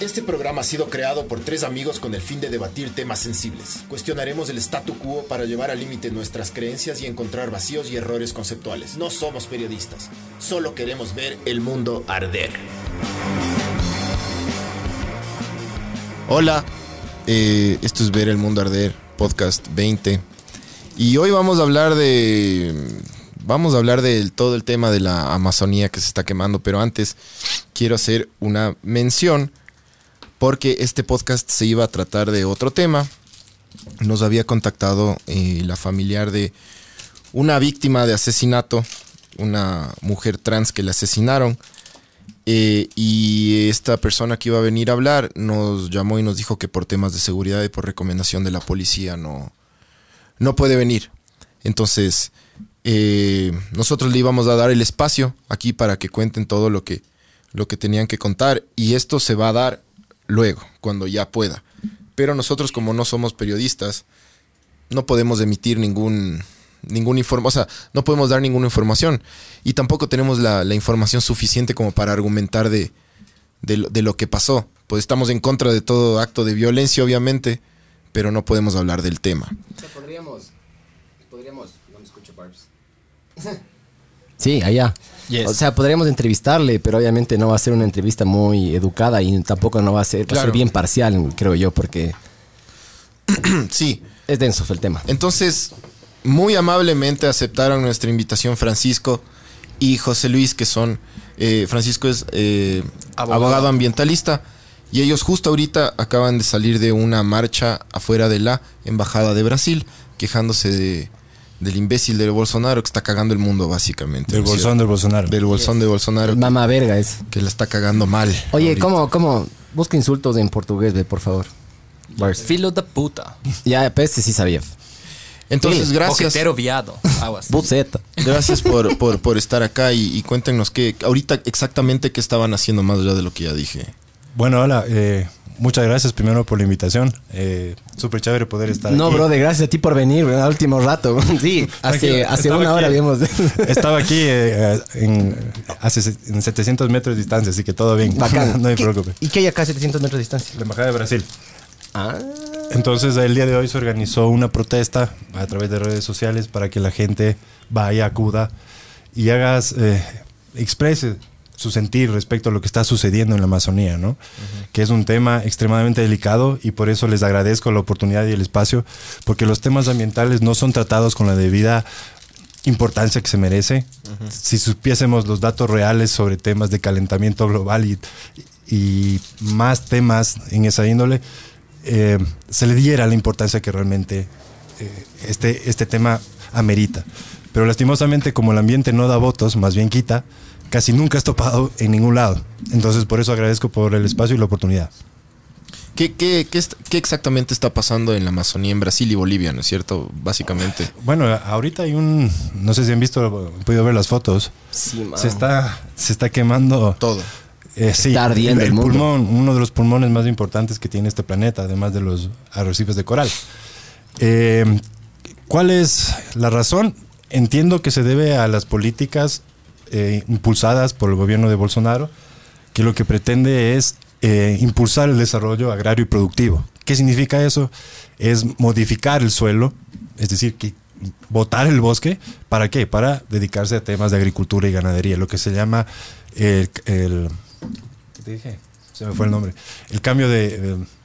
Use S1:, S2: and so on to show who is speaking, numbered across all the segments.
S1: Este programa ha sido creado por tres amigos con el fin de debatir temas sensibles. Cuestionaremos el statu quo para llevar al límite nuestras creencias y encontrar vacíos y errores conceptuales. No somos periodistas, solo queremos ver el mundo arder. Hola, eh, esto es Ver el Mundo Arder, podcast 20. Y hoy vamos a hablar de. Vamos a hablar del todo el tema de la Amazonía que se está quemando, pero antes quiero hacer una mención porque este podcast se iba a tratar de otro tema. Nos había contactado eh, la familiar de una víctima de asesinato, una mujer trans que le asesinaron. Eh, y esta persona que iba a venir a hablar nos llamó y nos dijo que por temas de seguridad y por recomendación de la policía no, no puede venir. Entonces, eh, nosotros le íbamos a dar el espacio aquí para que cuenten todo lo que, lo que tenían que contar. Y esto se va a dar luego, cuando ya pueda. Pero nosotros, como no somos periodistas, no podemos emitir ningún, ningún informe, o sea, no podemos dar ninguna información. Y tampoco tenemos la, la información suficiente como para argumentar de, de lo- de lo que pasó. Pues estamos en contra de todo acto de violencia, obviamente, pero no podemos hablar del tema.
S2: O sea, podríamos. Podríamos. No me escucho, Barbs.
S3: Sí, allá.
S1: Yes.
S3: O sea, podríamos entrevistarle, pero obviamente no va a ser una entrevista muy educada y tampoco no va a ser, va a
S1: Claro.
S3: ser bien parcial, creo yo, porque
S1: Mm, Sí,
S3: es denso el tema.
S1: Entonces, muy amablemente aceptaron nuestra invitación Francisco y José Luis, que son, eh, Francisco es eh, abogado.
S2: Abogado.
S1: ambientalista, y ellos justo ahorita acaban de salir de una marcha afuera de la Embajada de Brasil, quejándose de- del imbécil del Bolsonaro que está cagando el mundo básicamente.
S4: Del
S1: ¿no es
S4: bolsón,
S1: cierto?
S4: del Bolsonaro.
S1: Del bolsón de Bolsonaro
S3: Mamá verga es.
S1: que la está cagando mal.
S3: Oye,
S1: ahorita.
S3: ¿cómo, cómo? Busca insultos en portugués, ve, por favor. Bars.
S5: Filo da puta.
S3: Ya, pues sí sabía.
S1: Entonces, gracias.
S5: Boquetero viado. Aguas.
S3: Buceta.
S1: Gracias por, por, por estar acá y, y cuéntenos qué, ahorita exactamente qué estaban haciendo más allá de lo que ya dije.
S4: Bueno, hola. eh, muchas gracias primero por la invitación. Eh, Súper chévere poder estar
S3: No,
S4: aquí.
S3: bro, de gracias a ti por venir, güey, al último rato. Sí, hace,
S4: Tranquilo,
S3: hace
S4: estaba
S3: una hora
S4: aquí.
S3: habíamos...
S4: Estaba aquí eh, en, hace se- en 700 metros de distancia, así que todo bien.
S3: Bacán.
S4: no me
S3: ¿Qué-
S4: preocupe.
S3: ¿Y qué hay acá a 700 metros de distancia?
S4: La Embajada de Brasil.
S3: Ah,
S4: Entonces, el día de hoy se organizó una protesta a través de redes sociales para que la gente vaya, acuda y hagas, eh, exprese su sentir respecto a lo que está sucediendo en la Amazonía, ¿no? Que es un tema extremadamente delicado y por eso les agradezco la oportunidad y el espacio, porque los temas ambientales no son tratados con la debida importancia que se merece. Si supiésemos los datos reales sobre temas de calentamiento global y, y más temas en esa índole, eh, se le diera la importancia que realmente eh, este, este tema amerita. Pero lastimosamente, como el ambiente no da votos, más bien quita, casi nunca es topado en ningún lado. Entonces, por eso agradezco por el espacio y la oportunidad.
S1: ¿Qué, qué, qué, est- qué exactamente está pasando en la Amazonía, en Brasil y Bolivia, no es cierto? Básicamente.
S4: Bueno, ahorita hay un, no sé si han visto, han podido ver las fotos,
S3: sí, man.
S4: se está, se está quemando
S1: Todo.
S4: Eh, sí,
S3: Está ardiendo el
S4: el,
S3: mundo.
S4: pulmón, uno de los pulmones más importantes que tiene este planeta, además de los arrecifes de coral. Eh, ¿Cuál es la razón? Entiendo que se debe a las políticas eh, impulsadas por el gobierno de Bolsonaro, que lo que pretende es eh, impulsar el desarrollo agrario y productivo. ¿Qué significa eso? Es modificar el suelo, es decir, que botar el bosque, ¿para qué? Para dedicarse a temas de agricultura y ganadería, lo que se llama el, el- ¿qué te dije? Se me fue el nombre. El cambio de... de-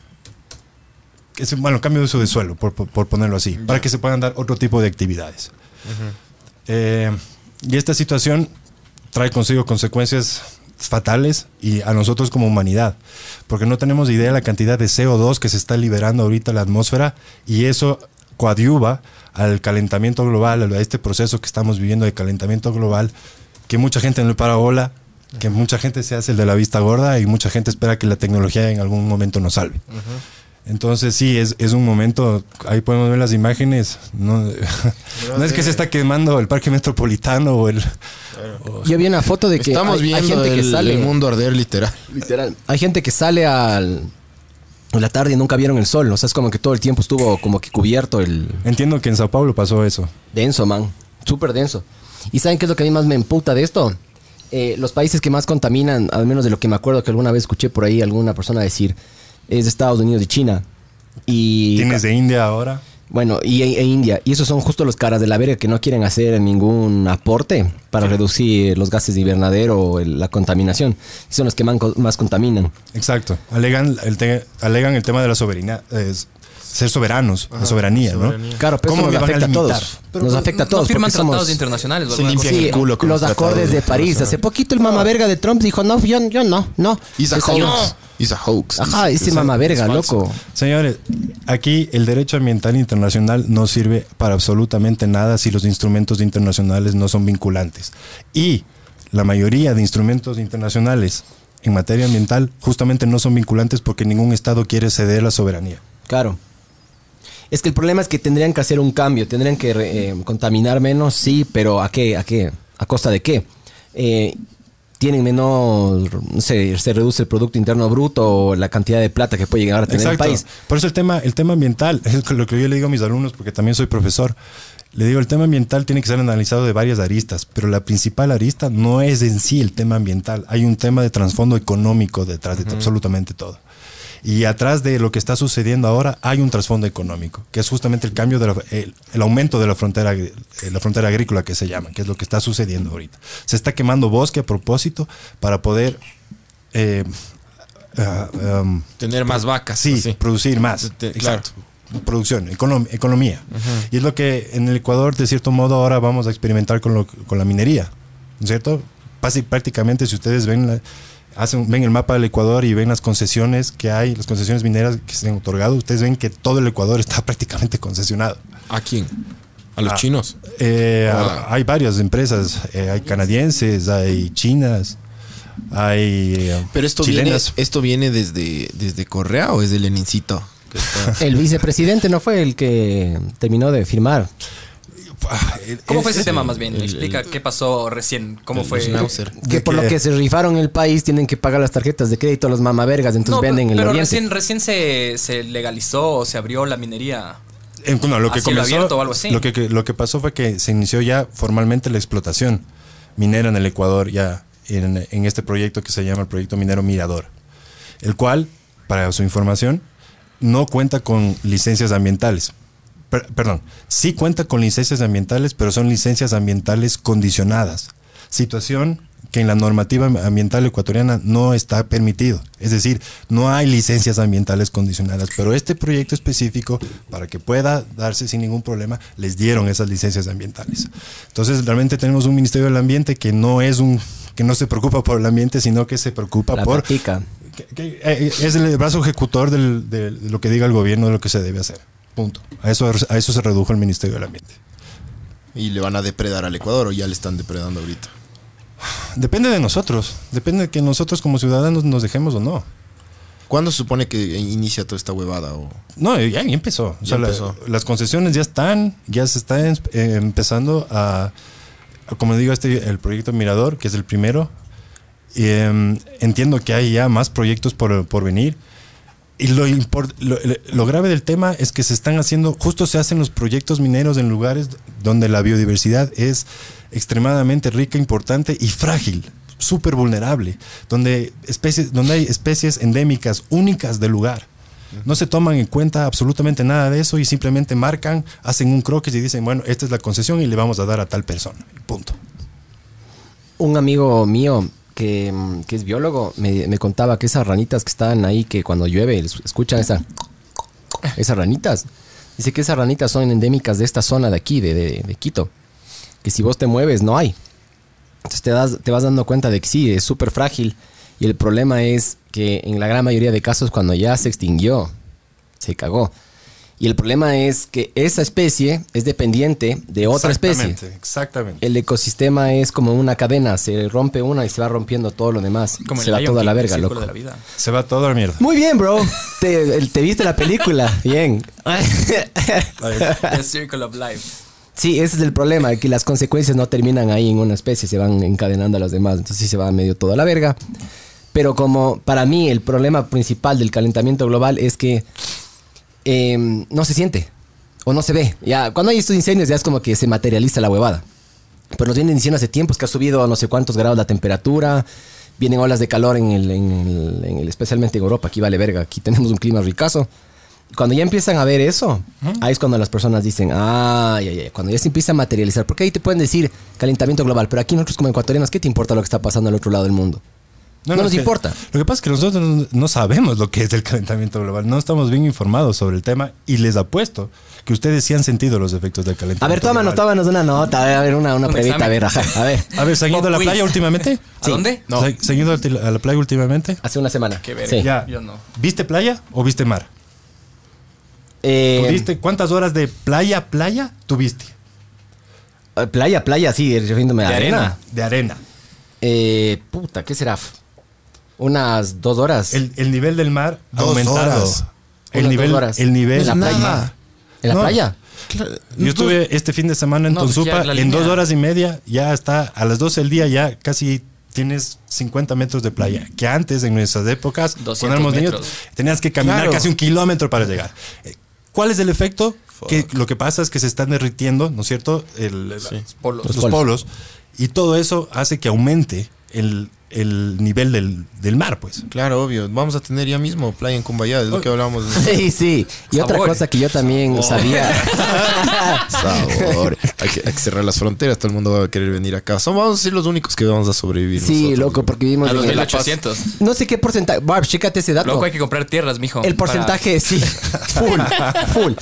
S4: es, bueno, cambio de uso de suelo, por, por- por ponerlo así, para que se puedan dar otro tipo de actividades. Eh, y esta situación trae consigo consecuencias fatales y a nosotros como humanidad, porque no tenemos idea de la cantidad de CO2 que se está liberando ahorita a la atmósfera y eso coadyuva al calentamiento global, a este proceso que estamos viviendo de calentamiento global, que mucha gente no le para bola, que mucha gente se hace el de la vista gorda y mucha gente espera que la tecnología en algún momento nos salve. Entonces sí, es, es un momento, ahí podemos ver las imágenes, no, no es que se está quemando el parque metropolitano o el...
S3: Yo vi una foto de que
S1: Estamos
S3: hay, hay
S1: viendo
S3: gente
S1: el,
S3: que sale...
S1: el mundo arder literal.
S3: Literal. Hay gente que sale al en la tarde y nunca vieron el sol. O sea, es como que todo el tiempo estuvo como que cubierto el
S4: Entiendo que en Sao Paulo pasó eso.
S3: denso, man. Súper denso. ¿Y saben qué es lo que a mí más me emputa de esto? eh, los países que más contaminan, al menos de lo que me acuerdo que alguna vez escuché por ahí alguna persona decir, es de Estados Unidos y China. Y
S4: Tienes de India ahora.
S3: bueno, y e, e India. Y esos son justo los caras de la verga que no quieren hacer ningún aporte para reducir los gases de invernadero o el- la contaminación. Y son los que man- más contaminan.
S4: Exacto. Alegan el, te- alegan el tema de la soberanía. es ser soberanos, la soberanía, ¿no?
S3: Claro, pero
S4: ¿Cómo
S3: eso
S4: me
S3: nos
S4: van a
S3: afecta a,
S4: limitar?
S3: todos. nos afecta a todos.
S5: No firman
S3: porque somos-
S5: tratados internacionales o
S1: se
S5: alguna
S1: limpia
S5: cosa.
S1: el culo con
S3: los
S1: los tratados
S3: acordes de París.
S1: internacionales.
S3: Hace poquito el mamaverga de Trump dijo, no, yo, yo no, no.
S1: Is a
S3: Esa-
S1: hoax. Is a hoax.
S3: Ajá,
S1: Is-
S3: ese
S1: is-
S3: mamaverga,
S1: es falso.
S3: loco.
S4: Señores, aquí el derecho ambiental internacional no sirve para absolutamente nada si los instrumentos internacionales no son vinculantes. Y la mayoría de instrumentos internacionales en materia ambiental justamente no son vinculantes porque ningún Estado quiere ceder la soberanía.
S3: Claro. Es que el problema es que tendrían que hacer un cambio, tendrían que re- eh, contaminar menos, sí, pero ¿a qué? ¿A qué? ¿A costa de qué? Eh, tienen menos, no sé, se reduce el Producto Interno Bruto o la cantidad de plata que puede llegar a tener
S4: Exacto.
S3: el país.
S4: Por eso el tema, el tema ambiental, es lo que yo le digo a mis alumnos, porque también soy profesor. Le digo, el tema ambiental tiene que ser analizado de varias aristas, pero la principal arista no es en sí el tema ambiental. Hay un tema de trasfondo económico detrás de absolutamente todo. Y atrás de lo que está sucediendo ahora hay un trasfondo económico, que es justamente el cambio, de la- el, el aumento de la frontera, agri- eh, la frontera agrícola que se llama, que es lo que está sucediendo ahorita. Se está quemando bosque a propósito para poder eh, ah, um,
S1: Tener más vacas.
S4: Sí,
S1: así.
S4: producir más.
S1: Te- te-
S4: Exacto. Producción, econom- economía. Y es lo que en el Ecuador, de cierto modo, ahora vamos a experimentar con, lo- con la minería. ¿No es cierto? Pasi- prácticamente, si ustedes ven, la- hacen, ven el mapa del Ecuador y ven las concesiones que hay, las concesiones mineras que se han otorgado, ustedes ven que todo el Ecuador está prácticamente concesionado.
S1: ¿A quién? ¿A los
S4: Ah.
S1: chinos?
S4: Eh,
S1: Ah.
S4: Hay varias empresas, eh, hay canadienses, hay chinas, hay eh,
S1: Pero esto
S4: chilenas.
S1: viene, esto viene desde, desde Correa o es de Lenincito. Que está-
S3: El vicepresidente no fue el que terminó de firmar.
S5: ¿Cómo fue
S4: Es-
S5: ese tema más bien?
S1: el-
S5: Explica qué pasó recién, cómo
S1: el
S5: fue.
S1: schnauzer.
S3: Que
S4: ¿De
S3: por
S4: qué?
S3: lo que se rifaron el país tienen que pagar las tarjetas de crédito a los mamavergas, entonces
S5: No,
S3: venden en el
S5: pero
S3: oriente.
S5: recién, recién se, se legalizó o se abrió la minería.
S4: Eh, no, lo que
S5: A cielo
S4: comenzó-
S5: abierto o algo así.
S4: Lo que, que- lo que pasó fue que se inició ya formalmente la explotación minera en el Ecuador, ya en, en este proyecto que se llama el Proyecto Minero Mirador, el cual, para su información, no cuenta con licencias ambientales. Per- perdón, sí cuenta con licencias ambientales, pero son licencias ambientales condicionadas. Situación que en la normativa ambiental ecuatoriana no está permitido. Es decir, no hay licencias ambientales condicionadas, pero este proyecto específico, para que pueda darse sin ningún problema, les dieron esas licencias ambientales. Entonces, realmente tenemos un Ministerio del Ambiente que no es un que no se preocupa por el ambiente, sino que se preocupa
S3: La
S4: por
S3: practica.
S4: que- que, eh, es el brazo ejecutor del- de lo que diga el gobierno de lo que se debe hacer. Punto. A eso, a eso se redujo el Ministerio del Ambiente.
S1: Y le van a depredar al Ecuador o ya le están depredando ahorita.
S4: Depende de nosotros. Depende de que nosotros como ciudadanos nos dejemos o no.
S1: ¿Cuándo se supone que inicia toda esta huevada? O...
S4: No, ya, ya empezó. O
S1: Ya
S4: sea, la-
S1: empezó.
S4: las concesiones ya están, ya se está em- eh, empezando a, a, como digo, este el proyecto Mirador, que es el primero. Y, em, entiendo que hay ya más proyectos por, por venir. Y lo, import- lo, lo grave del tema es que se están haciendo, justo se hacen los proyectos mineros en lugares donde la biodiversidad es extremadamente rica, importante y frágil, súper vulnerable, donde, especies, donde hay especies endémicas únicas del lugar. No se toman en cuenta absolutamente nada de eso y simplemente marcan, hacen un croquis y dicen, bueno, esta es la concesión y le vamos a dar a tal persona. Punto.
S3: un amigo mío que, mm, que es biólogo me, me contaba que esas ranitas que están ahí, que cuando llueve es- escuchan esa, esas ranitas. Dice que esas ranitas son endémicas de esta zona de aquí, de, de- de Quito. Que si vos te mueves, no hay. Entonces te, das, te vas dando cuenta de que sí, es súper frágil. Y el problema es que en la gran mayoría de casos cuando ya se extinguió, se cagó. Y el problema es que esa especie es dependiente de otra especie
S4: Exactamente, exactamente.
S3: el ecosistema es como una cadena, se rompe una y se va rompiendo todo lo demás.
S5: Como
S3: se
S5: el
S3: va
S5: Lion
S3: toda la
S5: King, el
S3: verga,
S5: círculo
S3: loco.
S5: de la vida.
S4: Se va todo a la mierda.
S3: Muy bien, bro. Te, el- te viste la película. Bien.
S5: The Circle of Life.
S3: Sí, ese es el problema, que las consecuencias no terminan ahí en una especie, se van encadenando a las demás. Entonces sí se va medio toda la verga. Pero como para mí el problema principal del calentamiento global es que eh, no se siente o no se ve. Ya, cuando hay estos incendios ya es como que se materializa la huevada. Pero nos vienen diciendo hace tiempos que ha subido a no sé cuántos grados la temperatura. Vienen olas de calor en el, en el- en el- especialmente en Europa. Aquí vale verga. Aquí tenemos un clima ricazo. Cuando ya empiezan a ver eso, ahí es cuando las personas dicen, ah, ya, ya, cuando ya se empieza a materializar. Porque ahí te pueden decir calentamiento global, pero aquí nosotros como ecuatorianos, ¿qué te importa lo que está pasando al otro lado del mundo? No,
S4: es
S3: nos
S4: que-
S3: importa.
S4: Lo que pasa es que nosotros no- no sabemos lo que es el calentamiento global. No estamos bien informados sobre el tema y les apuesto que ustedes sí han sentido los efectos del calentamiento
S3: A ver, tómanos,
S4: global.
S3: tómanos una nota, a ver, una, una
S5: Un
S3: pruebita, a
S5: examen.
S3: ver, ajá, a ver.
S4: A ver, ¿se han ido a la
S5: Pop quiz.
S4: playa últimamente?
S5: pues. ¿A dónde?
S4: No. ¿Se, se han ido a ti- a la playa últimamente?
S3: Hace una semana.
S5: Qué verga.
S3: Sí.
S4: Ya.
S5: Yo no.
S4: ¿Viste playa o viste mar?
S3: Eh,
S4: ¿Pudiste? ¿Cuántas horas de playa, playa tuviste?
S3: eh, playa, playa, sí, refiriéndome a
S5: De
S3: arena.
S5: arena.
S4: De arena.
S3: Eh, puta, ¿qué será? Unas dos horas.
S4: El, el nivel del mar ha
S1: Dos
S4: aumentado.
S1: horas.
S4: El
S3: Unas
S4: nivel,
S3: dos horas.
S4: el nivel
S3: En la
S4: del
S3: playa.
S4: mar.
S3: ¿En la
S4: no.
S3: playa?
S1: Claro,
S4: Yo estuve este fin de semana en
S5: No, pues
S4: Tonsupa,
S5: ya la
S4: en
S5: línea-
S4: dos horas y media ya está, a las 12 del día ya casi tienes 50 metros de playa, que antes en nuestras épocas,
S5: 200
S4: cuando éramos niños,
S5: metros.
S4: tenías que caminar
S1: Claro.
S4: casi un kilómetro para llegar. Eh, ¿Cuál es el efecto? Que lo que pasa es que se están derritiendo, ¿no es cierto? El- el-
S5: Polos.
S4: Los,
S3: Los
S4: polos. Y todo eso hace que aumente el, el nivel del, del mar, pues.
S1: Claro, obvio. Vamos a tener ya mismo playa en Cumbayá, es lo
S4: Oh.
S1: que hablábamos.
S3: Sí, sí. Y otra
S5: Sabor.
S3: cosa que yo también sabía.
S1: Sabor. Hay que, hay que cerrar las fronteras, todo el mundo va a querer venir acá. Somos vamos a ser los únicos que vamos a sobrevivir.
S3: sí,
S1: nosotros,
S3: loco,
S1: güey.
S3: porque vivimos
S5: A los
S3: en el-
S5: 1800.
S3: No sé qué porcentaje. Barb, chécate ese dato.
S5: Loco, hay que comprar tierras, mijo.
S3: El porcentaje, sí. Full, full.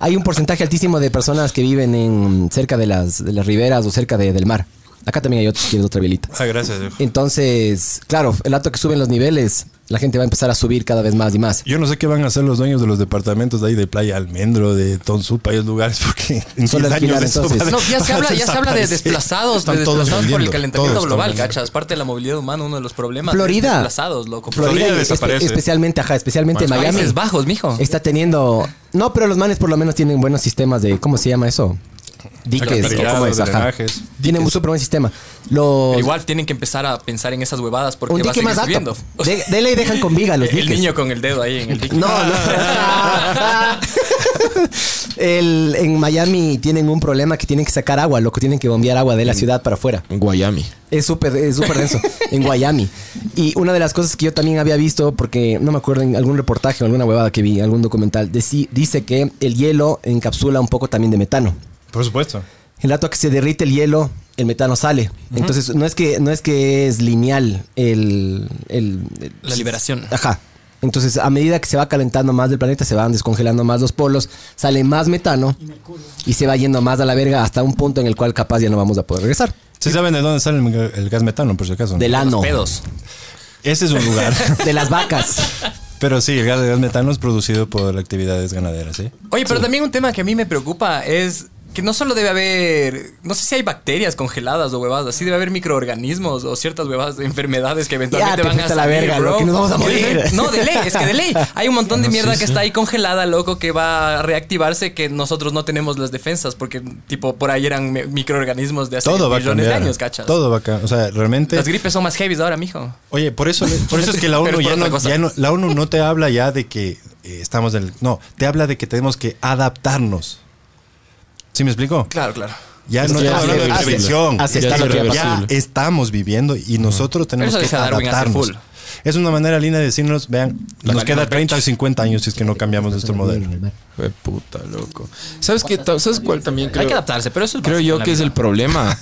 S3: Hay un porcentaje altísimo de personas que viven en cerca de las, de las riberas o cerca de- del mar. Acá también hay otro, si quieres otra velita.
S4: Ah, gracias.
S3: Entonces, claro, el dato que suben los niveles, la gente va a empezar a subir cada vez más y más.
S4: Yo no sé qué van a hacer los dueños de los departamentos de ahí de Playa Almendro, de Tonsupa y esos lugares, porque en
S3: Solo
S4: 10 años
S3: alquilar,
S4: eso va
S3: entonces.
S4: a-
S5: No, ya se
S4: va a
S5: habla, ya se habla de
S4: desaparecer.
S5: desplazados, de
S1: Están todos
S5: desplazados por el
S1: vendiendo,
S5: calentamiento
S1: todos
S5: global,
S1: están
S5: cachas. Parte de la movilidad humana, uno de los problemas.
S3: Florida.
S5: Desplazados, loco.
S3: Florida,
S4: Florida
S3: espe-
S4: desaparece.
S3: especialmente, ajá, especialmente
S5: Miami.
S3: Miami.
S5: Países Bajos, mijo.
S3: Está teniendo. No, pero los manes por lo menos tienen buenos sistemas de. ¿Cómo se llama eso? Diques. o ¿Cómo es?
S4: Alcantarillado,
S3: Ajá.
S4: drenajes.
S3: Tienen un súper buen sistema. Los,
S5: Pero igual tienen que empezar a pensar en esas huevadas porque
S3: un
S5: va a
S3: dique
S5: seguir
S3: más
S5: subiendo.
S3: alto. De, de ley dejan con viga los
S5: El
S3: diques.
S5: niño con el dedo ahí en el dique.
S3: No, no. El- en Miami tienen un problema que tienen que sacar agua, loco. Tienen que bombear agua de la ciudad para afuera.
S1: Guayami.
S3: Es súper es súper denso en Guayami. Y una de las cosas que yo también había visto, porque no me acuerdo en algún reportaje o alguna huevada que vi, algún documental, deci- dice que el hielo encapsula un poco también de metano.
S4: Por supuesto.
S3: El dato que se derrite el hielo, el metano sale. Entonces, no es que, no es que es lineal el, el- el-
S5: La liberación.
S3: Ajá. Entonces, a medida que se va calentando más del planeta, se van descongelando más los polos, sale más metano y se va yendo más a la verga hasta un punto en el cual capaz ya no vamos a poder regresar.
S4: ¿Sí saben de dónde sale el, el gas metano, por si acaso?
S3: Del ano.
S5: Pedos.
S4: Ese es un lugar.
S3: De las vacas.
S4: Pero sí, el gas, el gas metano es producido por actividades ganaderas, ¿eh? ¿sí?
S5: Oye, pero también un tema que a mí me preocupa es que no solo debe haber, no sé si hay bacterias congeladas o huevadas, así debe haber microorganismos o ciertas huevadas de enfermedades que eventualmente
S3: Ya, te
S5: van a
S3: fuiste a la
S5: salir,
S3: verga,
S5: bro.
S3: lo que nos vamos a
S5: Que de-
S3: morir.
S5: No, de ley, es que de ley. Hay un montón de mierda que está ahí congelada, loco, que va a reactivarse, que nosotros no tenemos las defensas, porque tipo por ahí eran me- microorganismos de hace
S4: Todo va a
S5: millones
S4: cambiar.
S5: de años, cachas.
S4: Todo va a cambiar. O sea, realmente...
S5: Las gripes son más heavy ahora, mijo.
S4: Oye, por eso, por eso es que la
S5: Pero
S4: ONU
S5: es por
S4: ya
S5: otra
S4: no,
S5: cosa.
S4: ya no- la ONU no te habla ya de que eh, estamos en el, no, te habla de que tenemos que adaptarnos. ¿Sí me explico?
S5: Claro, claro.
S4: Ya
S1: Es
S4: no
S1: que
S4: estamos
S1: ya
S4: hablando de
S1: es Mm. irreversible.
S4: prevención.
S3: Hace
S4: ya,
S1: estar lo que ha
S4: ya
S1: pasado.
S4: estamos viviendo y nosotros tenemos
S5: Eso
S4: que
S5: dice Darwin, hace
S4: adaptarnos.
S5: full.
S4: Es una manera linda de decirnos, vean, nos
S5: valimos
S4: queda 30 o 50 años si es que no cambiamos nuestro modelo.
S1: Fue puta, loco. ¿Sabes qué? ta- ¿Sabes cuál también creo?
S5: Hay que adaptarse, pero eso es
S1: Creo
S5: básico
S1: yo
S5: en la
S1: que es
S5: vida.
S1: el problema.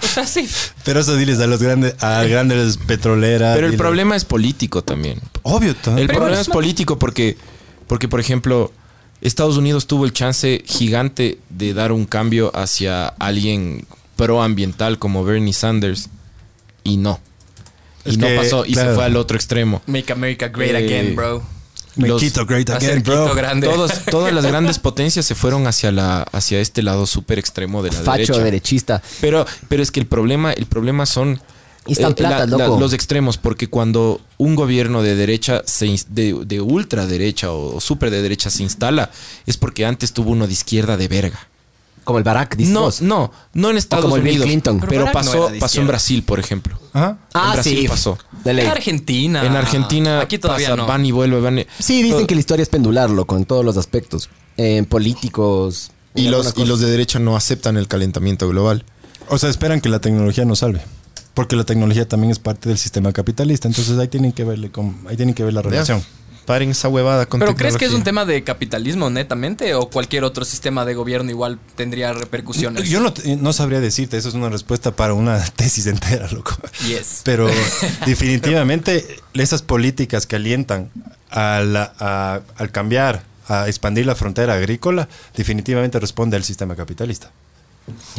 S5: O sea, sí.
S4: Pero eso diles a los grandes, a las grandes petroleras.
S1: Eh, Pero el
S4: diles-
S1: problema es político también.
S4: Obvio, ta-
S1: El
S5: Pero
S1: problema
S5: igual
S1: es político porque, porque, por ejemplo, Estados Unidos tuvo el chance gigante de dar un cambio hacia alguien proambiental como Bernie Sanders y no. Y
S4: Es
S1: no
S4: que,
S1: pasó y
S4: claro.
S1: se fue al otro extremo.
S5: Make America great
S1: Eh,
S5: again, bro.
S4: Me
S1: los-
S4: quito, great
S5: Va a ser
S4: again,
S5: Quito
S4: bro.
S5: grande.
S1: Todos- todas las grandes potencias se fueron hacia, la, hacia este lado súper extremo de la
S3: Facho
S1: derecha.
S3: derechista.
S1: Pero, pero es que el problema, el problema son eh,
S3: Y están platas, loco.
S1: los extremos, porque cuando un gobierno de derecha, se ins- de, de ultraderecha o, o super de derecha se instala, es porque antes tuvo uno de izquierda de verga.
S3: Como el Barack, dices
S1: No,
S3: vos.
S1: no, no en Estados
S3: como el Bill
S1: Unidos.
S3: Clinton.
S1: Pero,
S5: Pero Barack no
S1: pasó,
S5: era
S1: pasó
S5: de
S1: en
S5: izquierda.
S1: Brasil, por ejemplo.
S4: Ajá.
S3: Ah,
S1: en Brasil
S3: sí.
S1: pasó.
S3: De ley.
S5: En Argentina.
S1: En Argentina,
S5: Aquí todavía
S1: pasa,
S5: no.
S1: van y vuelve, van y-
S3: Sí, dicen que la historia es pendular, loco, en todos los aspectos. En políticos.
S1: Y
S3: en
S1: los,
S3: alguna
S1: y
S3: cosa.
S1: los de derecha no aceptan el calentamiento global.
S4: O sea, esperan que la tecnología nos salve. Porque la tecnología también es parte del sistema capitalista. Entonces ahí tienen que verle con, ahí tienen que ver la
S1: Ya,
S4: relación.
S1: Paren esa huevada con
S5: ¿Pero crees que es un
S1: tecnología.
S5: tema de capitalismo netamente o cualquier otro sistema de gobierno igual tendría repercusiones?
S4: Yo no, te- no sabría decirte, eso es una respuesta para una tesis entera, loco.
S5: Yes.
S4: Pero definitivamente esas políticas que alientan a la- a- al cambiar, a expandir la frontera agrícola, definitivamente responde al sistema capitalista.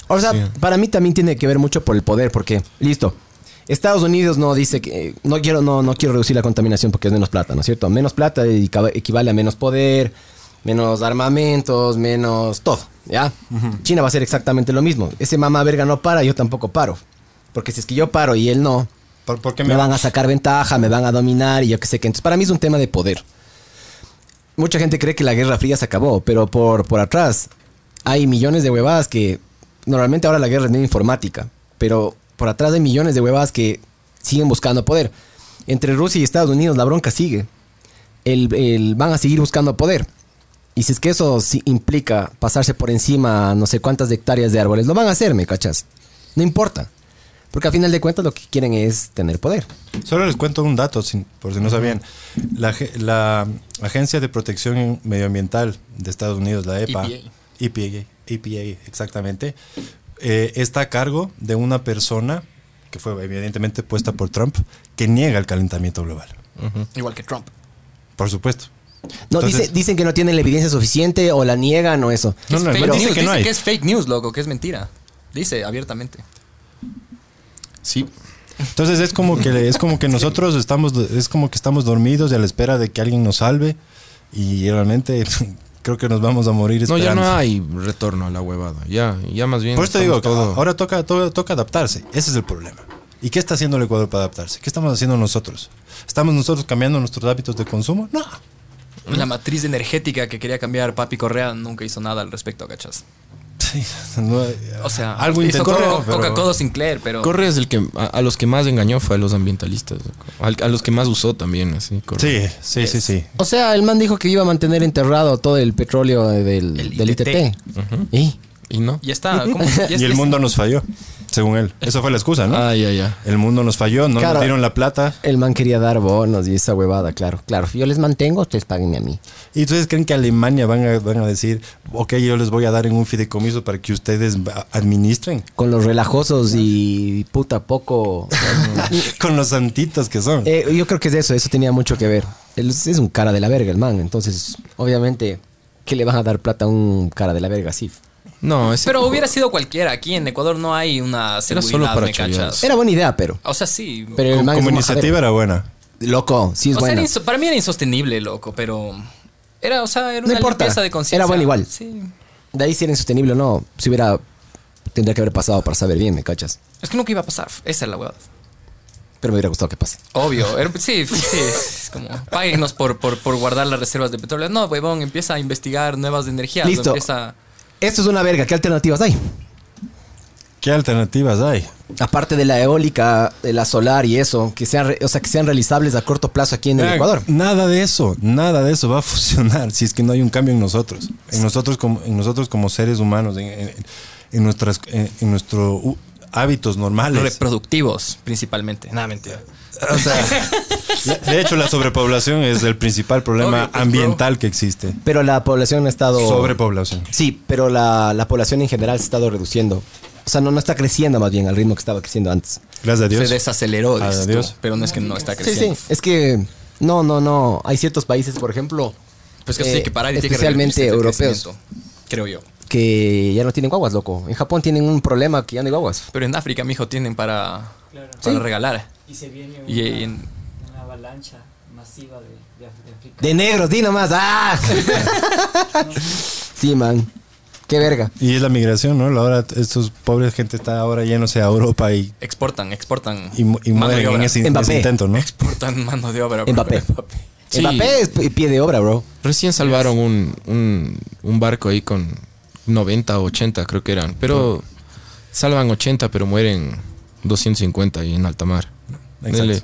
S3: O sea, para mí también tiene que ver mucho por el poder, porque, listo, Estados Unidos no dice que eh, no quiero, no, no quiero reducir la contaminación porque es menos plata, ¿no es cierto? Menos plata y caba- equivale a menos poder, menos armamentos, menos todo, ¿ya? China va a hacer exactamente lo mismo. Ese mamá verga no para, yo tampoco paro. Porque si es que yo paro y él no,
S4: ¿Por, por qué
S3: me van a sacar ventaja, me van a dominar y yo qué sé qué. Entonces, para mí es un tema de poder. Mucha gente cree que la Guerra Fría se acabó, pero por, por atrás hay millones de huevadas que. Normalmente ahora la guerra es medio informática, pero por atrás hay millones de huevadas que siguen buscando poder. Entre Rusia y Estados Unidos la bronca sigue. El, el- van a seguir buscando poder. Y si es que eso sí implica pasarse por encima no sé cuántas hectáreas de árboles, lo van a hacer, ¿me cachas? No importa. Porque al final de cuentas lo que quieren es tener poder.
S4: Solo les cuento un dato, sin- por si no sabían. La, ag- la Agencia de Protección Medioambiental de Estados Unidos, la E EPA,
S5: EPA.
S1: E
S4: EPA, EPA, E exactamente, eh, está a cargo de una persona que fue evidentemente puesta por Trump, que niega el calentamiento global.
S5: Igual que Trump.
S4: Por supuesto.
S3: No,
S4: Entonces-
S3: dice- dicen que no tienen la evidencia suficiente o la niegan o eso.
S4: No,
S5: Es
S4: no,
S5: fake
S4: pero
S5: news,
S4: dice que no hay.
S5: es fake news, loco, que es mentira. Dice abiertamente.
S1: Sí.
S4: Entonces es como que es como que nosotros estamos es como que estamos dormidos y a la espera de que alguien nos salve y realmente creo que nos vamos a morir
S1: No,
S4: esperando.
S1: ya no hay retorno a la huevada. Ya, ya más bien.
S4: Por eso te
S1: estamos
S4: digo,
S1: todo-
S4: ahora toca, to- toca adaptarse. Ese es el problema. ¿Y qué está haciendo el Ecuador para adaptarse? ¿Qué estamos haciendo nosotros? ¿Estamos nosotros cambiando nuestros hábitos de consumo? No.
S5: La matriz energética que quería cambiar Papi Correa nunca hizo nada al respecto, ¿cachas?
S4: Sí, no, eh,
S5: O sea,
S4: algo
S5: hizo
S4: intentó.
S5: Coca-
S4: pero-
S5: Coca-Cola Sinclair, pero...
S1: Correa es el que a, a los que más engañó fue a los ambientalistas, al- a los que más usó también, así. Correa.
S4: sí, sí, sí, sí.
S3: O sea, el man dijo que iba a mantener enterrado todo el petróleo del,
S5: El
S3: del ITT.
S5: ITT.
S3: Y
S1: Y no.
S5: Ya está. ¿cómo? Ya
S4: Y el
S5: es-
S4: mundo nos falló, según él. Eso fue la excusa, ¿no?
S1: Ah, ya, ya.
S4: El mundo nos falló, no
S3: Claro.
S4: nos dieron la plata.
S3: el man quería dar bonos y esa huevada, claro. Claro, yo les mantengo, ustedes páguenme a mí.
S4: ¿Y ustedes creen que Alemania van a, van a decir, ok, yo les voy a dar en un fideicomiso para que ustedes va- administren?
S3: Con los relajosos y puta poco.
S4: Con los santitos que son.
S3: Eh, yo creo que es eso, eso tenía mucho que ver. Él es es un cara de la verga el man, entonces, obviamente, ¿qué le van a dar plata a un cara de la verga así?
S1: No, ese
S5: Pero hubiera sido cualquiera. Aquí en Ecuador no hay una seguridad,
S1: solo para
S5: ¿me cachas?
S1: chorear.
S3: Era buena idea, pero.
S5: O sea, sí.
S3: pero el
S4: Como,
S3: man es
S4: como
S3: un
S4: iniciativa era buena.
S3: majadero. Loco, sí es
S5: o sea,
S3: bueno.
S5: era inso- para mí era insostenible, loco, pero... Era, o sea, era
S3: No
S5: una
S3: importa,
S5: limpieza de conciencia.
S3: era bueno igual.
S5: Sí.
S3: De ahí si era insostenible o no, si hubiera... Tendría que haber pasado para saber bien, ¿me cachas?
S5: Es que nunca iba a pasar. Esa es la huevada.
S3: Pero me hubiera gustado que pase.
S5: Obvio, era- sí, sí, es como, páguenos por, por, por guardar las reservas de petróleo. No, huevón, empieza a investigar nuevas energías.
S3: Listo.
S5: Empieza,
S3: Esto es una verga, ¿qué alternativas hay?
S4: ¿Qué alternativas hay?
S3: Aparte de la eólica, de la solar y eso, que sean, re- o sea, que sean realizables a corto plazo aquí en el
S4: Ah,
S3: Ecuador.
S4: Nada de eso, nada de eso va a funcionar si es que no hay un cambio en nosotros. En nosotros como, en nosotros como seres humanos, en, en- en nuestras, en, en nuestro uh, hábitos normales.
S5: reproductivos, principalmente. Nada, mentira.
S4: O sea, la- de hecho, la sobrepoblación es el principal problema
S5: Obvio, pues,
S4: ambiental que existe.
S3: Pero la población ha estado...
S4: Sobrepoblación.
S3: Sí, pero la, la población en general se ha estado reduciendo. O sea, no, no está creciendo más bien al ritmo que estaba creciendo antes.
S4: Gracias a Dios.
S5: Se desaceleró, dices tú,
S4: Adiós.
S5: pero no es que no está
S3: Sí,
S5: creciendo.
S3: sí. Es que... No, no, no. Hay ciertos países, por ejemplo...
S5: Pues que
S3: eh,
S5: tiene que parar y tiene que
S3: Especialmente
S5: revertirse el
S3: europeos.
S5: crecimiento, Creo yo.
S3: que ya no tienen guaguas, loco. En Japón tienen un problema que ya no hay guaguas.
S5: Pero en África, mijo, tienen para, para regalar.
S6: Y se viene una,
S5: Y en-
S6: una avalancha masiva de, de Af- de África.
S3: De negros, di nomás. ¡Ah! sí, man. Qué verga.
S4: Y es la migración, ¿no? Ahora estos pobres gente está ahora yéndose a Europa y,
S5: Exportan, exportan.
S4: y, mu- y
S5: mano de
S4: mueren en
S5: obra.
S4: ese,
S3: Mbappé.
S4: ese intento, ¿no?
S5: Exportan mano de obra. bro.
S3: Mbappé.
S1: Sí.
S3: Mbappé es p- pie de obra, bro.
S1: Recién salvaron un, un, un barco ahí con 90 o 80, creo que eran. Pero
S5: Ah.
S1: salvan 80, pero mueren 250 ahí en alta mar.
S4: Exacto.
S1: Dele.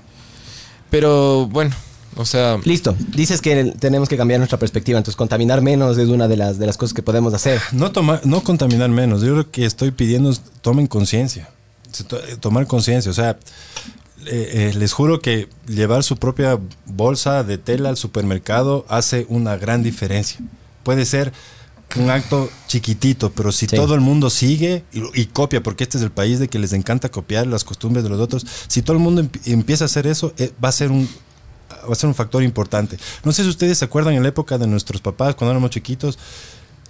S1: Pero bueno, O sea,
S3: Listo. Dices que el- tenemos que cambiar nuestra perspectiva. Entonces, contaminar menos es una de las, de las cosas que podemos hacer.
S4: No, tomar, no contaminar menos. Yo lo que estoy pidiendo es tomen conciencia. Se to- eh, Tomar conciencia. O sea, eh, eh, les juro que llevar su propia bolsa de tela al supermercado hace una gran diferencia. Puede ser un acto chiquitito, pero si
S3: Sí.
S4: todo el mundo sigue y, y copia, porque este es el país de que les encanta copiar las costumbres de los otros, si todo el mundo empi- empieza a hacer eso, eh, va a ser un va a ser un factor importante. No sé si ustedes se acuerdan en la época de nuestros papás, cuando éramos chiquitos,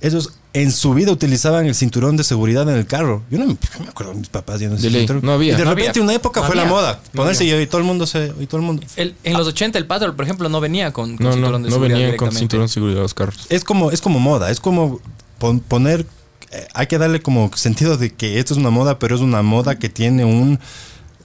S4: ellos en su vida utilizaban el cinturón de seguridad en el carro. Yo no me, yo me acuerdo de mis papás yendo ese
S1: De ley,
S4: cinturón.
S1: no había.
S4: Y de
S5: No
S4: repente
S5: había.
S4: una época
S5: No
S4: fue la
S5: había.
S4: moda.
S5: No
S4: Ponerse y, y todo el mundo se, y todo el mundo.
S5: El- en los 80 el Patrol, por ejemplo, no venía con, con
S1: no, no,
S5: cinturón de
S1: no
S5: seguridad
S1: venían con
S5: directamente.
S1: cinturón de seguridad los carros.
S4: Es como, es como moda, es como pon- poner. eh, hay que darle como sentido de que esto es una moda, pero es una moda que tiene un,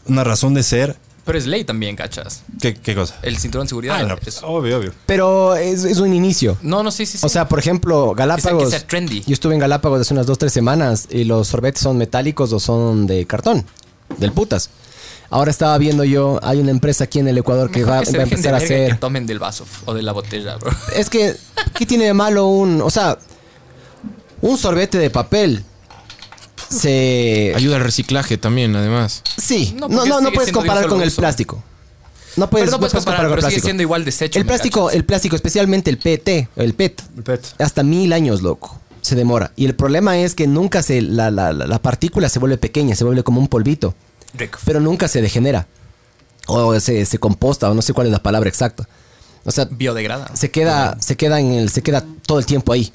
S4: una razón de ser.
S5: Pero es ley también, cachas.
S4: ¿Qué, qué cosa?
S5: El cinturón de seguridad.
S4: Ah, no,
S5: es-
S4: obvio, obvio.
S3: Pero es, es un inicio.
S5: no, no, sí, sí, sí.
S3: pues, O sea, por ejemplo, Galápagos.
S5: sea trendy.
S3: Yo estuve en Galápagos hace unas dos, tres semanas y los sorbetes son metálicos o son de cartón, del putas. Ahora estaba viendo yo, hay una empresa aquí en el Ecuador que
S5: Mejor
S3: va,
S5: que se
S3: va a
S5: dejen de
S3: empezar a
S5: verga y que
S3: hacer. Pues,
S5: tomen del vaso f- o de la botella, bro.
S3: Es que, ¿qué tiene de malo un. O sea, un sorbete de papel se.
S1: Ayuda al reciclaje también, además.
S3: Sí,
S5: No,
S3: no,
S5: porque
S3: no, no
S5: sigue
S3: puedes
S5: siendo de un
S3: comparar
S5: solo
S3: con el
S5: uso.
S3: plástico. No puedes,
S5: Pero no puedes comparar,
S3: con el
S5: pero
S3: pues,
S5: sigue
S3: plástico.
S5: siendo igual desecho,
S3: El
S5: ¿me
S3: plástico, eh, el plástico, especialmente el PET, el PET,
S4: El
S5: E
S4: pet.
S3: hasta mil años, loco. Se demora. Y el problema es que nunca se. La, la- la- la partícula se vuelve pequeña, se vuelve como un polvito.
S5: Rico.
S3: Pero nunca se degenera. O se, se composta, o no sé cuál es la palabra exacta. O sea,
S5: Biodegrada.
S3: se queda, se queda en el, se queda todo el tiempo ahí.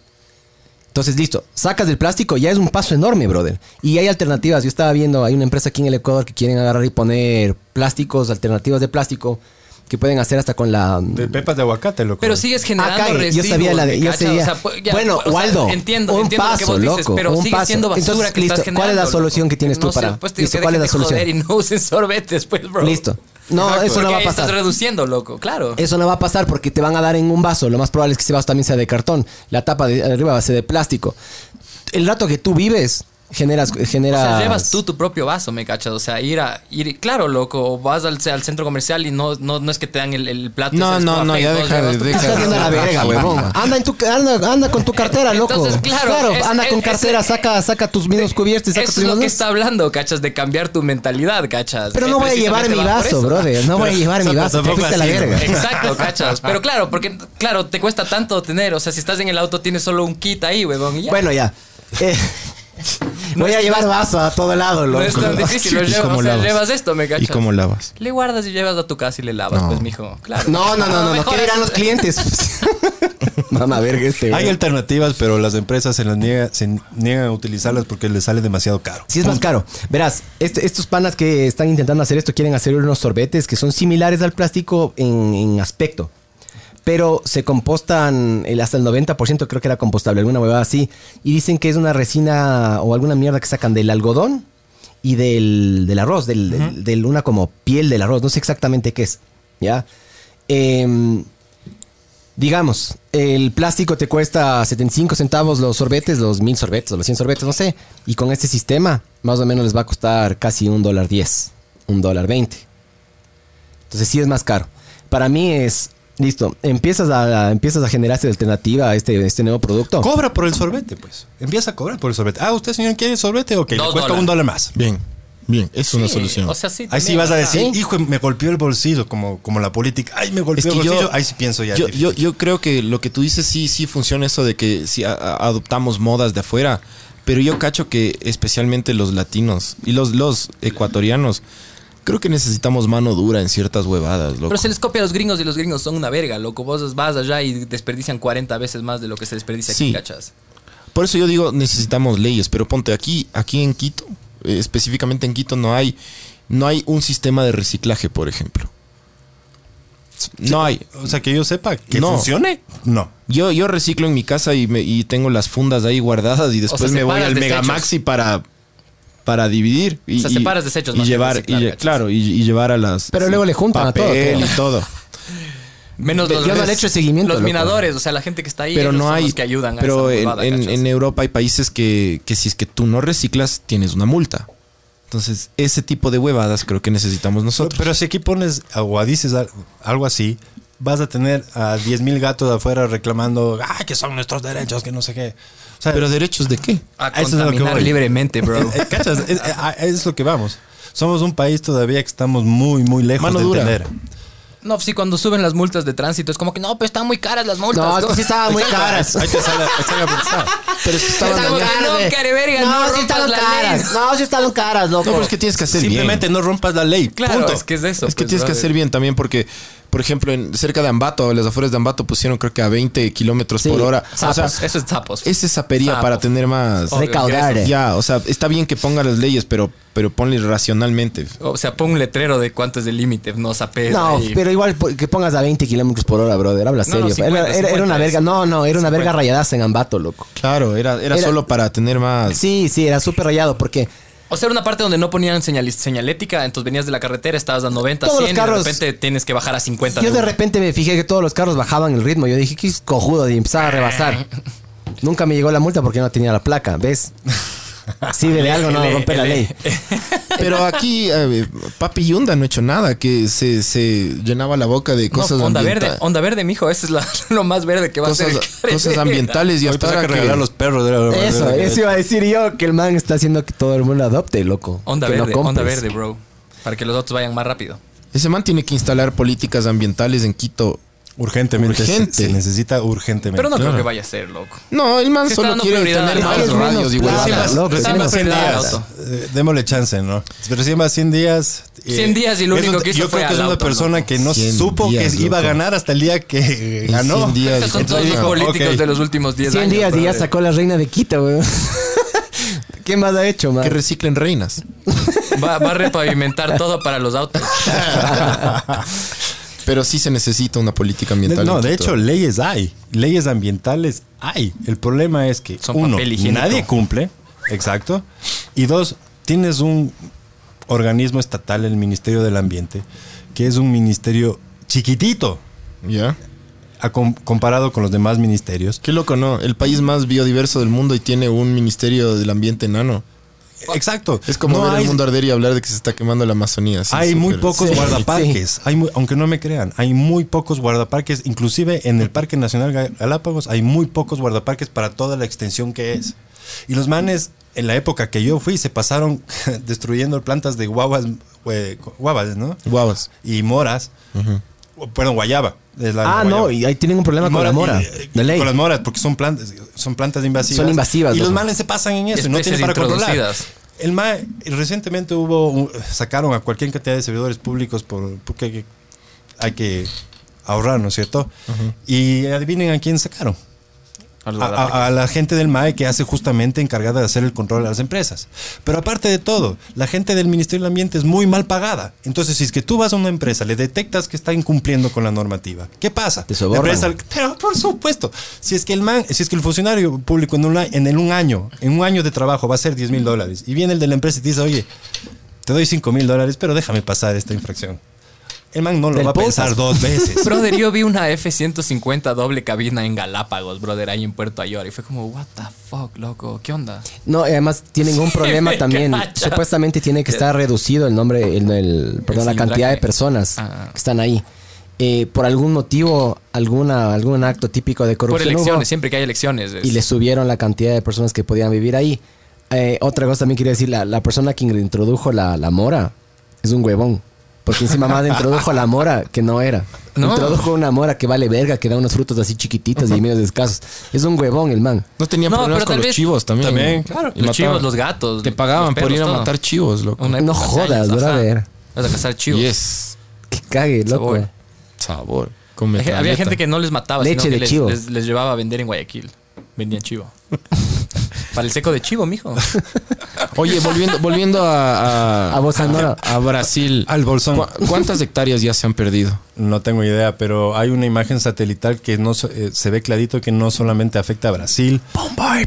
S3: Entonces, listo, sacas del plástico, ya es un paso enorme, brother. Y hay alternativas. Yo estaba viendo, hay una empresa aquí en el Ecuador que quieren agarrar y poner plásticos, alternativas de plástico, que pueden hacer hasta con la.
S4: De pepas de aguacate, loco.
S5: Pero sigues generando
S3: Ah, cae. Yo
S5: residuos.
S3: sabía la de-
S5: ¿me
S3: yo
S5: cachas?
S3: sabía.
S5: O sea, pu- ya,
S3: Bueno,
S5: o sea,
S3: Waldo,
S5: entiendo,
S3: un
S5: entiendo lo que vos
S3: paso,
S5: dices,
S3: loco,
S5: pero
S3: un
S5: sigue
S3: paso.
S5: siendo basura
S3: Entonces,
S5: que
S3: listo,
S5: estás
S3: ¿cuál es la
S5: generando,
S3: solución
S5: loco?
S3: que tienes tú
S5: No sé,
S3: para-
S5: pues, te digo
S3: listo,
S5: que
S3: ¿cuál es la
S5: dejen de
S3: solución?
S5: joder y no usen sorbetes, pues, bro.
S3: Listo. No, eso no va a
S5: Porque
S3: pasar.
S5: Estás reduciendo, loco, claro.
S3: Eso no va a pasar porque te van a dar en un vaso. Lo más probable es que ese vaso también sea de cartón. La tapa de arriba va a ser de plástico. El rato que tú vives, generas.
S5: O
S3: generas
S5: sea, llevas tú tu propio vaso, ¿me cachas? O sea, ir a... Ir, claro, loco, o vas al, al centro comercial y no, no, no es que te dan el, el plato.
S1: No,
S5: ese
S1: no,
S5: escoba
S1: no,
S5: fake,
S1: ya
S5: vos
S1: deja
S5: llevas
S1: de-
S5: tu-
S1: deja
S3: Estás haciendo la verga, huevón. Anda, en tu, anda, anda con tu cartera, loco.
S5: Entonces, claro, es-
S3: anda con
S5: es-
S3: cartera,
S5: es-
S3: saca, saca tus mismos cubiertos y saca
S5: Eso
S3: tus
S5: es lo que
S3: mismos.
S5: está hablando, cachas, de cambiar tu mentalidad, cachas.
S3: Pero
S5: Eh,
S3: no voy a llevar mi
S5: precisamente va por
S3: vaso,
S5: eso.
S3: brother. No voy a llevar mi
S4: Pero
S3: vaso. Te
S4: tampoco
S3: fuiste a la
S4: así, ¿no?
S3: verga.
S5: Exacto, cachas. Pero claro, porque, claro, te cuesta tanto tener. O sea, si estás en el auto, tienes solo un kit ahí, huevón. Y ya.
S3: Bueno, ya. Eh,
S5: No
S3: voy a
S5: es-
S3: llevar vaso a todo lado,
S5: no
S3: loco.
S5: es tan difícil. Lo
S1: ¿Y
S5: llevas,
S1: cómo
S5: o sea,
S1: lavas?
S5: llevas esto, me
S1: ¿Y
S5: cachas.
S1: cómo lavas?
S5: Le guardas y llevas a tu casa y le lavas,
S1: No.
S5: pues, mijo. Claro.
S3: No, no, no, no, no.
S5: mejor
S3: ¿Qué dirán los
S5: es-
S3: clientes? Mamá verga este, güey.
S4: Hay alternativas, pero las empresas se, las niega- se niegan a utilizarlas porque les sale demasiado caro.
S3: Sí, es más caro. Verás, este- estos panas que están intentando hacer esto quieren hacer unos sorbetes que son similares al plástico en, en aspecto. Pero se compostan el- hasta el 90%, creo que era compostable, alguna huevada así. Y dicen que es una resina o alguna mierda que sacan del algodón y del, del arroz, del, del- del- una como piel del arroz. No sé exactamente qué es. ¿Ya? Em, Digamos, el plástico te cuesta 75 centavos los sorbetes, los mil sorbetes o los 100 sorbetes, no sé. Y con este sistema, más o menos les va a costar casi un dólar 10, un dólar 20. Entonces sí es más caro. Para mí es, listo, empiezas a, empiezas a generarse alternativa a este, este nuevo producto.
S4: Cobra por el sorbete, pues. Empieza a cobrar por el sorbete. Ah, usted, señor, quiere sorbete. Ok, le
S5: Dos
S4: cuesta
S5: dólares.
S4: un dólar más.
S1: Bien, bien, es una
S5: Sí,
S1: solución.
S5: O sea, sí.
S4: Ahí sí
S5: también,
S4: vas a
S5: ajá.
S4: decir,
S3: Sí.
S4: hijo, me golpeó el bolsillo, como, como la política. Ay, me
S1: Es
S4: golpeó
S1: que
S4: el bolsillo.
S1: yo,
S4: Ahí sí pienso ya.
S1: yo,
S4: difícil.
S1: yo, yo creo que lo que tú dices sí, sí funciona eso de que sí a- a- adoptamos modas de afuera, pero yo cacho que especialmente los latinos y los, los ecuatorianos, creo que necesitamos mano dura en ciertas huevadas, loco.
S5: Pero se les copia a los gringos y los gringos son una verga, loco. Vos vas allá y desperdician 40 veces más de lo que se desperdicia
S1: Sí.
S5: aquí, cachas.
S1: Por eso yo digo, necesitamos leyes, pero ponte aquí, aquí en Quito, eh, específicamente en Quito no hay, no hay un sistema de reciclaje, por ejemplo. No hay.
S4: O sea, que yo sepa que
S1: No.
S4: funcione. No.
S1: Yo, yo reciclo en mi casa y, me- y tengo las fundas ahí guardadas y después
S5: sea,
S1: me voy
S5: separas
S1: al
S5: desechos.
S1: Megamaxi para, para dividir. Y,
S5: O sea,
S1: y-
S5: separas desechos
S1: y
S5: más que
S1: llevar,
S5: reciclar,
S1: y lle-
S5: ¿cachas?
S1: Claro, y, y llevar a las...
S3: Pero luego le juntan a todo,
S1: papel
S3: creo.
S1: y todo.
S5: Menos
S3: Ve-
S5: los,
S3: yo no le he hecho seguimiento,
S5: los
S3: loco.
S5: minadores, o sea, la gente que está ahí,
S1: pero
S5: ellos
S1: no
S5: son
S1: hay...
S5: los que ayudan a
S1: pero
S5: esa
S1: en,
S5: huevada,
S1: en-
S5: cachas.
S1: en Europa hay países que, que si es que tú no reciclas, tienes una multa. Entonces, ese tipo de huevadas creo que necesitamos nosotros.
S4: Pero si aquí pones o dices al- algo así, vas a tener a 10.000 gatos de afuera reclamando, ah, que son nuestros derechos, que no sé qué. O sea,
S1: ¿Pero derechos de qué?
S5: A
S4: Eso es a lo que
S5: contaminar
S4: voy.
S5: libremente, bro.
S4: Eh, ¿Cachas? Es, eh, a- es lo que vamos. Somos un país todavía que estamos muy, muy lejos
S1: Mano
S4: de
S1: dura.
S4: entender.
S5: No, sí, cuando suben las multas de tránsito es como que no, pues están muy caras las multas.
S3: No, es que sí estaban muy caras.
S4: Ahí te sale, ahí sale a pensar.
S1: Pero es que estaban
S5: Estaban
S1: dañadas.
S5: No, careverga, no
S3: no, sí
S5: rompas
S3: estaban
S5: la
S3: caras.
S5: ley.
S3: No, sí estaban caras, loco.
S1: No, pero es que tienes que hacer
S4: Simplemente
S1: bien.
S4: no rompas la ley.
S5: Claro,
S4: punto.
S5: es que es eso.
S1: Es que
S5: pues,
S1: tienes que
S5: brother.
S1: hacer bien también porque, por ejemplo, en, cerca de Ambato, a las afueras de Ambato pusieron creo que a 20 kilómetros
S3: Sí,
S1: por hora. O
S5: Sapos,
S1: sea,
S5: eso es sapos.
S1: esa es zapería
S5: Sapo.
S1: para tener más...
S5: Obvio,
S3: Recaudar.
S5: ingresos.
S1: Ya, o sea, está bien que ponga las leyes, pero, pero ponle racionalmente.
S5: O sea, pon un letrero de cuánto es el límite, no sapes.
S3: No,
S5: ahí.
S3: pero igual po- que pongas a 20 kilómetros por hora, brother. Habla
S5: No,
S3: serio.
S5: no, 50,
S3: era, era- era una
S5: 50
S3: verga.
S5: es-
S3: No, no, era una verga
S5: 50.
S3: rayadaza en Ambato, loco.
S1: Claro, era, era,
S3: Era-
S1: solo para tener más...
S3: Sí, sí, era súper rayado porque
S5: O sea, era una parte donde no ponían señal- señalética, entonces venías de la carretera, estabas a 90,
S3: Todos los
S5: 100 y
S3: carros-
S5: de repente tienes que bajar a 50.
S3: yo de
S5: una.
S3: repente me fijé que todos los carros bajaban el ritmo. Yo dije, qué cojudo, y empezaba a rebasar. Nunca me llegó la multa porque no tenía la placa, ¿ves? Sirve de algo no
S5: Ele,
S3: romper la
S5: ele.
S3: ley.
S1: Pero aquí eh, Papi Yunda no ha hecho nada, que se, se llenaba la boca de
S5: No,
S1: cosas
S5: onda
S1: ambienta-
S5: verde, onda verde, mijo, eso es la- lo más verde que va a ser.
S1: Cosas, cosas ambientales y
S4: Hoy
S1: hasta
S4: pensaba
S1: ahora
S4: que
S1: que-
S4: regalar los perros. era- era-
S3: Eso,
S4: era-
S3: eso iba a decir yo, que el man está haciendo que todo el mundo adopte, loco.
S5: Onda
S3: que lo
S5: verde, onda
S3: compres.
S5: verde, bro. Para que los otros vayan más rápido.
S1: Ese man tiene que instalar políticas ambientales en Quito.
S4: Urgentemente.
S1: Urgente.
S4: Se, se necesita urgentemente.
S5: Pero no creo
S1: claro.
S5: que vaya a ser, loco.
S1: No, el man
S5: Se está
S1: solo
S5: dando
S1: quiere
S5: prioridad
S1: tener
S5: a
S1: más
S5: las
S3: cosas.
S1: radios y
S3: Menos
S1: huevadas.
S3: plata,
S1: Claro.
S3: loco. Pero
S5: Está
S3: tiene
S5: más
S3: que
S5: prioridad al
S4: días,
S5: auto.
S4: eh, démosle chance, ¿no? Pero si lleva 100 días.
S5: 100 días y lo
S4: es
S5: único
S4: un-
S5: que hizo
S4: Eh, Yo
S5: fue
S4: creo que
S5: al
S4: es una
S5: auto,
S4: persona
S5: loco.
S4: que no
S1: 100
S4: supo
S1: días,
S4: que iba a
S1: loco.
S4: ganar hasta el día que
S1: En
S4: ganó.
S1: 100 días.
S5: Esos son todos
S1: Entonces,
S5: los
S1: no,
S5: políticos
S4: ok.
S5: de los últimos 10
S3: 100
S5: años.
S3: días y ya
S5: brother.
S3: sacó la reina de Quito, weón. ¿Qué más ha hecho, man?
S1: Que reciclen reinas.
S5: Va, va a repavimentar todo para los autos.
S1: Pero sí se necesita una política ambiental.
S4: No,
S1: en
S4: de
S1: Quito.
S4: hecho, leyes hay. Leyes ambientales hay. El problema es que,
S5: Son
S4: uno,
S5: papel higiénico.
S4: nadie cumple. Exacto. Y dos, tienes un organismo estatal, el Ministerio del Ambiente, que es un ministerio chiquitito
S1: ¿Ya?
S4: a com- comparado con los demás ministerios.
S1: Qué loco, ¿no? El país más biodiverso del mundo y tiene un ministerio del ambiente enano.
S4: Exacto.
S1: Pues, Es como
S4: No
S1: ver
S4: hay-
S1: el mundo arder y hablar de que se está quemando la Amazonía. sí,
S4: hay
S1: súper-
S4: muy pocos
S3: Sí,
S4: guardaparques. Hay muy- aunque no me crean, hay muy pocos guardaparques. Inclusive en el Parque Nacional Ga- Galápagos hay muy pocos guardaparques para toda la extensión que es. Y los manes, en la época que yo fui, se pasaron destruyendo plantas de guavas, eh, guavas, ¿no?
S1: Guavas.
S4: Y moras. O, Perdón, guayaba. es la
S3: Ah, no,
S4: guayaba.
S3: y ahí tienen un problema
S4: Y
S3: con la mora.
S4: y- y-
S3: de ley.
S4: Con las moras, porque son plantas, son plantas invasivas.
S3: Son invasivas,
S4: Y los
S3: loco.
S4: males se pasan en eso, y no
S5: Especies
S4: tienen para controlar.
S5: introducidas.
S4: El ma- y recientemente hubo, un- sacaron a cualquier cantidad de servidores públicos por, porque hay que, hay que ahorrar, ¿no es cierto? Y adivinen a quién sacaron.
S5: A los
S3: Pues
S4: A,
S5: guardaparques.
S4: a- a la gente del MAE que hace justamente encargada de hacer el control a las empresas. Pero aparte de todo, la gente del Ministerio del Ambiente es muy mal pagada. Entonces, si es que tú vas a una empresa, le detectas que está incumpliendo con la normativa, ¿qué pasa?
S3: Te sobornan.
S4: La empresa- pero por supuesto, si es que el man, si es que el funcionario público en un, la- en el un año, en un año de trabajo va a ser 10 mil dólares y viene el de la empresa y te dice, oye, te doy 5 mil dólares, pero déjame pasar esta infracción. El man no lo
S3: Del
S4: va a pensar
S3: putas.
S4: dos veces.
S5: Brother, yo vi una F-150 doble cabina en Galápagos, brother, ahí en Puerto Ayora. Y fue como, what the fuck, loco, ¿qué onda?
S3: No, y además tienen un problema también.
S5: Cacha.
S3: Supuestamente tiene que estar reducido el nombre, el, el- perdón, la
S5: cilindraje.
S3: cantidad de personas
S5: Ah.
S3: que están ahí. Eh, por algún motivo, alguna, algún acto típico de
S5: Por
S3: corrupción. hubo,
S5: elecciones, siempre que hay elecciones. es-
S3: y le subieron la cantidad de personas que podían vivir ahí. Eh, otra cosa también quería decir, la, la persona que introdujo la, la mora es un huevón. Porque encima más introdujo la mora que no era.
S5: No.
S3: Introdujo una mora que vale verga, que da unos frutos así chiquititos y medios escasos. Es un huevón el man.
S1: No tenían
S5: No,
S1: problemas
S5: pero
S1: con
S5: tal
S1: los
S5: vez-
S1: chivos también.
S4: También, claro.
S1: Y
S5: los
S1: mataban.
S5: chivos, los gatos.
S1: Te pagaban
S5: los
S1: por
S5: perros,
S1: ir a
S5: todo.
S1: matar chivos, loco.
S5: Una
S3: No
S5: época hace
S3: jodas,
S5: años, ajá.
S3: brother.
S5: Vas a cazar chivos.
S1: Yes.
S3: Que cague, loco.
S5: Sabor.
S1: Sabor. Con
S5: Hay gen- Había
S1: metralleta.
S5: gente que no les mataba,
S3: Leche
S5: sino que
S3: de
S5: les,
S3: chivo.
S5: les- les llevaba a vender en Guayaquil. Vendían chivo. Para el seco de chivo, mijo.
S1: Oye, volviendo, volviendo a...
S3: A Bossa
S5: Ah.
S3: Nova.
S1: a Brasil.
S4: Al bolsón.
S1: ¿Cu- ¿Cuántas hectáreas ya se han perdido?
S4: No tengo idea, pero hay una imagen satelital que no so- eh, se ve clarito que no solamente afecta a Brasil,
S1: A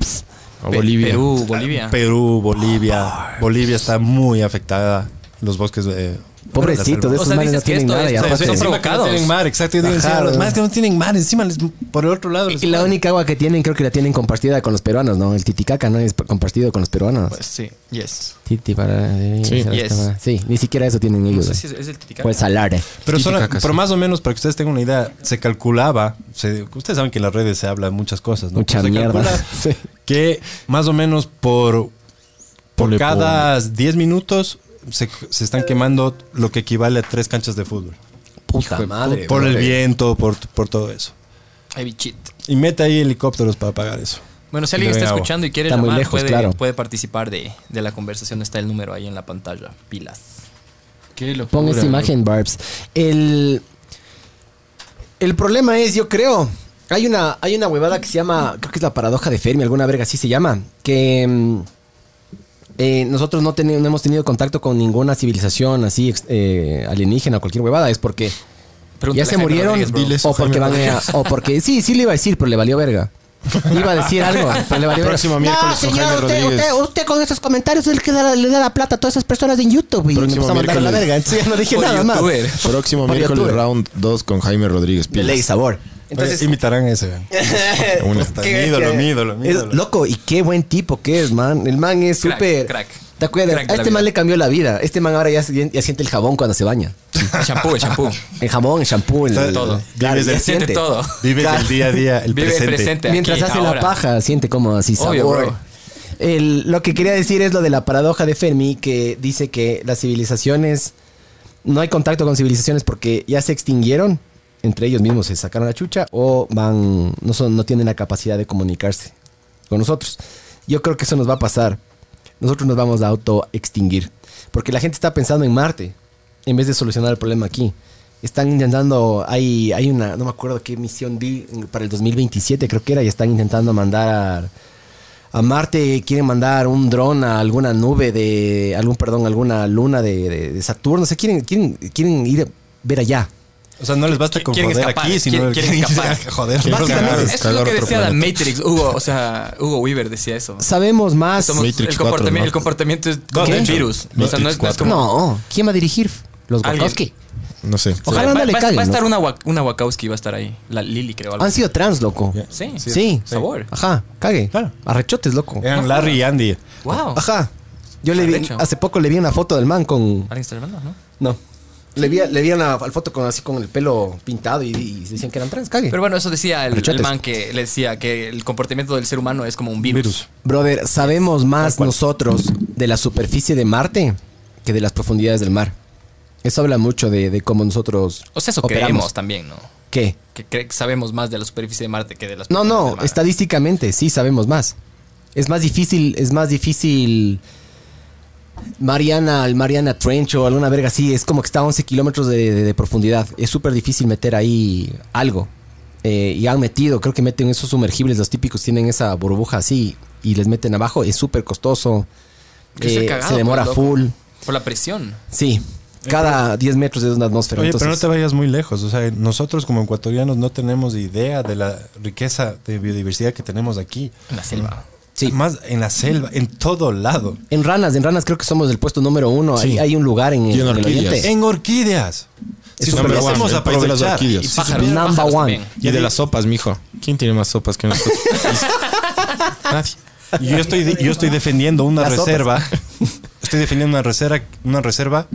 S5: Pe-
S1: Bolivia.
S5: Perú, Bolivia.
S4: Perú, Bolivia. Bolivia está muy afectada. Los bosques eh,
S3: Pobrecito, de
S5: O
S3: esos
S5: sea,
S3: manes no
S5: dices que
S3: tienen
S5: esto
S3: nada. Y
S5: es-
S3: aparte,
S5: son
S4: Encima que no
S5: provocados.
S4: tienen mar, exacto. Yo digo,
S3: Ajá,
S4: encima, los
S3: bro.
S4: más que no tienen mar, encima les- por el otro lado. les
S3: y la
S4: ponen.
S3: única agua que tienen creo que la tienen compartida con los peruanos, ¿no? El titicaca no es compartido con los peruanos.
S5: Pues sí, yes.
S3: Titi para... eh,
S1: Sí.
S5: Yes.
S3: Sí, ni siquiera eso tienen
S5: No
S3: ellos.
S5: sé
S3: güey.
S5: si es, es el Titicaca.
S3: Pues salare.
S4: Pero,
S1: Típica
S4: solo-
S1: casi.
S4: pero más o menos, para que ustedes tengan una idea, se calculaba, se- ustedes saben que en las redes se habla muchas cosas, ¿no? Pues
S3: Mucha
S4: se
S3: mierda.
S4: calcula
S3: Sí.
S4: que más o menos por, por
S1: Ponle,
S4: cada 10 minutos se, se están quemando lo que equivale a tres canchas de fútbol.
S3: Puta madre.
S4: por el viento, por, por todo eso.
S5: Heavy cheat.
S4: Y mete ahí helicópteros para pagar eso.
S5: Bueno, si alguien
S4: Venga,
S5: está
S4: agua.
S5: escuchando y quiere
S3: Está muy
S5: llamar,
S3: lejos,
S5: puede,
S3: claro.
S5: puede participar de, de la conversación. Está el número ahí en la pantalla. Pilas.
S7: Qué locura,
S3: Pon esta
S7: bro.
S3: imagen, Barbs. El, el problema es, yo creo, hay una, hay una huevada que se llama, creo que es la paradoja de Fermi, alguna verga así se llama, que mm, eh, nosotros no, teni- no hemos tenido contacto con ninguna civilización así ex- eh, alienígena o cualquier huevada, es porque
S5: Pregúntale
S3: ya
S5: a
S3: se
S5: Jaime
S3: murieron
S5: Rodríguez, bro.
S1: Dile eso,
S3: o porque van a, o porque sí, sí le iba a decir, pero le valió verga. Iba a decir algo, pero le valió verga.
S1: Próximo miércoles con Jaime Rodríguez.
S3: con esos comentarios es el que da- le da la plata a todas esas personas en YouTube, güey.
S1: Próximo
S3: Me empezó a mandar a la
S1: miércoles.
S3: verga, entonces ya no dije
S5: Por
S3: nada más.
S5: youtuber.
S1: Próximo
S3: Por
S1: miércoles
S3: YouTube.
S1: round 2 con Jaime Rodríguez.
S3: De
S1: pilas.
S3: ley y sabor. Entonces,
S4: Oye, imitarán a ese.
S1: Una.
S4: Puta,
S3: ¿qué
S4: mi
S3: ves
S4: ídolo,
S3: que-
S4: mi ídolo, mi
S3: es
S4: ídolo.
S3: loco, y qué buen tipo que es, man. El man es
S5: Crack,
S3: súper.
S5: crack.
S3: ¿Te acuerdas?
S5: Crack de
S3: a
S5: la
S3: este man
S5: vida.
S3: le cambió la vida. Este man ahora ya, se- ya siente el jabón cuando se baña.
S5: Shampoo, shampoo.
S3: El jabón, el shampoo, el.
S4: Está-
S5: todo.
S3: Claro,
S4: Vives
S3: ya
S4: el-
S5: Siente
S3: siente
S5: todo.
S4: Vive el día a día, el
S5: Vive
S4: presente.
S5: el presente.
S3: Mientras
S5: aquí,
S3: hace
S5: ahora.
S3: la paja, siente como así
S5: Obvio,
S3: sabor.
S5: bro.
S3: El- lo que quería decir es lo de la paradoja de Fermi, que dice que las civilizaciones. No hay contacto con civilizaciones porque ya se extinguieron. Entre ellos mismos se sacaron la chucha o van. No, son, no tienen la capacidad de comunicarse con nosotros. Yo creo que eso nos va a pasar. Nosotros nos vamos a autoextinguir. Porque la gente está pensando en Marte en vez de solucionar el problema aquí. Están intentando, hay, hay una, no me acuerdo qué misión vi para el 2027 creo que era, y están intentando mandar a, a Marte, quieren mandar un dron a alguna nube de, algún, perdón, alguna luna de, de- de Saturno, o sea, quieren, quieren, quieren ir a ver allá.
S4: O sea, no les basta con
S5: Quieren
S4: joder
S5: escapar,
S4: aquí,
S5: quieren-
S4: sino
S5: quieren escapar.
S4: joder.
S1: Quieren
S4: Básicamente,
S1: escapar.
S5: Eso es lo
S1: Escalar
S5: que
S1: otro
S5: decía la
S1: planeta.
S5: Matrix. Hugo, o sea, Hugo Weaver decía eso.
S3: Sabemos más.
S5: Somos-
S1: Matrix
S5: el, comportami-
S1: 4, ¿no?
S5: el comportamiento es como
S4: ¿Qué?
S5: un virus. O sea, no es, no es como.
S3: No, ¿quién va a dirigir? Los
S5: Alguien.
S3: Wachowski.
S1: No sé.
S5: O sea,
S3: Ojalá
S5: va,
S3: no le
S5: va-
S3: caguen,
S5: va a
S3: ¿no? Ah,
S5: estar una, Wa- una Wakowski, va a estar ahí. La Lily, creo. algo.
S3: Han sido trans, loco.
S5: Sí,
S3: Sí.
S5: Sabor.
S3: Ajá, cague.
S4: Claro.
S3: Arrechotes, loco.
S4: Eran Larry y Andy.
S5: Wow.
S3: Ajá. Yo le vi,
S5: Arrecho.
S3: hace poco le vi una foto del man con...
S5: ¿Alguien está llamando? ¿No?
S3: No. Le vi, le vi a la, al foto con, así con el pelo pintado y, y decían que eran trans, cague.
S5: Pero bueno, eso decía el,
S3: Rechotes.
S5: el man que le decía que el comportamiento del ser humano es como un virus.
S3: Brother, sabemos más nosotros de la superficie de Marte que de las profundidades del mar. Eso habla mucho de, de cómo nosotros
S5: O sea, eso creemos
S3: operamos.
S5: también, ¿no?
S3: ¿Qué?
S5: Que cre- que sabemos más de la superficie de Marte que de las
S3: No, no,
S5: profundidades del mar.
S3: estadísticamente sí sabemos más. Es más difícil, es más difícil Mariana, el Mariana Trench o alguna verga así, es como que está a 11 kilómetros de, de- de profundidad. Es súper difícil meter ahí algo. Eh, y han metido, creo que meten esos sumergibles, los típicos tienen esa burbuja así y les meten abajo, es súper costoso.
S5: Que se
S3: Eh,
S5: cagado,
S3: se demora
S5: pues, loco. Eh,
S3: full.
S5: Por la presión.
S3: Sí, cada 10 metros es una atmósfera.
S4: Oye, pero no
S3: entonces-
S4: te vayas muy lejos. O sea, nosotros como ecuatorianos no tenemos idea de la riqueza de biodiversidad que tenemos aquí.
S5: En la selva.
S3: Sí.
S4: Más en la selva, en todo lado.
S3: En ranas, en ranas creo que somos el puesto número uno.
S1: Sí.
S3: Hay, hay un lugar en,
S1: Y en
S3: el- el
S1: orquídeas.
S3: oriente.
S4: En orquídeas.
S3: Es
S4: Si
S3: número
S1: Number
S4: supiésemos
S1: one, el pro de las
S4: aprovechar.
S5: Y
S1: orquídeas.
S5: pájaros.
S3: number
S5: pájaros
S3: one.
S5: también.
S1: Y de las sopas, mijo. ¿Quién tiene más sopas que nosotros? Nadie.
S4: Y yo estoy, yo estoy defendiendo una
S3: Las sopas.
S4: reserva. Estoy defendiendo una reserva, una reserva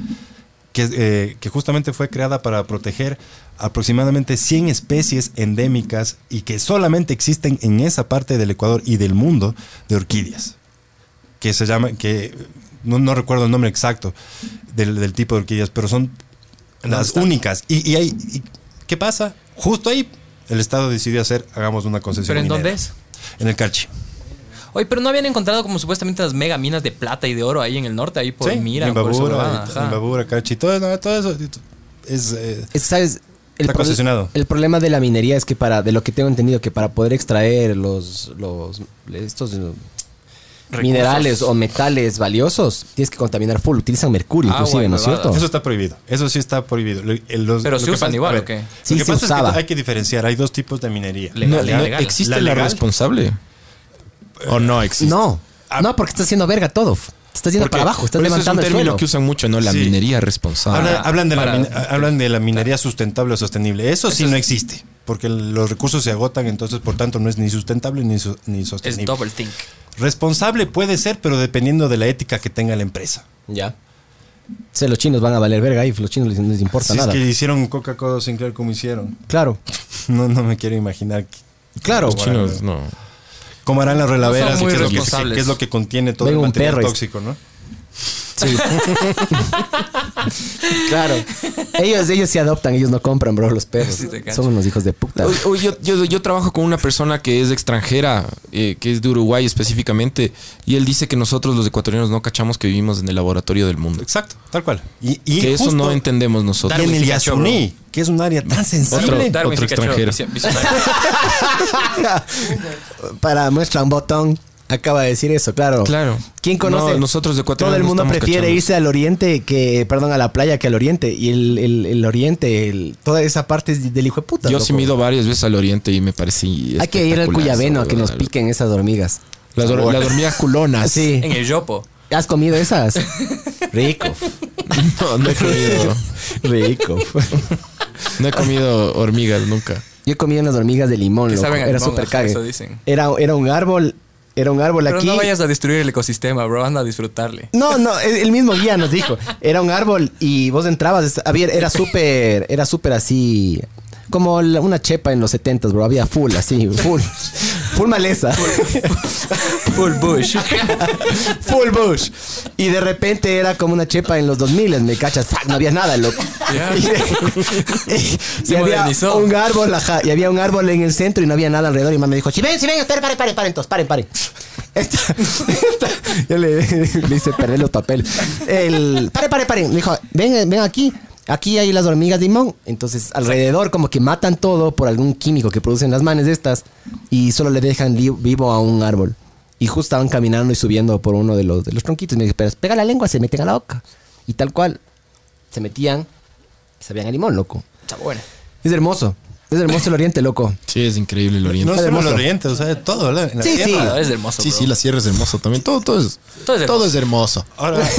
S4: que, eh, que justamente fue creada para proteger aproximadamente 100 especies endémicas y que solamente existen en esa parte del Ecuador y del mundo de orquídeas. Que se llama, que no, no recuerdo el nombre exacto del, del tipo de orquídeas, pero son las únicas. Y, y hay, y- ¿qué pasa? Justo ahí el Estado decidió hacer, hagamos una concesión.
S5: ¿Pero en
S4: minera.
S5: dónde es?
S4: En el Carchi.
S5: Oye, pero no habían encontrado como supuestamente las mega minas de plata y de oro ahí en el norte, ahí por
S4: Sí,
S5: Mira,
S4: en
S5: por esa
S4: Babura,
S5: huevada,
S4: en
S5: ajá.
S4: Babura, Cachi, todo, no, todo eso es eh,
S3: Es que, ¿sabes?
S4: Está
S3: proble-
S4: concesionado.
S3: el problema de la minería es que para, de lo que tengo entendido, que para poder extraer los, los estos eh, minerales o metales valiosos, tienes que contaminar full. Utilizan mercurio,
S5: Ah,
S3: inclusive,
S5: guay,
S3: ¿no es
S5: huevadas.
S3: cierto?
S4: eso está prohibido. Eso sí está prohibido. Lo- el- los-
S5: Pero
S4: lo
S5: se
S4: que
S5: usan
S4: pasa-
S5: igual,
S4: a
S5: ¿o qué?
S3: Sí,
S4: lo que
S3: se
S4: pasa es
S3: usaba.
S4: que hay que diferenciar. Hay dos tipos de minería.
S5: Legal,
S1: No, no,
S5: legal.
S1: ¿Existe
S4: La
S1: la,
S4: legal.
S1: responsable? ¿O no existe?
S3: No, no, porque está haciendo verga todo. Te estás yendo
S1: Porque-
S3: para abajo, estás
S1: pero ese
S3: levantando
S1: es un
S3: el
S1: término
S3: suelo.
S1: que usan mucho, ¿no? La
S4: Sí. Ah,
S1: minería
S3: Ah,
S1: responsable.
S4: Habla- hablan, de la
S5: para-
S4: min- hablan de la minería sustentable o sostenible. Eso, sí no existe, porque los recursos se agotan, entonces por tanto no es ni sustentable ni, su- ni
S5: Es
S4: sostenible.
S5: double think.
S4: Responsable puede ser, pero dependiendo de la ética que tenga la empresa.
S3: Ya. Sé, los chinos van a valer verga y los chinos les- no les importa
S4: Si es
S3: nada.
S4: que hicieron Coca-Cola Sinclair como hicieron.
S3: Claro,
S4: No, no me quiero imaginar que-
S3: claro.
S1: Los chinos, no.
S4: cómo harán las
S5: No
S4: relaveras
S5: son
S4: y
S5: muy
S4: qué es, lo que,
S5: responsables.
S4: qué es lo que contiene todo
S3: Venga,
S4: el
S3: un
S4: material
S3: perro y-
S4: tóxico, ¿no?
S3: Claro. Ellos, ellos se adoptan, ellos no compran, bro, los perros.
S5: Sí, te cacho.
S3: Son unos hijos de puta.
S1: Uy, uy, yo, yo- yo trabajo con una persona que es extranjera, eh, que es de Uruguay específicamente, y él dice que nosotros los ecuatorianos no cachamos que vivimos en el laboratorio del mundo.
S4: Exacto, tal cual. Y, y
S1: que eso
S4: justo
S1: no entendemos
S4: y
S1: nosotros.
S4: en el
S5: Darwin se cachó,
S4: Yasuní, que es un área tan sensible.
S1: Otro-
S5: Darwin
S1: otro
S5: se cachó,
S1: extranjero.
S5: vicio- visionario.
S3: Para muestra un botón. Acaba de decir eso, claro.
S1: Claro.
S3: ¿Quién conoce?
S1: No, nosotros de cuatro
S3: Todo el
S1: años no
S3: mundo
S1: estamos
S3: prefiere
S1: cachando.
S3: irse al oriente que, perdón, a la playa que al oriente. Y el, el- el oriente, el- toda esa parte es del hijo de puta.
S1: Yo
S3: loco.
S1: sí me he ido varias veces al oriente y me parecí.
S3: Hay que ir al
S1: espectacular
S3: Cuyabeno
S1: esa
S3: a que nos
S1: huevada.
S3: piquen esas hormigas.
S1: Las, hor- las hormigas culonas.
S3: Sí.
S5: En el yopo.
S3: ¿Has comido esas? Rico.
S1: No, no he comido,
S3: Rico.
S1: no he comido hormigas nunca.
S3: Yo comí unas hormigas de limón,
S5: Que
S3: loco.
S5: saben a
S3: Era
S5: limón,
S3: súper
S5: ajá,
S3: cague.
S5: eso dicen.
S3: Era, era un árbol, era un árbol
S5: Pero
S3: aquí.
S5: no vayas a destruir el ecosistema, bro. Anda a disfrutarle.
S3: No, no, el el mismo guía nos dijo. Era un árbol y vos entrabas. es- Había, era súper, era súper así. Como la- una chepa en los 70s, bro. Había full, así, full. Full maleza.
S5: Full bush.
S3: Full bush. Y de repente era como una chepa en los 2000, me cachas. ¡Fuck! No había nada, loco.
S5: Ya.
S3: Y, y había
S5: modernizó.
S3: un árbol, ajá, y había un árbol en el centro y no había nada alrededor. Y mamá me dijo: Si ven, si ven, esperen, paren, paren, paren, entonces, paren, paren. Esta- esta- yo le, le hice perder los papeles. El, paren, paren, paren. Me dijo: Ven, eh, ven aquí. Aquí hay las hormigas de limón. Entonces, alrededor, como que matan todo por algún químico que producen las manes estas y solo le dejan li- vivo a un árbol. Y justo estaban caminando y subiendo por uno de los, de los tronquitos. Y me dijo: Pero pega la lengua, se meten a la boca. Y tal cual, se metían y sabían a limón, loco.
S5: Está bueno.
S3: Es hermoso. Es hermoso el oriente, loco.
S1: Sí, es increíble el oriente.
S4: No
S3: Hermoso.
S4: solo el oriente, o sea, de todo. ¿verdad? En la
S3: Sí,
S4: tierra.
S3: sí.
S5: Ah, es hermoso,
S1: Sí,
S5: bro.
S1: sí, la sierra es hermosa también. Todo, todo es,
S5: Todo es hermoso.
S1: todo es hermoso.
S4: Ahora,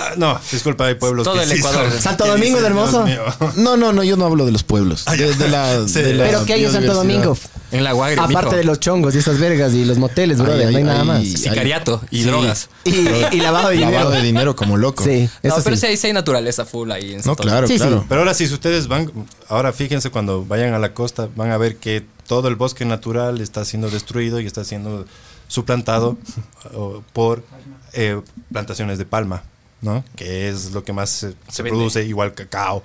S4: ah, no, disculpa, hay pueblos
S5: Todo
S4: que
S5: el
S4: sí
S5: Ecuador.
S4: son-
S3: Santo
S4: que
S3: Domingo es
S4: dicen,
S3: hermoso.
S4: Dios mío.
S1: No, no, no, yo no hablo de los pueblos.
S5: Ah,
S1: De, de la,
S4: Sí.
S1: de la
S3: Pero ¿qué hay en Santo
S1: biodiversidad.
S3: Domingo?
S5: En la guagre, mijo.
S3: Aparte de los chongos y esas vergas y los moteles,
S1: Ay,
S3: brother,
S1: ay,
S3: no hay nada
S1: ay.
S3: más.
S1: Sí.
S5: Sicariato y
S1: Sí.
S5: drogas.
S3: Y, y lavado de dinero.
S1: Lavado de dinero como loco.
S3: Sí, eso
S5: no, pero
S3: sí.
S5: sí. ahí sí hay naturaleza full ahí en
S1: No,
S5: Santo Domingo.
S1: claro,
S3: Sí, sí.
S1: claro.
S4: Pero ahora sí, si ustedes van, ahora fíjense cuando vayan a la costa, van a ver que todo el bosque natural está siendo destruido y está siendo suplantado o, por eh, plantaciones de palma, ¿no? Que es lo que más se, se
S5: vende.
S4: produce, igual cacao.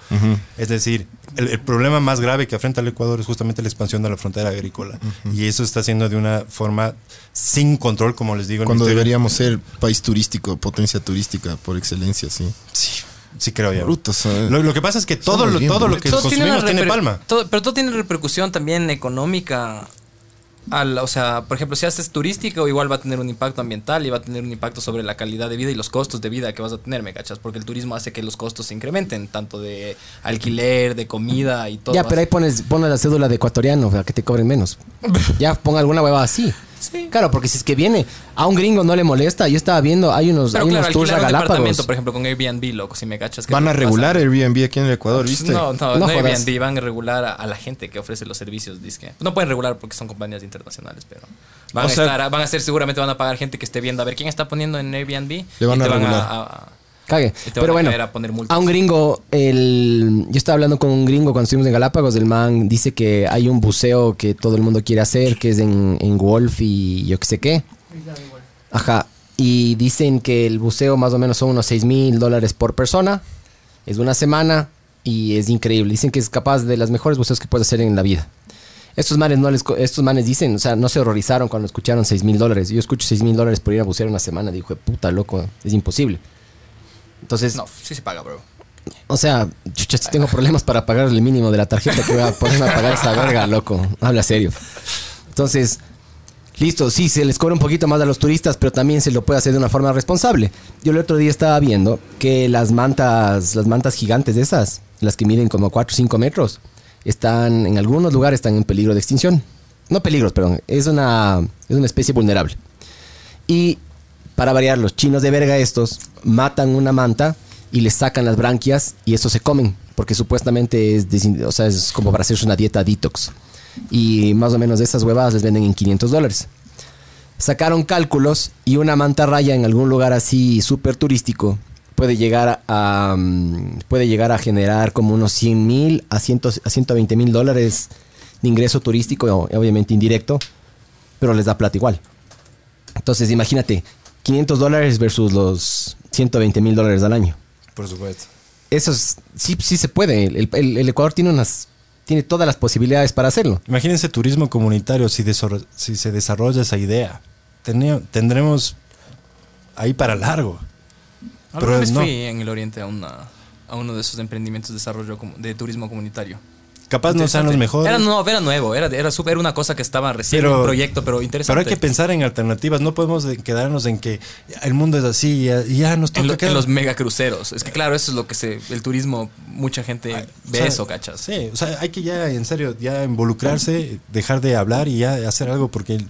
S4: Es decir, el, el problema más grave que afrenta el Ecuador es justamente la expansión de la frontera agrícola. Y eso está haciendo de una forma sin control, como les digo. en
S1: Cuando
S4: este-
S1: deberíamos ser país turístico, potencia turística por excelencia, sí.
S4: Sí, sí creo yo.
S1: Brutos, ¿eh?
S4: Lo, lo que pasa es que todo,
S1: Somos
S4: lo,
S1: bien
S4: todo lo que
S5: Todo tiene
S4: consumimos
S5: una
S4: tiene
S5: reper-
S4: palma.
S5: todo- pero todo tiene repercusión también económica. al- o sea, por ejemplo, si haces turístico, igual va a tener un impacto ambiental y va a tener un impacto sobre la calidad de vida y los costos de vida que vas a tener, ¿me cachas? Porque el turismo hace que los costos se incrementen, tanto de alquiler, de comida y todo.
S3: Ya, pero ahí pones, pones la cédula de ecuatoriano para que te cobren menos. Ya ponga alguna hueva así.
S5: Sí.
S3: Claro, porque si es que viene a un gringo no le molesta. Yo estaba viendo, hay unos,
S5: Pero
S3: hay
S5: claro,
S3: unos tours a
S5: alquilar un departamento,
S3: Galápagos.
S5: por ejemplo, con Airbnb, loco, si me cachas. que
S1: Van
S5: no
S1: a
S5: pasa.
S1: regular Airbnb aquí en el
S4: Pues,
S1: Ecuador, ¿viste?
S5: No, no,
S3: No
S5: no,
S3: jodas.
S5: Airbnb van a regular a, a la gente que ofrece los servicios, disque. No pueden regular porque son compañías internacionales, pero van
S1: O
S5: a
S1: sea-
S5: estar, van a ser, seguramente van a pagar gente que esté viendo a ver quién está poniendo en Airbnb.
S1: Le van
S5: y
S1: a
S5: te
S1: regular.
S3: Cague.
S5: Y te van
S3: Pero
S5: a
S3: bueno,
S5: caer a Este poner multas.
S3: a un gringo, el, yo estaba hablando con un gringo cuando estuvimos en Galápagos. El man dice que hay un buceo que todo el mundo quiere hacer, que es en, en Wolf y yo qué sé qué. Ajá. Y dicen que el buceo más o menos son unos 6 mil dólares por persona. Es una semana y es increíble. Dicen que es capaz de las mejores buceos que puedes hacer en la vida. Estos manes, no les, co- estos manes dicen, o sea, no se horrorizaron cuando escucharon 6 mil dólares. Yo escucho 6 mil dólares por ir a bucear una semana. Dijo, puta, loco, es imposible. Entonces,
S5: No, sí se paga, bro.
S3: o sea, chucha, si tengo problemas para pagar el mínimo de la tarjeta que voy a ponerme a pagar esta verga, loco. Habla serio. Entonces, listo, sí, se les cobra un poquito más a los turistas, pero también se lo puede hacer de una forma responsable. Yo el otro día estaba viendo que las mantas, las mantas gigantes de esas, las que miden como 4 o 5 metros, están, en algunos lugares están en peligro de extinción. No peligros, perdón, es una, es una especie vulnerable. Y Para variar, los chinos de verga estos matan una manta y les sacan las branquias y eso se comen, porque supuestamente es, desin- o sea, es como para hacerse una dieta detox. Y más o menos de esas huevadas les venden en 500 dólares. Sacaron cálculos y una manta raya en algún lugar así súper turístico puede llegar a mm, puede llegar a generar como unos 100 mil a, 100 a 120 mil dólares de ingreso turístico, obviamente indirecto, pero les da plata igual. Entonces, imagínate, 500 dólares versus los 120 mil dólares al año.
S4: Por supuesto.
S3: Eso es- sí, sí se puede. El, el- el Ecuador tiene unas tiene todas las posibilidades para hacerlo.
S4: Imagínense turismo comunitario si, desor- si se desarrolla esa idea. Tene- tendremos ahí para largo.
S5: Alguna
S4: Pero
S5: vez
S4: no.
S5: fui en el Oriente a, una, a uno de esos emprendimientos de desarrollo comu- de turismo comunitario.
S4: Capaz no sean los
S5: Interesante.
S4: mejores.
S5: Era, no, era nuevo, era, de- era, súper- era una cosa que estaba recién
S4: Pero-
S5: en proyecto, pero
S4: Pero
S5: interesante.
S4: hay que pensar en alternativas. No podemos de- quedarnos en que el mundo es así y ya, y ya nos toca
S5: en, lo- en
S4: quedar-
S5: los megacruceros. Es que claro, eso es lo que se... El turismo, mucha gente ve
S4: O sea,
S5: eso, ¿cachas?
S4: Sí, o sea, hay que ya, en serio, ya involucrarse, dejar de hablar y ya hacer algo porque el-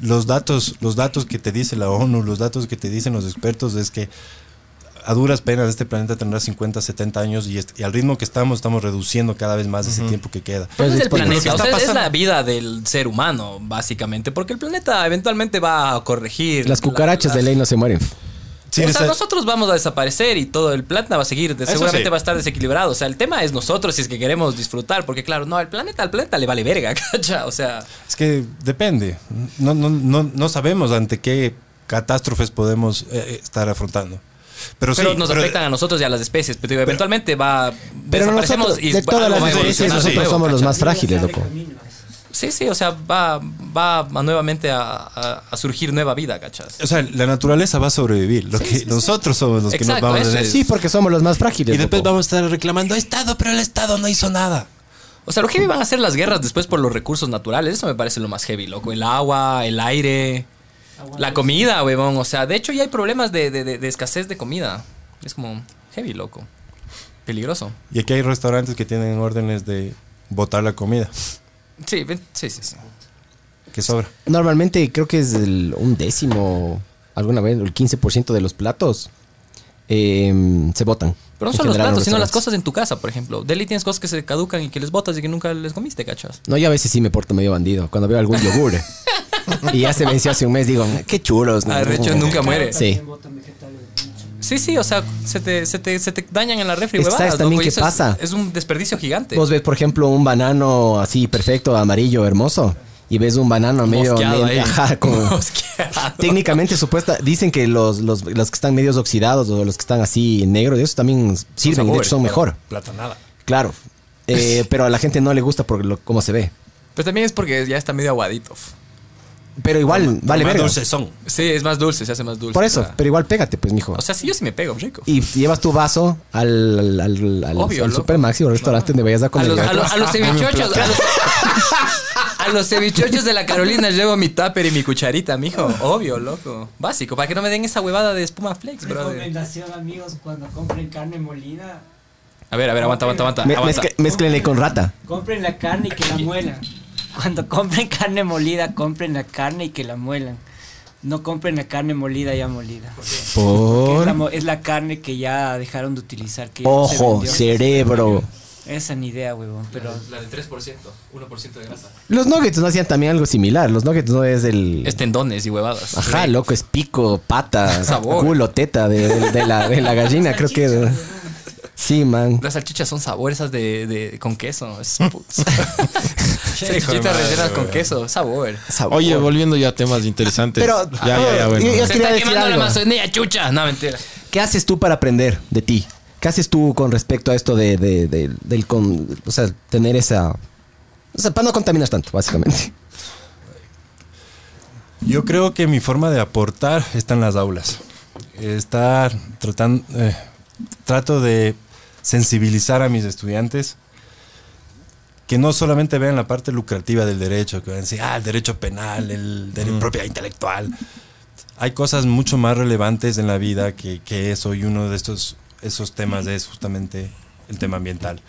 S4: los datos, los datos que te dice la ONU, los datos que te dicen los expertos es que a duras penas este planeta tendrá 50, 70 años y, est- y al ritmo que estamos estamos reduciendo cada vez más ese tiempo que queda.
S3: Pues
S5: Pero no es el
S3: Entonces,
S5: planeta,
S4: lo
S5: o
S4: que
S5: sea,
S4: está
S5: es la
S4: pasando-
S5: vida del ser humano, básicamente, porque el planeta eventualmente va a corregir.
S3: Las
S5: la-
S3: cucarachas
S5: las-
S3: de ley no se mueren.
S4: Sí,
S5: o sea,
S4: esa-
S5: nosotros vamos a desaparecer y todo el planeta va a seguir, de-
S4: Eso
S5: seguramente
S4: sí.
S5: va a estar desequilibrado. O sea, el tema es nosotros si es que queremos disfrutar, porque claro, no, al planeta, al planeta le vale verga, cacha. O sea,
S4: Es que depende. No, no, no, no sabemos ante qué catástrofes podemos eh, estar afrontando. Pero,
S5: pero
S4: sí,
S5: nos
S4: pero-
S5: afectan a nosotros y a las especies. Pero, digo, eventualmente va.
S3: Pero
S5: desaparecemos
S3: nosotros,
S5: y
S3: de todas
S5: algo
S3: las
S5: va a
S3: especies,
S5: evolucionar
S4: nosotros
S5: luego,
S3: somos los
S5: ¿cachas?
S3: más frágiles,
S6: Libre
S3: loco.
S6: sea de caminos.
S5: Sí, sí, o sea, va, va a- nuevamente a, a- a surgir nueva vida, cachas.
S4: O sea, la naturaleza va a sobrevivir. Lo que nosotros somos los que
S5: Exacto,
S4: nos vamos
S5: eso
S4: a
S5: es.
S3: Sí, porque somos los más frágiles.
S4: Y después
S3: loco.
S4: vamos a estar reclamando, Estado, pero el Estado no hizo nada.
S5: O sea, lo heavy van a ser las guerras después por los recursos naturales. Eso me parece lo más heavy, loco. El agua, el aire,
S6: Agua
S5: la
S6: dulce.
S5: comida, huevón. O sea, de hecho ya hay problemas de, de- de- de escasez de comida. Es como heavy, loco. Peligroso.
S4: Y aquí hay restaurantes que tienen órdenes de botar la comida,
S5: Sí, ven- sí, sí. sí.
S4: que sobra.
S3: Normalmente creo que es el, un décimo, alguna vez, el 15% de los platos eh, se botan.
S5: Pero no
S3: En
S5: solo los
S3: general,
S5: platos, sino las
S3: restaurantes.
S5: cosas en tu casa, por ejemplo. Deli tienes cosas que se caducan y que les botas y que nunca les comiste, cachas.
S3: No, yo a veces sí me porto medio bandido cuando veo algún yogur. y ya se venció hace un mes, digo, qué chulos. ¿no?".
S5: Arrecho nunca muere.
S3: Sí.
S6: También botan vegetales.
S5: Sí, sí, o sea, se te, se te, se te dañan en la refri,
S3: Es que
S5: huevadas,
S3: sabes también
S5: loco, y
S3: qué
S5: eso es-
S3: pasa.
S5: Es, un desperdicio gigante.
S3: Vos ves, por ejemplo, un banano así perfecto, amarillo, hermoso. Y ves un banano medio...
S5: Mosqueado ahí.
S3: medio- ajá, como-
S5: Mosqueado.
S3: técnicamente supuesta, dicen que los, los, los que están medios oxidados o los que están así negros, esos también sirven, de
S5: sabores,
S3: hecho son mejor.
S4: Platanada.
S3: Claro. Eh, pero a la gente no le gusta por lo, cómo se ve.
S5: Pero también es porque ya está medio aguadito.
S3: Pero igual, vale verga.
S4: son.
S5: Sí, es más dulce, se hace más dulce.
S3: Por eso,
S5: claro.
S3: pero igual pégate, pues, mijo.
S5: O sea, sí, yo sí me pego, rico.
S3: y llevas tu vaso al, al, al, al-
S5: Obvio,
S3: al
S5: loco.
S3: Supermaxi o restaurante donde vayas a
S5: A
S3: comer.
S5: los, a, los, a los cevichochos. A los, a los cevichochos de la Carolina llevo mi tupper y mi cucharita, mijo. Obvio, loco. Básico, para que no me den esa huevada de espuma flex, bro.
S6: Recomendación, amigos, cuando compren carne molida,
S5: A ver, a ver, aguanta, aguanta, aguanta.
S3: Me-
S5: aguanta.
S3: mezcle- mezclenle con rata.
S6: compren la carne y que la muelan. Cuando compren carne molida, compren la carne y que la muelan. No compren la carne molida ya molida. Porque Es, la, mo- es la carne que ya dejaron de utilizar. Que ya no se
S3: Ojo,
S6: vendió.
S3: cerebro.
S6: Esa ni idea, huevón. Pero
S5: La del 3%, 1% de grasa.
S3: Los nuggets no hacían también algo similar. Los nuggets no es el.
S5: Es tendones y huevadas.
S3: Ajá, loco, es pico, pata,
S5: Sabor.
S3: culo, teta de, de- de la, de la gallina, creo que. Sí, man.
S5: Las salchichas son sabores esas de, de- con queso. Es put- salchichitas rellenas con queso, sabor.
S3: Sabor.
S1: Oye, volviendo ya a temas interesantes.
S3: Pero-
S1: ya, ya, ya, bueno.
S3: y- y- Yo
S5: Se
S3: quería
S5: está
S3: decir
S5: quemando la
S3: algo.
S5: Amazonía, chucha. No, mentira.
S3: ¿Qué haces tú para aprender de ti? ¿Qué haces tú con respecto a esto de, de- de- del con- o sea, tener esa. O sea, para no contaminar tanto, básicamente.
S4: Yo creo que mi forma de aportar está en las aulas. Estar tratando, eh, trato de sensibilizar a mis estudiantes que no solamente vean la parte lucrativa del derecho, que van a decir, ah, el derecho penal, el derecho propiedad intelectual. Hay cosas mucho más relevantes en la vida que, que eso y uno de estos esos temas es justamente el tema ambiental.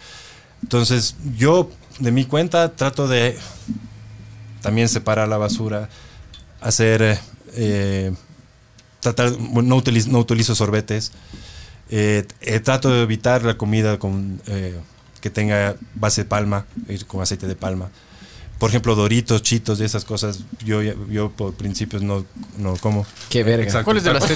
S4: Entonces, yo de mi cuenta trato de también separar la basura, hacer eh, eh, tratar, bueno, no, utilizo, no utilizo sorbetes. Eh, eh, trato de evitar la comida con, eh, que tenga base de palma, ir con aceite de palma. Por ejemplo, doritos, chitos, de esas cosas, yo, yo por principios no, no como.
S3: Qué verga.
S4: Exacto.
S5: ¿Cuál es de las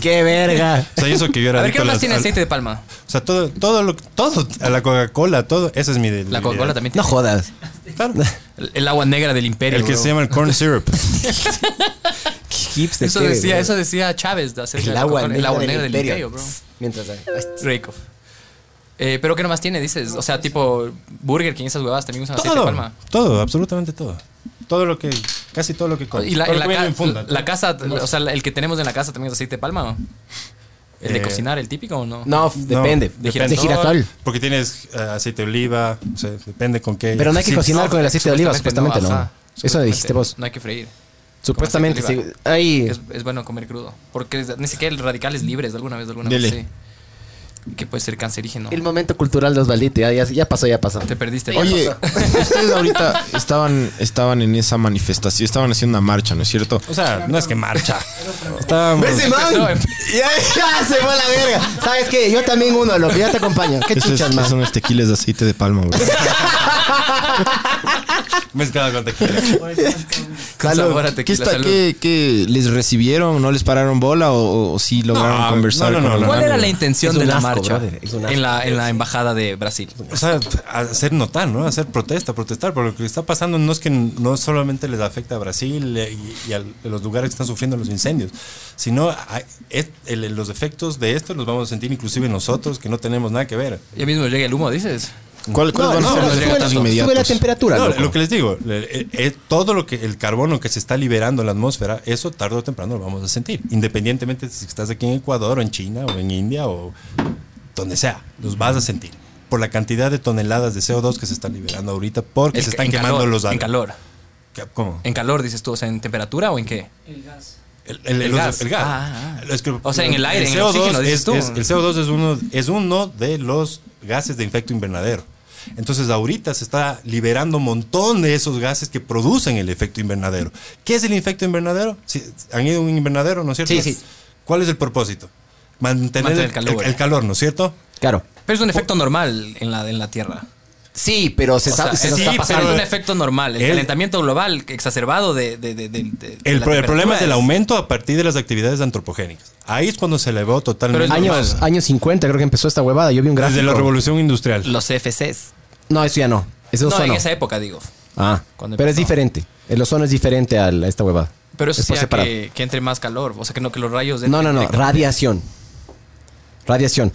S3: Qué verga.
S4: O sea, y eso que yo era
S5: A ver, ¿qué
S4: adicto a
S5: más
S4: las-
S5: tiene
S4: al-
S5: aceite de palma?
S4: O sea, todo, todo, lo, todo a la Coca-Cola, todo. Esa es mi debilidad.
S5: La Coca-Cola también
S3: No
S5: tiene.
S3: jodas.
S4: Claro.
S5: El, el agua negra del imperio.
S4: El que
S5: bro.
S4: se llama el corn syrup.
S3: Qué hipster
S5: Eso
S3: que eres,
S5: decía,
S3: bro.
S5: eso decía Chávez de acerca de
S3: El
S5: la
S3: agua
S5: Coca-Cola,
S3: negra,
S5: el agua
S3: del,
S5: negra del
S3: imperio.
S5: imperio, bro.
S3: Mientras ahí.
S5: Rico. Eh, pero ¿qué nomás tiene? Dices, o sea, tipo Burger King, esas huevadas también usan aceite de
S4: todo,
S5: palma.
S4: todo, absolutamente todo. Todo lo que, casi todo lo que como.
S5: Y la,
S4: Todo lo
S5: la
S4: que
S5: ca-
S4: viene en funda.
S5: la casa, o sea, la- el que tenemos en la casa también es aceite de palma. ¿no? ¿El de
S4: Eh,
S5: cocinar, el típico o no?
S3: No, f- depende.
S5: de
S3: De
S5: girasol.
S3: girasol.
S4: Porque tienes eh, aceite de oliva, o sea, depende con qué.
S3: Pero no hay que
S4: Sí,
S3: cocinar con el aceite de oliva,
S5: Supuestamente
S3: supuestamente, ¿no?
S5: ajá.
S3: Eso
S5: Supuestamente
S3: dijiste vos.
S5: No hay que freír.
S3: Supuestamente,
S5: aceite
S3: sí.
S5: de oliva.
S3: Ahí.
S5: Es, es bueno comer crudo. Porque es- ni siquiera el radical es libre, de alguna vez, de alguna
S1: Dele.
S5: vez. Sí. Que puede ser cancerígeno.
S3: El momento cultural de Osvaldito. Ya, ya, ya pasó, ya pasó.
S5: Te perdiste.
S1: Oye, ustedes ahorita estaban, estaban en esa manifestación, estaban haciendo una marcha, ¿no es cierto?
S4: O sea, no es que marcha. Estábamos.
S5: man!
S3: Ya, se fue la verga. ¿Sabes qué? Yo también uno, loco. Ya te acompaño. ¿Qué
S1: Eso es,
S3: chuchas,
S1: eso
S3: man?
S1: son los tequiles de aceite de palma, bro.
S4: Mezclado con tequila.
S5: Con
S1: Salud.
S5: sabor a tequila,
S1: ¿Qué, está-
S5: salud.
S1: qué- qué les recibieron? ¿No les pararon bola o, o sí lograron
S4: No,
S1: conversar?
S4: no, no,
S1: con
S4: no,
S1: el
S4: no.
S5: ¿Cuál
S1: man?
S5: era la intención
S3: Es un
S5: de la
S3: asco,
S5: marcha
S3: brother, es un asco.
S5: en la, en la embajada de Brasil?
S4: O sea, hacer notar, ¿no? Hacer protesta, protestar. Porque lo que está pasando no es que no solamente les afecta a Brasil eh, y, y a los lugares que están sufriendo los incendios, sino a- es- el- los efectos de esto los vamos a sentir inclusive nosotros que no tenemos nada que ver.
S5: Ya mismo llega el humo, dices.
S1: ¿Cuál-
S3: No,
S1: ¿Cuáles
S3: no,
S1: van a ser
S3: sube,
S1: los
S3: sube la-
S1: efectos
S3: sube la
S1: inmediatos?
S3: temperatura,
S4: No,
S3: loco.
S4: lo que les digo, eh, eh, todo lo que el carbono que se está liberando en la atmósfera, eso tarde o temprano lo vamos a sentir, independientemente si estás aquí en Ecuador o en China o en India o donde sea, los vas a sentir por la cantidad de toneladas de CO2 que se están liberando ahorita porque
S5: El-
S4: se están
S5: en
S4: quemando
S5: calor,
S4: los
S5: En
S4: árboles.
S5: calor.
S4: ¿Qué- ¿Cómo?
S5: ¿En calor dices tú? O sea, ¿en temperatura o en qué?
S6: El gas.
S4: El, el-
S5: el
S4: los-
S5: gas.
S4: el gas.
S5: Ah, ah.
S4: Es que-
S5: O sea, en el aire, en el oxígeno, dices
S4: es,
S5: tú.
S4: es- el CO2 es uno, es uno de los gases de efecto invernadero. Entonces, ahorita se está liberando un montón de esos gases que producen el efecto invernadero. ¿Qué es el efecto invernadero? Si- ¿Han ido a un invernadero, no es cierto?
S3: Sí, sí.
S4: ¿Cuál es el propósito? Mantener,
S5: Mantener
S4: el,
S5: el calor.
S4: el- el calor, ¿no es cierto?
S3: Claro.
S5: Pero es un efecto normal en la, en la Tierra.
S3: Sí, pues, pero se
S5: O sea,
S3: sabe. se
S5: es-
S3: nos está
S5: está
S4: pero-
S5: pasando
S3: pasando.
S5: un efecto normal. El,
S4: El-
S5: calentamiento global exacerbado de. de- de- de- de- de
S4: El,
S5: la
S4: pro- el problema es el
S5: temperatura
S4: aumento a partir de las actividades antropogénicas. Ahí es cuando se elevó totalmente.
S5: es
S3: Años, años 50 creo que empezó esta huevada. Yo vi un gráfico.
S4: desde la revolución industrial.
S5: Los CFCs.
S3: No, eso ya no. Eso
S5: No,
S3: ozono.
S5: en esa época, digo.
S3: Ah,
S5: Cuando
S3: pero es
S5: empezó.
S3: diferente. El ozono es diferente al- a esta huevada.
S5: Pero eso
S3: Es por
S5: hacía
S3: separado.
S5: que, que entre más calor. O sea, que no que los rayos.
S3: No, no, no. Radiación. Radiación.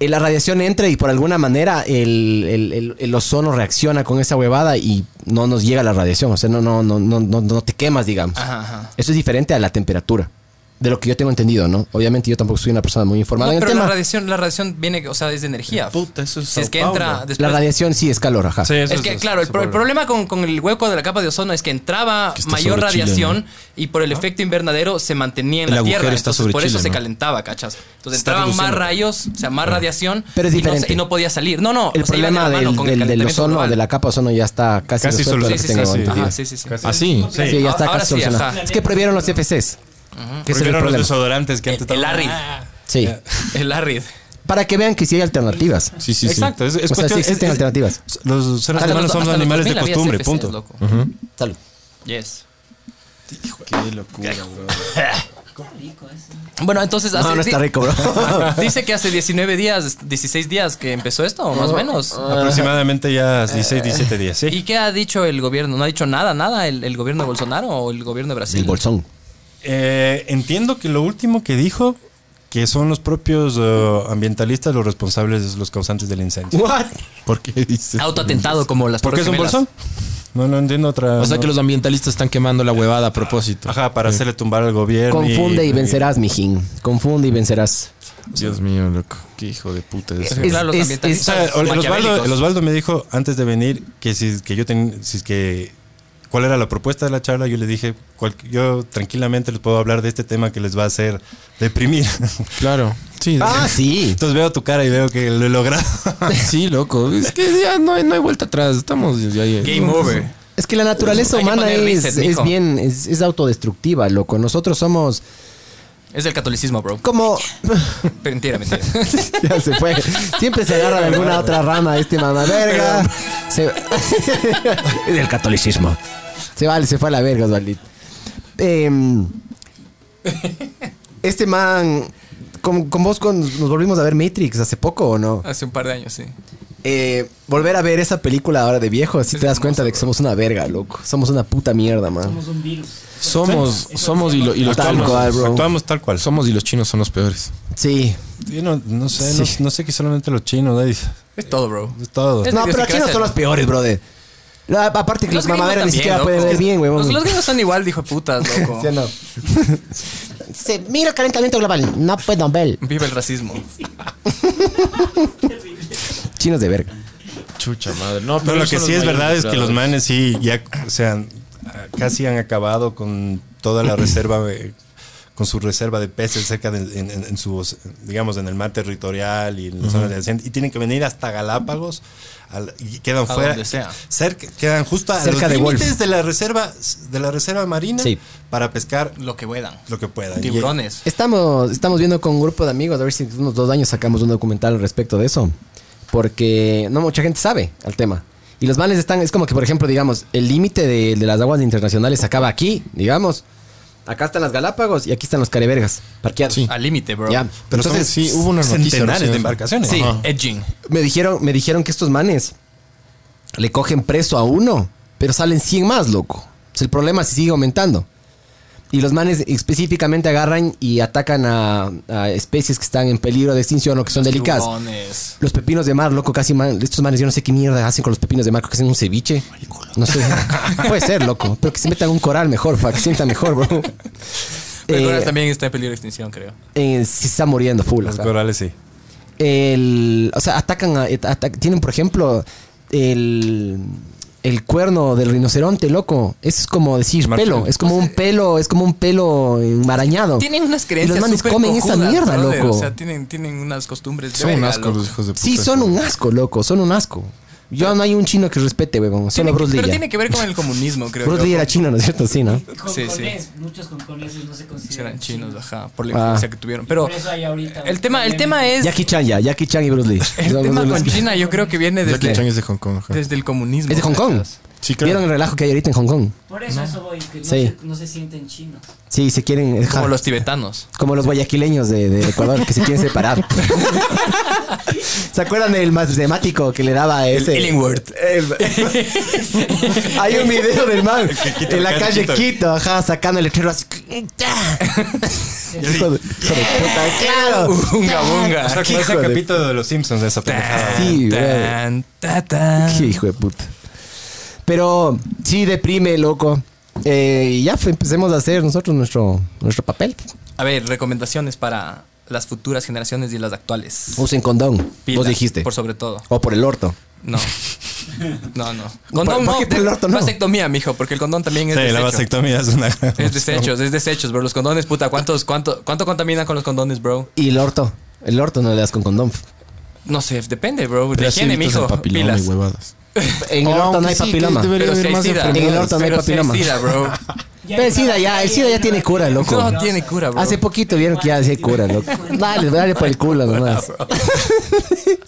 S3: Eh, La radiación entra y por alguna manera el, el- el- el ozono reacciona con esa huevada y no nos llega la radiación. O sea, no, no, no, no, no, no te quemas, digamos.
S5: Ajá, ajá.
S3: Eso es diferente a la temperatura. De lo que yo tengo entendido, ¿no? Obviamente yo tampoco soy una persona muy informada
S5: No,
S3: en el
S5: pero la
S3: tema.
S5: radiación, la radiación viene, o sea, es de energía.
S4: Eh, Puta, eso es
S5: si es
S4: Sao
S5: que entra
S4: Paulo.
S5: después.
S3: La radiación sí es calor, ajá.
S4: Sí, eso
S5: es que,
S4: es-
S5: claro, el,
S4: se
S5: pro- el
S4: vuelve.
S5: problema con, con el hueco de la capa de ozono es que entraba
S1: Que está
S5: mayor
S1: sobre Chile,
S5: radiación y por el efecto invernadero se mantenía en
S1: El
S5: la
S1: agujero
S5: Tierra.
S1: está
S5: Entonces,
S1: sobre
S5: por eso
S1: Chile,
S5: se
S1: ¿no?
S5: calentaba, ¿cachas? Entonces,
S4: Está
S5: entraban más
S4: reduciendo.
S5: radios, o sea, más radiación
S3: Pero es
S5: y no se-
S3: diferente.
S5: Y no, podía salir. No, no.
S3: El
S5: o sea, iba de la
S3: problema
S5: mano
S3: del,
S5: con
S3: del- del
S5: el calentamiento
S3: ozono,
S5: global.
S3: de la capa ozono ya está casi,
S4: Casi
S3: resuelto de lo
S5: Sí,
S3: que
S5: sí,
S3: tengo
S5: sí.
S3: entendido.
S5: Ajá, sí, sí, sí.
S4: Casi.
S1: Así.
S3: Ah, Sí, ya está
S5: Ahora
S3: casi
S5: sí,
S3: solucionado.
S5: ajá.
S3: Es que prohibieron los FCs. Que ese es el
S4: Prohibieron los
S3: problema.
S4: desodorantes que antes
S5: Eh, El
S4: estaban-
S5: ARID.
S3: Sí.
S5: El ARID.
S3: Para que vean que sí hay alternativas.
S1: Sí, sí, sí.
S4: Exacto, es, es
S3: O sea,
S4: cuestión-
S3: sí existen
S4: es- es-
S3: alternativas. Ah,
S4: Los seres
S5: Hasta los-
S4: humanos somos
S5: hasta los
S4: animales de
S5: 2000 había
S4: costumbre,
S5: CFCs,
S4: punto.
S5: loco.
S3: Salud.
S5: Yes.
S1: Qué locura, bro.
S5: Bueno, entonces hace-
S3: No, no está
S5: di-
S3: rico, bro.
S5: Dice que hace 19 días, 16 días que empezó esto, más o menos.
S4: Aproximadamente
S3: Ah.
S4: ya 16, 17 días, Oh, sí.
S5: ¿Y qué ha dicho el gobierno? ¿No ha dicho nada, nada el, el gobierno de Bolsonaro o el gobierno de Brasil?
S3: El bolsón.
S4: Eh, entiendo que lo último que dijo, que son los propios eh, ambientalistas los responsables, los causantes del incendio.
S3: What?
S1: ¿Por qué dices?
S5: Autoatentado como las
S4: ¿Por qué
S5: Torres
S4: es un
S5: Gemelas.
S4: bolsón? No, no entiendo otra...
S1: O sea
S4: no-
S1: que los ambientalistas están quemando la huevada a
S3: Ah.
S1: propósito.
S4: Ajá, para hacerle tumbar al gobierno.
S3: Confunde y vencerás, mijín. Confunde y vencerás.
S1: Dios mío, loco. Qué hijo de puta es.
S5: Sí, claro, los
S3: Es- es-
S4: O
S5: ambientalistas
S4: sea, el el Osvaldo,
S5: maquiavélicos.
S4: el Osvaldo me dijo antes de venir que si que yo ten- si es que cuál era la propuesta de la charla, yo le dije, cual- yo tranquilamente les puedo hablar de este tema que les va a hacer deprimir.
S1: Claro. Sí,
S3: Ah, sí.
S4: Entonces veo tu cara y veo que lo he logrado.
S1: sí, loco. Es que ya no hay, no hay vuelta atrás. Estamos ya- ya-
S5: Game over.
S3: Es que la naturaleza
S5: Hay que
S3: humana
S5: poner
S3: es,
S5: reset,
S3: es
S5: mijo.
S3: bien, es, es autodestructiva, loco. Nosotros somos
S5: Es del catolicismo, bro.
S3: como...
S5: Mentira, mentira.
S3: ya se fue. Siempre se agarra de alguna otra rama este mamá verga. Se... Del catolicismo. Se vale, se fue a la verga, Osvaldito. Em, este man... Con, con vos con- nos volvimos a ver Matrix hace poco, ¿o no?
S5: Hace un par de años, sí.
S3: Eh, volver a ver esa película ahora de viejo, así
S5: Es
S3: te das
S5: hermoso,
S3: cuenta de que
S5: bro.
S3: somos una verga, loco. Somos una puta mierda, man.
S6: Somos un virus.
S1: Somos, somos y, lo- y los
S3: Tal
S1: chinos.
S3: cual, bro.
S4: Actuamos tal cual.
S1: Somos y los chinos son los peores.
S3: Sí.
S4: Yo no, no sé, no-
S3: Sí.
S4: no, sé que solamente los chinos, ahí,
S5: Es todo, bro.
S4: es todo.
S5: Es-
S3: No, pero los
S5: idiosincrasia.
S3: chinos son los peores, brother. La- aparte que los,
S5: gringos
S3: mamaderas ni
S5: también,
S3: siquiera
S5: loco.
S3: pueden ver bien,
S5: Los,
S3: huevón.
S5: los gringos son igual, dijo putas, loco.
S3: ¿Sí o no? Se mira el calentamiento global. No puedo ver.
S5: Vive el racismo.
S3: Chinos de verga.
S1: Chucha madre. No,
S4: Pero lo que sí es verdad es que los
S1: manes
S4: manes sí, ya, o sea, casi han acabado con toda la reserva, eh, con su reserva de peces cerca de, en, en- en sus, digamos, en el mar territorial y en la zona adyacente, y tienen que venir hasta Galápagos al- y quedan
S5: A
S4: fuera,
S5: donde sea.
S4: cerca, quedan justo a
S3: Cerca
S4: los
S3: de Wolf.
S4: límites de la reserva, de la reserva marina
S3: Sí.
S4: para pescar
S5: Lo que puedan.
S4: lo que puedan. Y-
S5: Tiburones.
S3: Estamos, estamos viendo con un grupo de amigos, a ver si en unos dos años sacamos un documental al respecto de eso. Porque no mucha gente sabe al tema. Y los manes están, es como que, por ejemplo, digamos, el límite de, de las aguas internacionales acaba aquí, digamos. Acá están las Galápagos y aquí están los Carevergas, parqueados.
S1: Sí.
S5: Al límite, bro.
S3: Ya.
S4: Pero son
S1: Entonces, sí, hubo una noticia
S4: centenares
S1: recién.
S4: de embarcaciones.
S5: Sí,
S1: Ajá.
S5: edging.
S3: Me dijeron, me dijeron que estos manes le cogen preso a uno, pero salen 100 más, loco. O sea, el problema se sigue aumentando. Y los manes específicamente agarran y atacan a, a especies que están en peligro de extinción o que son delicadas.
S5: Tiburones.
S3: Los pepinos de mar, loco, casi man- estos manes, yo no sé qué mierda hacen con los pepinos de mar, creo que hacen un ceviche. No sé. Puede ser, loco. Pero que se metan a un coral mejor, para que sienta mejor, bro.
S5: Pero
S3: Eh,
S5: ahora también está en peligro de extinción, creo.
S3: eh, sí está muriendo full.
S4: Los
S3: ajá.
S4: corales sí.
S3: El, o sea, atacan a, ata- tienen por ejemplo el el cuerno del rinoceronte, loco. Eso es como decir
S4: Marfil.
S3: pelo, es como un pelo, es como un pelo enmarañado.
S5: Tienen unas creencias.
S3: Y los manes
S5: súper
S3: comen esa
S5: cojudas,
S3: mierda,
S5: brother.
S3: loco.
S5: O sea, tienen, tienen unas costumbres. de
S1: Son un
S5: verga,
S1: asco
S5: loco.
S1: los hijos de puta.
S3: Sí, son un asco, loco, son un asco. Yo no hay un chino que respete, weón. Solo
S5: Tiene que-
S3: Bruce Lee.
S5: Pero
S3: ya.
S5: tiene que ver con el comunismo, creo.
S3: Bruce
S5: yo.
S3: Lee era chino, ¿no es cierto? Sí, ¿no?
S5: Sí,
S6: sí,
S5: sí.
S6: Muchos conconeses no se consideran
S5: Eran chinos,
S6: chinos.
S5: ajá, por la
S3: Ah.
S5: influencia que tuvieron. Pero
S6: Por eso hay ahorita
S5: el tema, el
S6: polémica.
S5: tema es.
S3: Jackie Chan ya, Jackie Chan y Bruce Lee.
S5: El
S3: Son
S5: tema
S3: los-
S5: con China yo creo que viene
S1: Jackie Chan
S5: desde,
S1: es de Hong Kong. ajá.
S5: desde el comunismo.
S3: Es de Hong Kong.
S1: Sí,
S3: ¿Vieron
S1: claro.
S3: el relajo que hay ahorita en Hong Kong?
S6: Por eso eso voy, que no,
S3: Sí.
S6: se, no se sienten chinos.
S3: Sí, se quieren ja,
S5: Como los tibetanos.
S3: guayaquileños de, de Ecuador que se quieren separar. ¿Se acuerdan del matemático que le daba ese?
S5: El Illingworth.
S3: Hay un video del man
S4: Quito,
S3: en la
S4: acá en
S3: calle Quito,
S4: Quito.
S3: ajá, sacando el letrero así. Hijo de- hijo de puta, claro.
S5: Unga bunga.
S4: O sea, como ese
S3: Hijo de-
S4: capítulo de los Simpsons de esa pendejada.
S3: Sí,
S5: Ah, Tan, ta, tan.
S3: Qué hijo de puta. Pero sí deprime, loco. Eh, y ya fue, empecemos a hacer nosotros nuestro, nuestro papel.
S5: A ver, recomendaciones para las futuras generaciones y las actuales.
S3: Usen condón,
S5: Pila,
S3: vos dijiste.
S5: Por sobre todo.
S3: o por el orto.
S5: No. No, no. Condón
S3: ¿Por
S5: no.
S3: qué el orto no?
S5: Vasectomía, mijo, porque el condón también es
S4: Sí, la
S5: desecho.
S4: vasectomía es una gran
S5: Es desechos, es desechos, bro. Los condones, puta, ¿cuántos, cuánto, cuánto contaminan con los condones, bro?
S3: Y el orto. El orto no le das con condón.
S5: No sé, depende, bro. De
S1: Pero así
S5: higiene,
S1: evitas el
S5: mijo.
S1: papiloma y
S5: Pilas.
S1: huevadas.
S3: En el
S1: Aunque
S3: orto no hay
S1: sí que
S3: papiloma.
S1: debería
S5: Pero si
S1: haber
S5: hay
S1: más
S5: sida.
S1: enfermedades.
S3: En el orto no hay
S5: Pero si
S3: papiloma.
S5: sida, bro.
S3: Pero el SIDA ya, el SIDA ya tiene cura, loco.
S5: No tiene cura, bro.
S3: Hace poquito vieron que ya se cura, loco. Dale, dale por el culo
S5: Ah,
S3: nomás.
S5: pues,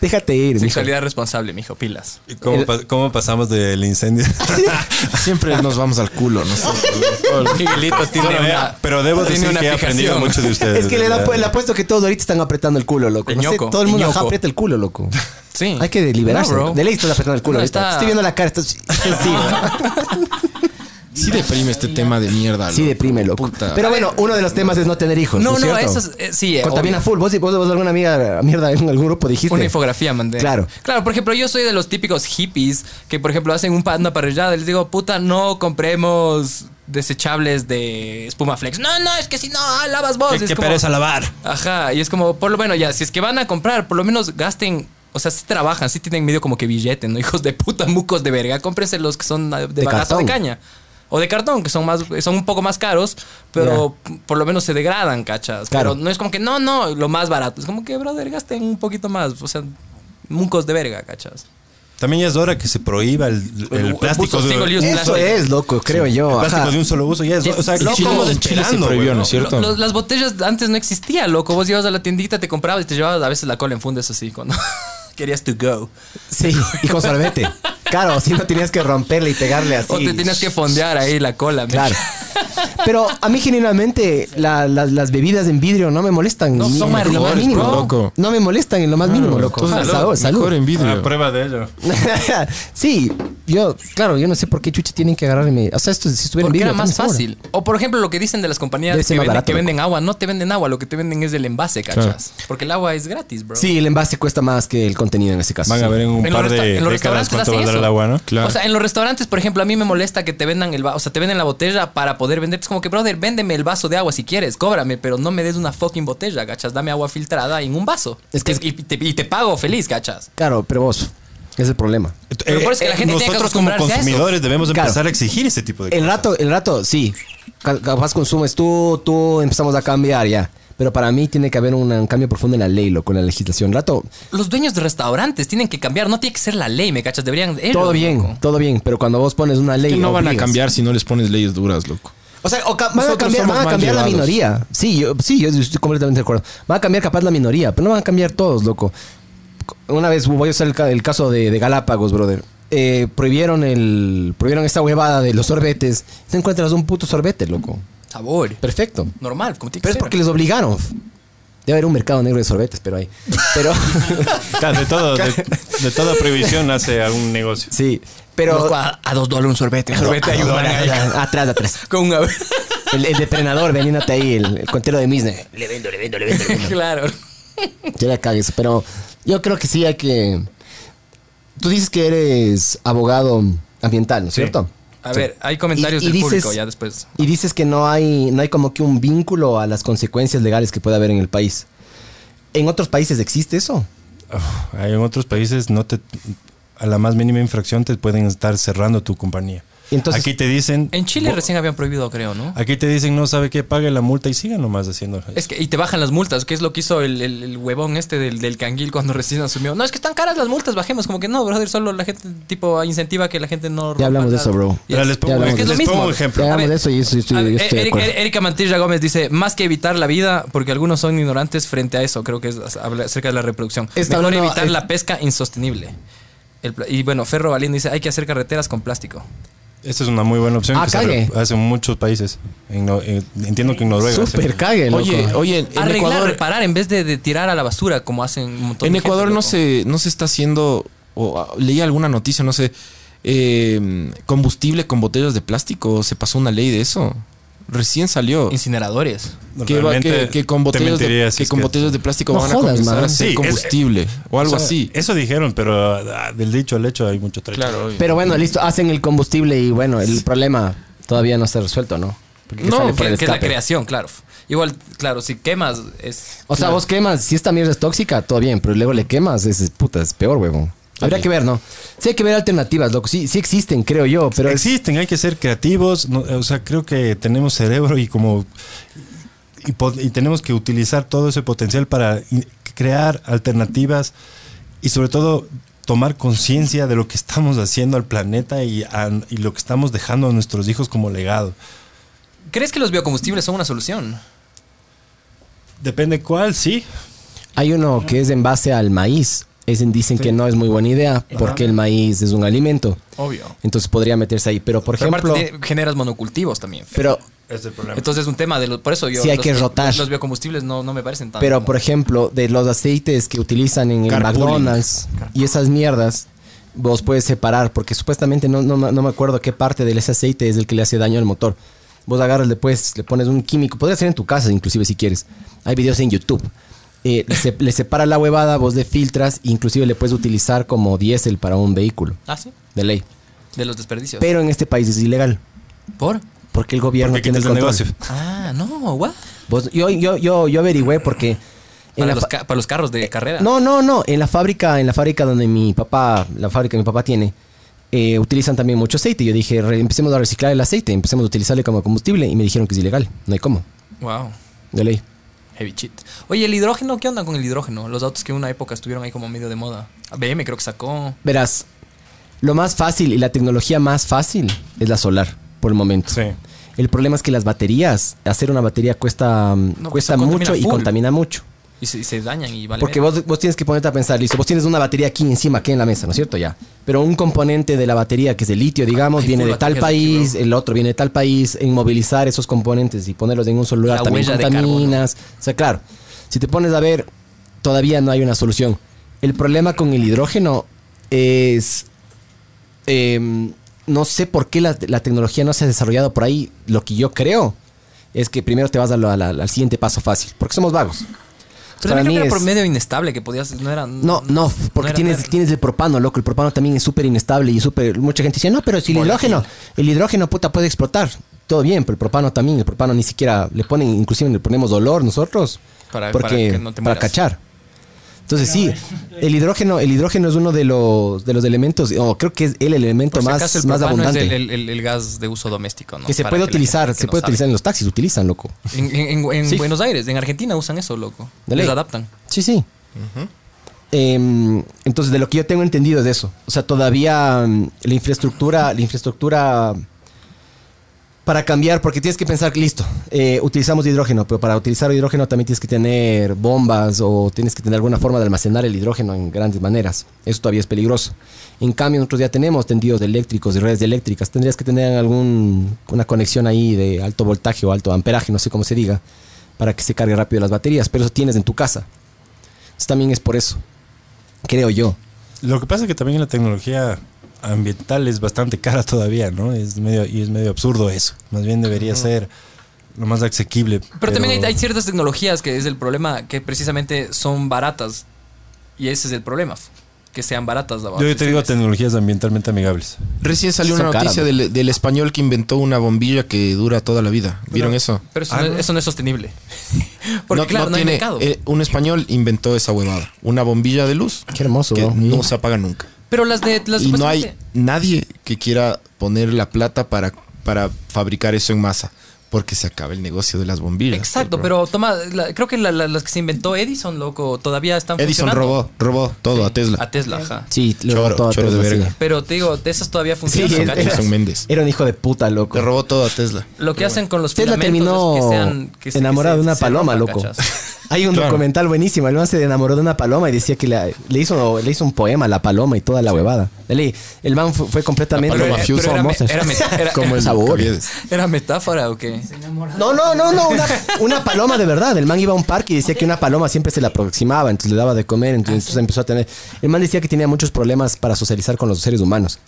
S3: Déjate ir, mijo.
S5: Sexualidad responsable, mijo, pilas.
S4: ¿Y ¿Cómo, pa- cómo pasamos del incendio?
S1: Siempre nos vamos al culo, nosotros.
S5: Miguelito tiene
S4: Pero,
S5: una.
S4: pero debo
S5: tiene
S4: decir
S5: una
S4: que he aprendido
S5: fijación.
S4: mucho de ustedes.
S3: Es que le, da, pues
S4: ¿verdad?
S3: le apuesto que todos ahorita están apretando el culo, loco.
S5: El
S3: No sé,
S5: ñoco,
S3: todo el mundo
S5: el
S3: ajá,
S5: ñoco.
S3: aprieta el culo, loco.
S5: Sí.
S3: Hay que liberarse.
S5: No, bro.
S3: de ley estás apretando el culo.
S5: No,
S3: ahorita.
S5: está-
S3: Estoy viendo la cara. Estás... Sí,
S1: Sí deprime este tema de mierda.
S3: sí
S1: loco.
S3: deprime, loco.
S1: Puta.
S3: Pero bueno, uno de los temas es no tener hijos.
S5: No,
S3: es
S5: no,
S3: cierto?
S5: eso es. eh, sí, eh,
S3: Contamina
S5: obvio.
S3: full. Vos, vos, vos alguna amiga, mierda en algún grupo dijiste.
S5: Una infografía mandé.
S3: Claro.
S5: Claro, por ejemplo, yo soy de los típicos hippies que, por ejemplo, hacen un pa- una parrillada y les digo, puta, no compremos desechables de espuma flex. No, no, es que si no, ah, lavas vos.
S4: ¿Qué,
S5: Es
S4: qué
S5: como-
S4: pereza lavar?
S5: Ajá, y es como, por lo menos ya, si es que van a comprar, por lo menos gasten, o sea, si trabajan, si tienen medio como que billete, ¿no? Hijos de puta, mucos de verga, cómprense los que son de,
S3: De
S5: bagazo
S3: cartón.
S5: de caña. O de cartón, que son más, son un poco más caros, pero por lo menos se degradan, cachas.
S3: Claro.
S5: Pero no es como que, no, no, lo más barato. Es como que, brother, gasten un poquito más. O sea, mucos de verga, cachas.
S4: También ya es hora que se prohíba el, el
S5: El- el
S4: plástico.
S5: bus
S4: de-
S5: single use.
S4: el
S3: Eso es, loco, creo yo.
S4: plástico
S3: ajá.
S4: de un solo uso ya es. O sea,
S1: En
S4: loco,
S1: Chile- en Chile se prohibió, ¿no es cierto?
S5: Lo- los- las botellas antes no existía, loco. Vos ibas a la tiendita, te comprabas y te llevabas a veces la cola en fundas así cuando querías to go.
S3: Sí, y con sorbete. Claro, si no tenías que romperle y pegarle así.
S5: O te tenías que fondear ahí la cola. men.
S3: Claro. Pero a mí generalmente la- la- las bebidas en vidrio no me molestan.
S5: No,
S3: ni-
S5: son
S3: en lo más
S5: mejores,
S3: mínimo.
S5: bro.
S1: Loco.
S3: No me molestan en lo más mínimo, loco.
S1: Entonces,
S3: Salud,
S1: Mejor
S3: salud.
S1: en vidrio.
S4: Ah, prueba de ello.
S3: sí, yo, claro, yo no sé por qué chuchi tienen que agarrarme. O sea, esto si estuviera en
S5: Porque
S3: vidrio.
S5: era más
S3: también
S5: fácil. O por ejemplo, lo que dicen de las compañías
S3: Debe
S5: que
S3: ser más
S5: venden,
S3: barato,
S5: que
S3: loco.
S5: venden agua, no te venden agua, lo que te venden es el envase, cachas. Porque el agua es gratis, bro.
S3: sobra. Sí, el envase cuesta más que el contenido en ese caso.
S4: Van a
S3: sí.
S4: ver en un
S5: En los
S4: par
S5: resta-
S4: de
S5: en los
S4: décadas
S5: restaurantes
S4: cuánto
S5: hacen
S4: valdrá el
S5: eso.
S4: agua, ¿no?
S5: O sea, en los restaurantes, por ejemplo, a mí me molesta que te vendan el vaso, o sea, te venden la botella para poder vender. Es como que, brother, véndeme el vaso de agua si quieres, cóbrame, pero no me des una fucking botella, gachas. Dame agua filtrada en un vaso.
S3: Es que-
S5: y, te, y te pago feliz, gachas.
S3: Claro, pero vos, es el problema.
S5: Pero por eso es que la gente tiene que
S4: nosotros como
S5: acostumbrarse a eso.
S4: consumidores debemos
S3: Claro.
S4: empezar a exigir ese tipo de
S3: El
S4: cosas.
S3: rato, el rato, sí. Ca- Capaz consumes tú, tú empezamos a cambiar ya. Pero para mí tiene que haber una- un cambio profundo en la ley, loco, en la legislación. Rato,
S5: Los dueños de restaurantes tienen que cambiar, no tiene que ser la ley, me cachas. Deberían.
S3: todo
S5: ellos,
S3: bien,
S5: loco.
S3: todo bien. Pero cuando vos pones una ley.
S1: Que no van a
S3: obligas.
S1: cambiar si no les pones leyes duras, loco.
S3: O sea, o ca- van a
S1: Nosotros
S3: cambiar,
S1: somos
S3: van a
S1: mal
S3: cambiar la
S1: llevados.
S3: minoría. Sí, yo, sí, yo estoy completamente de acuerdo. Van a cambiar capaz la minoría, pero no van a cambiar todos, loco. Una vez voy a usar el, ca- el caso de, de Galápagos, brother. Eh, prohibieron el prohibieron esta huevada de los sorbetes. Te encuentras un puto sorbete, loco.
S5: Sabor.
S3: Perfecto.
S5: Normal, como tiene que
S3: Pero es
S5: ser.
S3: porque les obligaron. Debe haber un mercado negro de sorbetes, pero hay. Pero
S4: Claro, de, todo, de, de toda prohibición hace algún negocio.
S3: sí, pero
S5: Loco, a, a dos dólares un sorbete. Un sorbete ayuda. man,
S3: atrás, atrás.
S5: Con un ave-
S3: El, el depredador veniéndote ahí, el, el contero de Misne.
S5: Claro.
S3: Ya la cagues, pero yo creo que sí hay que. Tú dices que eres abogado ambiental, ¿no es
S4: Sí.
S3: cierto?
S5: A ver, hay comentarios
S3: Y- y
S5: del
S3: dices-
S5: público ya después.
S3: Y dices que no hay, no hay como que un vínculo a las consecuencias legales que puede haber en el país. ¿En otros países existe eso?
S4: Uf, hay en otros países no te a la más mínima infracción te pueden estar cerrando tu compañía.
S3: Entonces-
S4: aquí te dicen
S5: En Chile
S4: bo-
S5: recién habían prohibido, creo, ¿no?
S4: Aquí te dicen no sabe qué, pague la multa y sigan nomás haciendo.
S5: Es que, y te bajan las multas, que es lo que hizo el, el- el huevón este del, del canguil cuando recién asumió. No, es que están caras las multas, bajemos. Como que no, brother, solo la gente, tipo, incentiva que la gente no. rompa
S3: hablamos de
S5: la-
S3: eso, bro.
S5: Ya
S4: Ahora
S5: es-
S4: les pongo,
S3: ya
S4: un-
S3: hablamos
S5: de
S4: les
S5: eso.
S4: pongo un
S5: Es que es lo
S4: ejemplo.
S5: mismo.
S3: Ya
S5: A
S3: hablamos
S5: ver,
S3: de eso y yo estoy, yo
S5: A ver, eh,
S3: estoy de
S5: Eric-
S3: acuerdo.
S5: Erika Mantilla Gómez dice: Más que evitar la vida, porque algunos son ignorantes frente a eso. Creo que es habla acerca de la reproducción.
S3: Está
S5: Mejor
S3: hablando-
S5: evitar
S3: es-
S5: la pesca insostenible. El pla- y bueno, Ferro Valiendo dice: Hay que hacer carreteras con plástico.
S4: Esta es una muy buena opción
S3: Ah,
S4: que se
S3: cague.
S4: re- hace en muchos países. En no- en- entiendo que en Noruega.
S3: Súper
S4: hacen-
S3: cague, loco.
S1: Oye, oye, en
S5: Arreglar,
S1: Ecuador,
S5: reparar en vez de, de tirar a la basura, como hacen un montón
S1: en
S5: de gente,
S1: Ecuador no
S5: loco.
S1: se, no se está haciendo, o ah, leí alguna noticia, no sé, eh, combustible con botellas de plástico, se pasó una ley de eso. Recién salió.
S5: Incineradores.
S1: Que, va- que-
S4: Realmente
S1: que con
S4: te
S1: botellas
S4: mentiría
S1: de,
S4: si
S1: que
S4: es
S1: con
S4: que-
S1: botellas de plástico
S3: No
S1: van a
S3: jodas,
S1: comenzar
S3: man.
S1: a hacer
S4: Sí, es-
S1: combustible o algo
S4: O sea,
S1: así.
S4: Eso dijeron, pero ah, del dicho al hecho hay mucho trecho.
S1: claro, obvio.
S3: Pero bueno, listo, hacen el combustible y bueno, el problema todavía no está resuelto, ¿no? Porque
S1: No,
S3: sale por
S5: Que,
S3: el
S5: que es la
S3: escape.
S5: creación, claro. Igual, claro, si quemas es...
S3: O sea, vos quemas, si esta mierda es tóxica, todo bien, pero luego le quemas, es puta, es peor, huevón. Habría que ver, ¿no? Sí hay que ver alternativas, loco. Sí, sí existen, creo yo, pero es-
S4: Existen, hay que ser creativos. no, o sea, creo que tenemos cerebro y como. Y, po- y tenemos que utilizar todo ese potencial para i- crear alternativas y sobre todo tomar conciencia de lo que estamos haciendo al planeta y, a- y lo que estamos dejando a nuestros hijos como legado.
S5: ¿Crees que los biocombustibles son una solución?
S4: Depende cuál, sí.
S3: hay uno que es en base al maíz. Es en- dicen que no es muy buena idea porque el maíz es un alimento.
S5: Obvio.
S3: Entonces podría meterse ahí. Pero, por
S5: Pero aparte
S3: ejemplo,
S5: tiene- generas monocultivos también. fe.
S3: pero
S4: Es el problema.
S5: Entonces es un tema de los... Por eso yo...
S3: Sí, hay
S5: los,
S3: que rotar.
S5: Los biocombustibles no, no me parecen tan...
S3: Pero, por ejemplo, de los aceites que utilizan en el
S1: Carpooling.
S3: McDonald's y esas mierdas, vos puedes separar, porque supuestamente no, no, me- no me acuerdo qué parte de ese aceite es el que le hace daño al motor. Vos agarras después, le pones un químico, podría ser en tu casa inclusive si quieres. Hay videos en YouTube. Eh, le, se- le separa la huevada, vos le filtras, inclusive le puedes utilizar como diésel para un vehículo,
S5: Ah, sí.
S3: de ley.
S5: De los desperdicios.
S3: Pero en este país es ilegal,
S5: ¿Por?
S3: porque el gobierno
S4: Porque
S3: tiene el
S4: quitas el
S3: control.
S4: negocio.
S5: Ah, no, what?
S3: Vos- yo, yo, yo, yo averigüé porque... en
S5: Para
S3: la
S5: los,
S3: fa- Eh,
S5: ca- para los carros de carrera.
S3: No, no, no. En la fábrica, en la fábrica donde mi papá, la fábrica que mi papá tiene, eh, utilizan también mucho aceite. Yo dije, "Re- empecemos a reciclar el aceite, empecemos a utilizarlo como combustible. Y me dijeron que es ilegal. No hay cómo.
S5: Wow.
S3: De ley.
S5: Heavy shit. Oye, el hidrógeno, ¿qué onda con el hidrógeno? Los autos que en una época estuvieron ahí como medio de moda. BM creo que sacó.
S3: Verás, Lo más fácil y la tecnología más fácil es la solar, por el momento.
S4: Sí.
S3: El problema es que las baterías, hacer una batería cuesta, mm,
S5: No,
S3: cuesta
S5: pues, contamina
S3: mucho y
S5: full.
S3: contamina mucho.
S5: Y se, y se dañan y vale.
S3: Porque
S5: verga.
S3: vos, vos tienes que ponerte a pensar, listo, vos tienes una batería aquí encima, aquí en la mesa, ¿no es cierto? Ya. Pero un componente de la batería, que es el litio, digamos,
S5: Hay
S3: viene
S5: full
S3: de tal
S5: baterías aquí,
S3: país,
S5: bro.
S3: el otro viene de tal país, en movilizar esos componentes y ponerlos en un solo lugar
S5: La
S3: también
S5: huella de
S3: contaminas. O sea, claro, si te pones a ver, todavía no hay una solución. El problema con el hidrógeno es... em, no sé por qué la, la tecnología no se ha desarrollado por ahí. Lo que yo creo es que primero te vas a la- a la- al siguiente paso fácil, porque somos vagos.
S5: Pero también
S3: mí
S5: creo que era
S3: es-
S5: por medio inestable que podías. No era.
S3: no, no, porque
S5: era
S3: tienes,
S5: ver-
S3: tienes el propano, loco. El propano también es súper inestable y súper. Mucha gente dice, no, pero si el hidrógeno, el hidrógeno puta puede explotar. Todo bien, pero el propano también, el propano ni siquiera le ponen, inclusive le ponemos dolor nosotros.
S5: Para-
S3: porque,
S5: para que no te
S3: para
S5: mueras.
S3: cachar. Entonces sí, el hidrógeno, el hidrógeno es uno de los de los elementos, o creo que es el elemento
S5: Por si
S3: más,
S5: acaso, el
S3: más
S5: propano es
S3: abundante.
S5: el- el, el- el gas de uso doméstico, ¿no?
S3: que se
S5: Para
S3: puede
S5: la gente
S3: utilizar,
S5: que
S3: se
S5: no
S3: puede
S5: sabe.
S3: utilizar en los taxis, utilizan, loco.
S5: En, en- en- en
S3: Sí.
S5: Buenos Aires, en Argentina usan eso, loco.
S3: De
S5: Les
S3: ley.
S5: adaptan.
S3: Sí, sí. Em, entonces, de lo que yo tengo entendido es de eso. O sea, todavía mm, la infraestructura, la infraestructura para cambiar, porque tienes que pensar, listo, eh, utilizamos hidrógeno, pero para utilizar hidrógeno también tienes que tener bombas o tienes que tener alguna forma de almacenar el hidrógeno en grandes maneras. Eso todavía es peligroso. En cambio, nosotros ya tenemos tendidos eléctricos y redes eléctricas. Tendrías que tener algún, una conexión ahí de alto voltaje o alto amperaje, no sé cómo se diga, para que se cargue rápido las baterías, pero eso tienes en tu casa. Entonces, también es por eso, creo yo.
S4: Lo que pasa es que también la tecnología ambiental es bastante cara todavía, ¿no? Es medio, y es medio absurdo eso. Más bien debería ser lo más asequible.
S5: Pero, también hay, hay ciertas tecnologías que es el problema, que precisamente son baratas. Y ese es el problema, f- que sean baratas. la-
S4: Yo, yo te digo tecnologías ambientalmente amigables.
S1: Recién salió
S3: Son
S1: una
S3: caras,
S1: noticia
S3: ¿no?
S1: del, del español que inventó una bombilla que dura toda la vida. ¿Vieron eso?
S5: Pero eso,
S4: Ah,
S5: no,
S4: no.
S5: eso no es sostenible. Porque claro, no, hay mercado.
S1: eh, un español inventó esa huevada. Una bombilla de luz
S3: Qué hermoso,
S1: que
S3: bro.
S1: no se apaga nunca.
S5: pero las de... Las
S1: y no hay
S5: supuestamente-
S1: nadie que quiera poner la plata para, para fabricar eso en masa. Porque se acaba el negocio de las bombillas.
S5: Exacto, pero toma, la- creo que la- la- las que se inventó Edison, loco, todavía están
S1: Edison
S5: funcionando.
S1: robó, robó todo a Tesla.
S5: A Tesla, ajá.
S3: Sí, le
S1: Choro,
S3: robó a
S1: choro de
S3: Tesla,
S1: verga.
S5: Pero te digo, de esas todavía
S3: Sí,
S5: funcionan.
S3: Sí,
S1: Edison
S5: ¿cachas?
S3: era-
S1: Méndez.
S3: era un hijo de puta, loco.
S1: Le robó todo a Tesla.
S5: Lo que hacen con los
S3: Tesla terminó
S5: filamentos es que sean... que se-
S3: enamorado
S5: que
S3: de
S5: se-
S3: una
S5: se
S3: paloma,
S5: rompan,
S3: loco.
S5: ¿cachas?
S3: Hay un
S1: Claro.
S3: documental buenísimo. El man se enamoró de una paloma y decía que la- le, hizo, le hizo un poema a la paloma y toda la huevada. Dale, el man fu- fue, completamente
S1: La paloma
S3: Pero-
S1: Fuse.
S3: pero era-
S1: Famosa.
S5: era, met- era-
S1: Como el
S3: sabor. eh.
S1: Caviedes.
S5: ¿Era metáfora o qué?
S3: No, no, no, no. Una, una paloma de verdad. El man iba a un parque y decía que una paloma siempre se le aproximaba, entonces le daba de comer,
S1: Ah,
S3: entonces, entonces empezó a tener. El man decía que tenía muchos problemas para socializar con los seres humanos.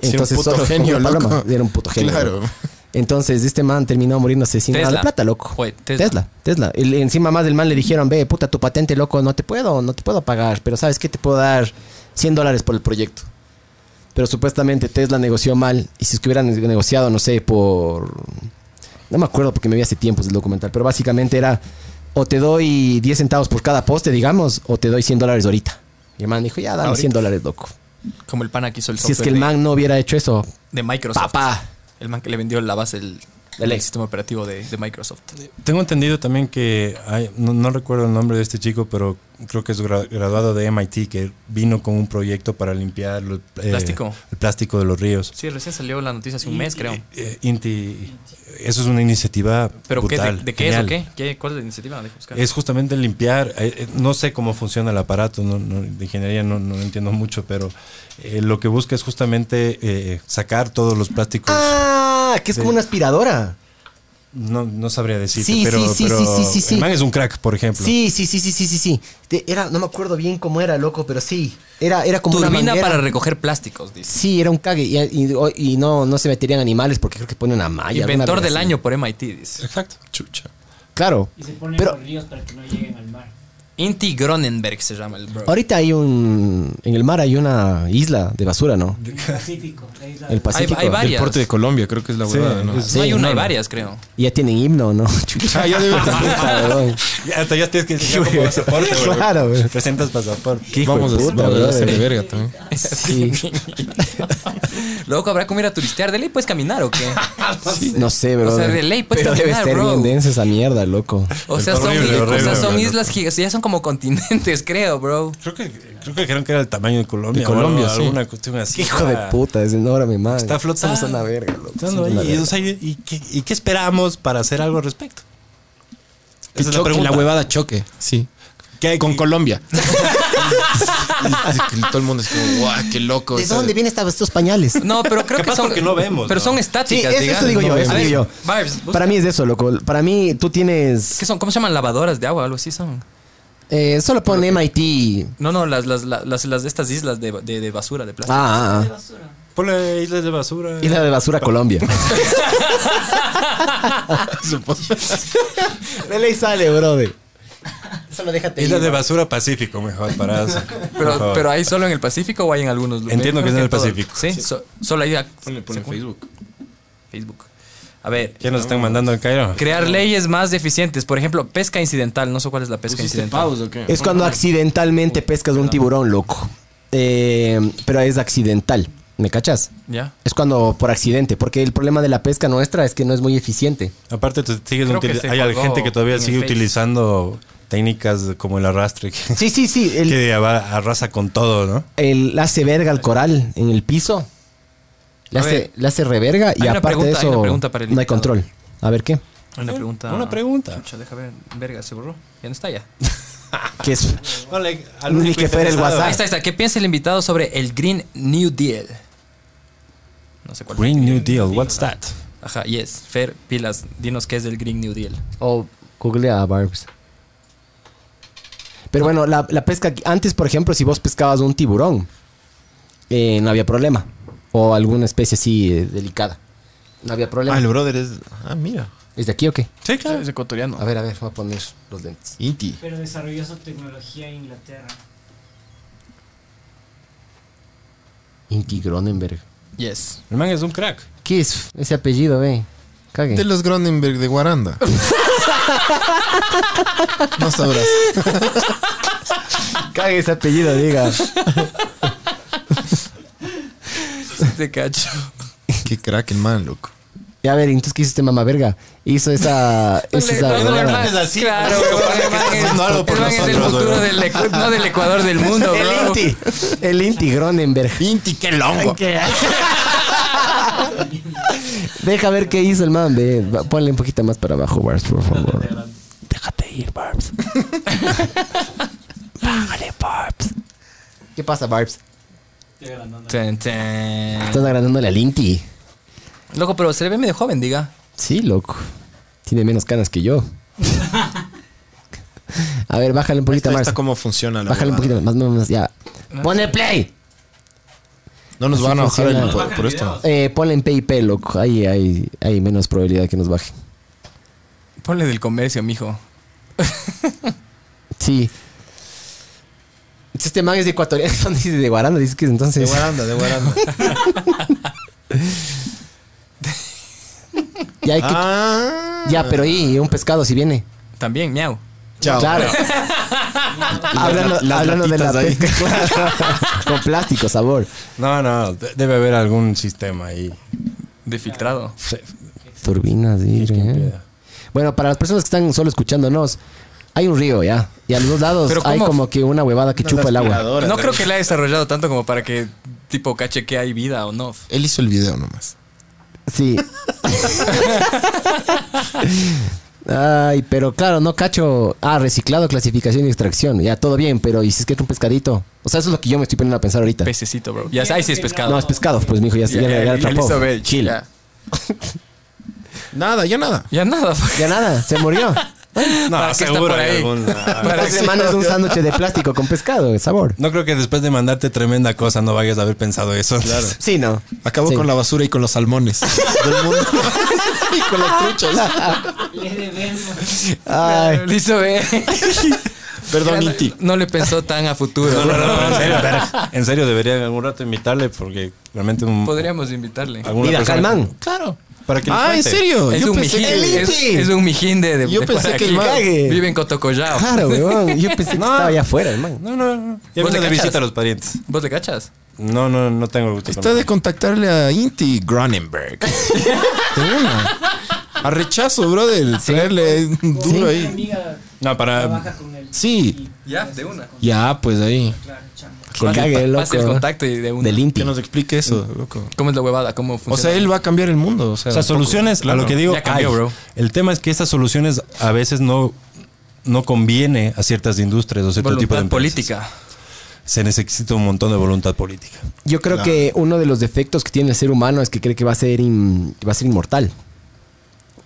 S1: Sí,
S3: Entonces,
S1: un puto
S3: solo con
S1: genio,
S3: una paloma.
S1: loco.
S3: Era un puto genio.
S1: Claro.
S3: loco. Entonces, este man terminó muriéndose sin nada de
S5: Tesla.
S3: plata, loco.
S5: Fue Tesla.
S3: Tesla. Tesla. El- encima más del man le dijeron, ve, puta, tu patente, loco, no te puedo, no te puedo pagar, pero ¿sabes qué? Te puedo dar 100 dólares por el proyecto. Pero supuestamente Tesla negoció mal y si es que hubieran negociado, no sé, por... No me acuerdo porque me vi hace tiempos el documental, pero básicamente era o te doy 10 centavos por cada poste, digamos, o te doy 100 dólares ahorita. Y el man dijo, ya, dame 100 dólares, loco.
S5: Como el pana que hizo el
S3: Si
S5: software
S3: es que el
S5: de-
S3: man no hubiera hecho eso,
S5: de, Microsoft.
S3: papá.
S5: El man que le vendió la base del,
S3: De ley.
S5: del sistema operativo de, de Microsoft.
S4: Tengo entendido también que hay- no, no recuerdo el nombre de este chico, pero creo que es gra- graduado de MIT que vino con un proyecto para limpiar lo- eh,
S5: Plástico.
S4: el plástico de los ríos.
S5: Sí, recién salió la noticia hace un mes, creo.
S4: Eh, Inti, eso es una iniciativa
S5: ¿Pero qué, de,
S4: brutal,
S5: de qué es o
S4: genial.
S5: qué? ¿Qué- ¿Cuál es la iniciativa? Deja buscar.
S4: Es justamente limpiar, eh, eh, no sé cómo funciona el aparato, no- no, de ingeniería no, no entiendo mucho, pero eh, lo que busca es justamente eh, sacar todos los
S5: pues,
S4: plásticos.
S3: Ah, que es como una aspiradora.
S4: No, no sabría decir,
S3: Sí,
S4: pero,
S3: sí, sí,
S4: pero
S3: sí, sí, sí, sí.
S4: el man es un crack, por ejemplo.
S3: Sí, sí, sí, sí, sí, sí, sí. Te- Era, no me acuerdo bien cómo era, loco, pero sí. Era, era como una
S5: Turbina
S3: manguera.
S5: para recoger plásticos, dice.
S3: Sí, era un cague. Y, y- y no, no se meterían animales porque creo que pone una malla. Ah, alguna
S5: Inventor
S3: verga
S5: del
S3: así.
S5: año por MIT, dice.
S4: Exacto. Chucha.
S3: Claro.
S6: Y se ponen
S3: Pero-
S6: los ríos para que no lleguen al mar.
S5: Inti Gronenberg se llama el bro.
S3: Ahorita hay un... En el mar hay una isla de basura, ¿no?
S6: El Pacífico. la isla
S3: El
S6: de-
S3: Pacífico. Ah,
S5: hay varias.
S1: El porte de Colombia, creo que es la
S4: Sí,
S1: huevada, ¿no?
S4: es-
S5: no hay
S3: sí,
S5: una, hay
S3: no.
S5: varias, creo.
S3: Y ya tienen himno, ¿no? Chucha,
S1: Ah, ya debe también.
S3: puta, weón.
S4: Ya, hasta ya tienes que enseñar como pasaporte, güey.
S3: Claro, güey.
S4: Presentas pasaporte.
S1: Vamos a
S3: puta,
S1: vamos a
S3: brother.
S1: hacerle verga también.
S3: Sí.
S5: Luego habrá como ir a turistear. De ley puedes caminar o qué.
S3: No sé, bro.
S5: O sea, de ley, pues,
S3: Pero debe
S5: caminar,
S3: ser
S5: bro.
S3: bien densa esa mierda, loco.
S5: O sea, son,
S4: Horrible,
S5: o sea,
S4: horrible,
S5: son
S4: loco.
S5: islas gigantes. Ya son como continentes, creo, bro.
S4: Creo que, creo que dijeron que era el tamaño de Colombia.
S1: De Colombia,
S4: o algo,
S1: sí.
S4: Alguna cuestión así.
S3: Hijo de
S4: Ah,
S3: puta, es enorme, madre.
S4: Está flotando.
S3: Somos una verga, loco.
S4: estando
S3: somos
S4: ahí.
S3: una
S4: Y,
S3: verga.
S4: o sea, ¿y- y qué, y qué esperamos para hacer algo al respecto?
S1: Que
S4: Esa es la
S1: choque,
S4: pregunta.
S1: la huevada choque. Sí.
S4: ¿Qué hay-
S1: Con Colombia. Y- y todo el mundo es como, guau, qué loco.
S3: ¿De
S1: o sea,
S3: dónde vienen estas- estos pañales?
S5: No, pero creo
S4: Capaz
S5: que son.
S4: porque no vemos,
S5: Pero
S4: ¿no?
S5: son
S3: Sí,
S5: estáticas,
S3: eso,
S5: digamos.
S3: eso digo yo,
S5: No
S3: eso
S5: vemos.
S3: digo yo.
S5: Vibes, busca-
S3: Para mí es eso, loco. Para mí tú
S5: ¿Qué
S3: tienes...
S5: son? ¿Cómo se llaman? Lavadoras de agua, algo así son.
S3: eh, solo pon MIT.
S5: No, no, las, las, las, las- las- estas islas de, de- de basura, de plástico.
S3: Ah, ah,
S4: Ponle islas de basura.
S3: ah. Isla de Basura, Colombia. De ley sale, brother. Solo déjate
S4: Isla de basura Pacífico, mejor para eso. Por
S5: Pero,
S4: favor.
S5: pero hay solo en el Pacífico o hay en algunos lugares.
S4: Entiendo que es en el
S5: todo.
S4: Pacífico.
S5: Sí, so- solo hay.
S1: Ponle, ponle Facebook.
S5: Facebook. A ver.
S4: ¿Qué nos están mandando en Cairo?
S5: Crear leyes más eficientes. Por ejemplo, pesca incidental. No sé cuál es la pesca incidental.
S1: pausa o qué?
S3: Es cuando accidentalmente pescas un tiburón, loco. Eh, pero es accidental. ¿Me cachas?
S5: ¿Ya?
S3: Es cuando por accidente, porque el problema de la pesca nuestra es que no es muy eficiente.
S4: Aparte, te sigues
S5: Creo que
S4: utili-
S5: se
S4: hay
S5: colgó
S4: gente que todavía
S5: en el
S4: sigue
S5: Face.
S4: utilizando técnicas como el arrastre, que,
S3: Sí, sí, sí. El,
S4: que va- arrasa con todo, ¿no?
S3: el hace verga al coral en el piso. Le
S5: A
S3: hace,
S5: ver.
S3: le hace reverga y
S5: Hay una
S3: aparte de
S5: pregunta, hay
S3: eso
S5: una pregunta para el
S3: no hay
S5: invitado.
S3: control. A ver qué.
S5: Una pregunta.
S4: Una pregunta.
S5: Chucha, deja ver. Verga, se borró. Ya no está ya.
S3: ¿Qué es?
S4: Ole, al
S3: Ni
S4: único
S3: que fuera el
S4: interesado.
S3: WhatsApp.
S5: Ahí está, ahí está. ¿Qué piensa el invitado sobre el Green New Deal? No sé cuál.
S4: Green New Deal, what's that?
S5: Ajá, yes. Fer, pilas, dinos qué es el Green New Deal.
S3: O Oh, googlea a Barbs. Pero bueno, la, la pesca. Antes, por ejemplo, si vos pescabas un tiburón, eh, no había problema. O alguna especie así eh, delicada. No había problema.
S1: Ah, el brother es. Ah, mira.
S3: ¿Es de aquí o qué?
S5: Sí, claro. Es ecuatoriano.
S3: A ver, a ver, voy a poner los lentes.
S1: Inti.
S6: Pero desarrolló su tecnología en Inglaterra.
S3: Inti Gronenberg.
S5: Yes.
S4: El man es un crack.
S3: ¿Qué es ese apellido, ve? Cague.
S1: De los Gronenberg de Guaranda. no sabrás.
S3: Cague ese apellido, diga.
S5: Te cacho.
S1: Qué crack el man, loco.
S3: Y a ver, entonces, ¿qué hizo este mamá verga? Hizo esa. hizo esa huevada.
S5: es así. Claro, bro, el man es-
S4: haciendo algo por
S5: el man es el
S4: nosotros,
S5: futuro
S4: bro.
S5: del, ecu- no del Ecuador, del mundo,
S3: el
S5: bro.
S3: Inti. El Inti Gronenberg.
S1: Inti, qué longo.
S3: Deja ver qué hizo el man, ve. Va, Ponle un poquito más para abajo, Barbs, por favor. Déjate ir, Barbs. Bájale, Barbs. ¿Qué pasa, Barbs?
S5: Tan, tan.
S3: Estás agrandándole al Inti.
S5: Loco, pero se le ve medio joven, diga.
S3: Sí, loco. Tiene menos canas que yo. A ver, bájale un poquito
S1: Ahí
S3: más.
S1: está cómo funciona la
S3: Bájale un
S1: huevada.
S3: poquito más, más, más, ya. Ponle play.
S1: No nos
S3: Así
S1: van a bajar
S3: funciona.
S1: el, por, por esto.
S3: Eh, ponle en PIP, loco. Ahí hay, hay menos probabilidad que nos baje.
S5: Ponle del comercio, mijo.
S3: Sí. Si Este man es de ecuatoriano, dice de Guaranda, dice que es entonces.
S1: Guaranda, de Guaranda.
S3: Ya hay que-
S1: Ah,
S3: Ya, pero y un pescado si viene.
S5: También, miau.
S1: chao.
S3: Claro. hablando
S1: Ah, Las
S3: hablando de la
S1: latitas ahí.
S3: pesca. Con plástico, sabor.
S4: No, no, de- debe haber algún sistema ahí.
S5: De filtrado.
S4: Se-
S3: Turbinas, sí, ¿eh? Bueno, para las personas que están solo escuchándonos, hay un río ya. Y a los dos lados
S5: Pero
S3: hay
S5: ¿cómo?
S3: como que una huevada que chupa el agua.
S5: No creo que la haya desarrollado tanto como para que, tipo, cache que hay vida o no.
S1: Él hizo el video nomás.
S3: Sí. Ay, pero claro, no cacho. Ah, reciclado, clasificación y extracción. Ya, todo bien, pero ¿y si es que es un pescadito? O sea, eso es lo que yo me estoy poniendo a pensar ahorita.
S5: Pececito, bro. Ya, ahí sí es pescado.
S3: No, es pescado, pues mijo, ya, ya,
S5: Ya,
S3: ya,
S5: ya,
S3: ya
S5: ya
S3: atrapó.
S5: listo, ve,
S3: Chill.
S5: Ya,
S1: Nada, ya nada.
S5: Ya nada. pues.
S3: Ya nada, se murió.
S5: ¿Para
S4: No,
S5: qué está
S4: seguro
S5: por
S4: hay
S5: ahí?
S4: algún- ah,
S5: Para
S3: Dos
S5: que-
S3: semanas de un sándwich de plástico con pescado, de sabor.
S4: No creo que después de mandarte tremenda cosa no vayas a haber pensado eso. Claro.
S3: Sí, no.
S1: Acabó
S3: Sí.
S1: con la basura y con los salmones Ah, del mundo. y con las truchas.
S6: Le debemos.
S3: Ay,
S5: Listo, ve.
S1: Perdón, Inti.
S5: No le pensó tan a futuro.
S4: No, no, no, pero Ah, en serio, pero en serio, debería en algún rato invitarle porque realmente un,
S5: Podríamos invitarle.
S4: alguna
S3: Mira,
S4: persona-
S3: Calmán.
S5: Claro.
S4: Para que nos
S1: Ah, ¿en
S4: cuente.
S1: serio?
S5: Es
S1: Yo
S5: un,
S1: pensé
S5: mijín,
S1: que-
S5: es, es un mijín de, de-
S1: Yo
S5: de
S1: pensé
S5: por
S1: que el
S5: aquí.
S1: man-
S5: Vive en Cotocollao.
S3: claro, weón. Yo pensé que estaba allá afuera, hermano.
S4: No, no, no. Ya
S5: ¿Vos
S4: viene
S5: le
S4: de
S5: cachas?
S4: visita a los parientes.
S5: ¿Vos le cachas?
S4: No, no, no tengo gusto.
S1: Está de contactarle a Inti Gronenberg. De una. A rechazo, brother. Traerle un duro
S6: Una
S1: ahí.
S6: amiga
S4: No,
S6: Trabaja
S4: para.
S6: con él.
S1: Sí.
S5: Ya, de una.
S1: Ya,
S3: pues ahí.
S6: Claro, chamba.
S3: Con cague,
S5: Pasa el
S3: loco.
S5: contacto y de una.
S3: Del
S1: Que
S3: Impi.
S1: nos explique eso, loco.
S5: ¿Cómo es la huevada? ¿Cómo
S1: O
S5: funciona?
S1: sea, él va a cambiar el mundo. O sea,
S4: O sea, soluciones, a lo que digo,
S5: Ya cambió,
S4: hay.
S5: bro.
S4: el tema es que estas soluciones a veces no, no conviene a ciertas industrias o cierto tipo de
S5: voluntad
S4: empresas.
S5: política.
S4: Se necesita un montón de voluntad política.
S3: Yo creo que uno de los defectos que tiene el ser humano es que cree que va a ser, in- que va a ser inmortal.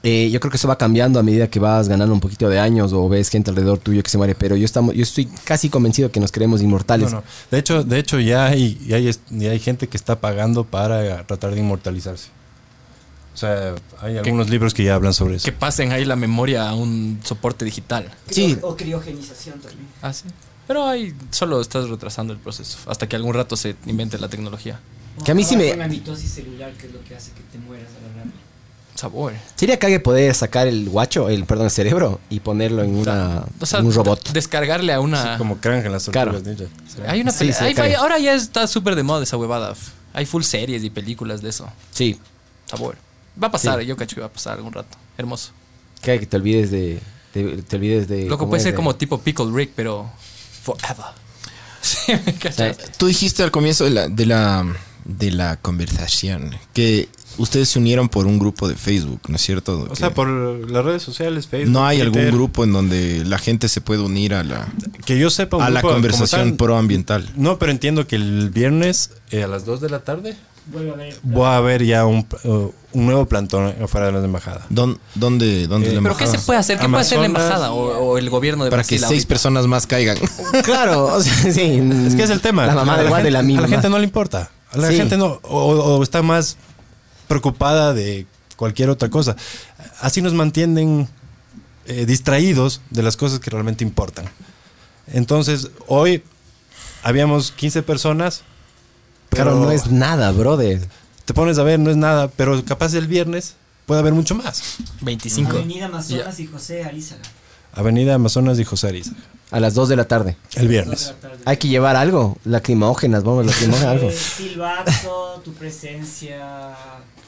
S3: Eh, yo creo que eso va cambiando a medida que vas ganando un poquito de años o ves gente alrededor tuyo que se muere, pero yo, estamos, yo estoy casi convencido que nos creemos inmortales.
S4: No, no. De hecho, de hecho ya, hay, ya, hay, est- ya hay gente que está pagando para tratar de inmortalizarse. O sea, hay algunos libros que ya hablan sobre eso.
S5: Que pasen ahí la memoria a un soporte digital.
S3: Sí.
S6: O criogenización también.
S5: Ah, sí. Pero ahí solo estás retrasando el proceso hasta que algún rato se invente la tecnología.
S3: Que a mí sí me-
S6: Con la mitosis celular, que es lo que hace que te mueras a la rápida.
S5: Sabor.
S3: Sería cague poder sacar el guacho, el perdón, el cerebro y ponerlo en, una,
S5: O sea,
S3: en un robot.
S5: Descargarle a una.
S4: Sí, como Krang en las
S3: Claro.
S4: tortugas ninja. Sí.
S5: Hay una
S3: Sí,
S5: peli-
S3: se
S5: hay-
S3: cae.
S5: hay- ahora ya está súper de moda esa huevada. f. Hay full series y películas de eso.
S3: Sí,
S5: Sabor. Va a pasar, yo cacho que va a pasar algún rato. Hermoso.
S3: cague que te olvides de... de- te olvides de...
S5: Loco,
S3: ¿cómo
S5: puede
S3: es?
S5: ser
S3: De-
S5: como tipo Pickle Rick, pero forever. Sí, me cachas.
S1: Tú dijiste al comienzo de la, de la, de la conversación que ustedes se unieron por un grupo de Facebook, ¿no es cierto?
S4: O
S1: Que
S4: sea, por las redes sociales, Facebook.
S1: no hay algún
S4: Twitter,
S1: grupo en donde la gente se puede unir a la,
S4: que yo sepa. un
S1: a la
S4: grupo como
S1: conversación
S4: tal.
S1: proambiental.
S4: No, pero entiendo que el viernes eh, a las 2 de la tarde
S6: Vuelve a ver.
S4: voy a haber ya un, uh, un nuevo plantón afuera de la embajada.
S1: ¿Dón- ¿Dónde, dónde
S4: Eh,
S1: la
S5: ¿Pero qué se
S1: embajada?
S5: puede hacer? ¿Qué puede hacer la
S4: Amazonas.
S5: embajada o, o el gobierno de
S1: Para que
S5: Brasil?
S1: seis
S5: ahorita?
S1: personas más caigan.
S3: Claro, o sea, sí.
S4: Es que es el tema.
S3: La mamá
S4: A
S3: de igual
S4: gente-
S3: de la misma.
S4: A la gente no le importa. A la
S3: Sí.
S4: gente no. O, o está más preocupada de cualquier otra cosa. Así nos mantienen eh, distraídos de las cosas que realmente importan. Entonces, hoy habíamos 15 personas.
S3: Claro, no es nada, brother.
S4: Te pones a ver, no es nada, pero capaz el viernes puede haber mucho más.
S5: 25.
S6: Avenida Amazonas y José Arizaga.
S4: Avenida Amazonas y José Ariza.
S3: A las 2 de la tarde.
S4: El
S6: Dos de
S4: viernes.
S6: la tarde.
S3: Hay que llevar algo. Lacrimógenas, vamos, lacrimógenas, algo.
S6: Eh, silbato, tu presencia.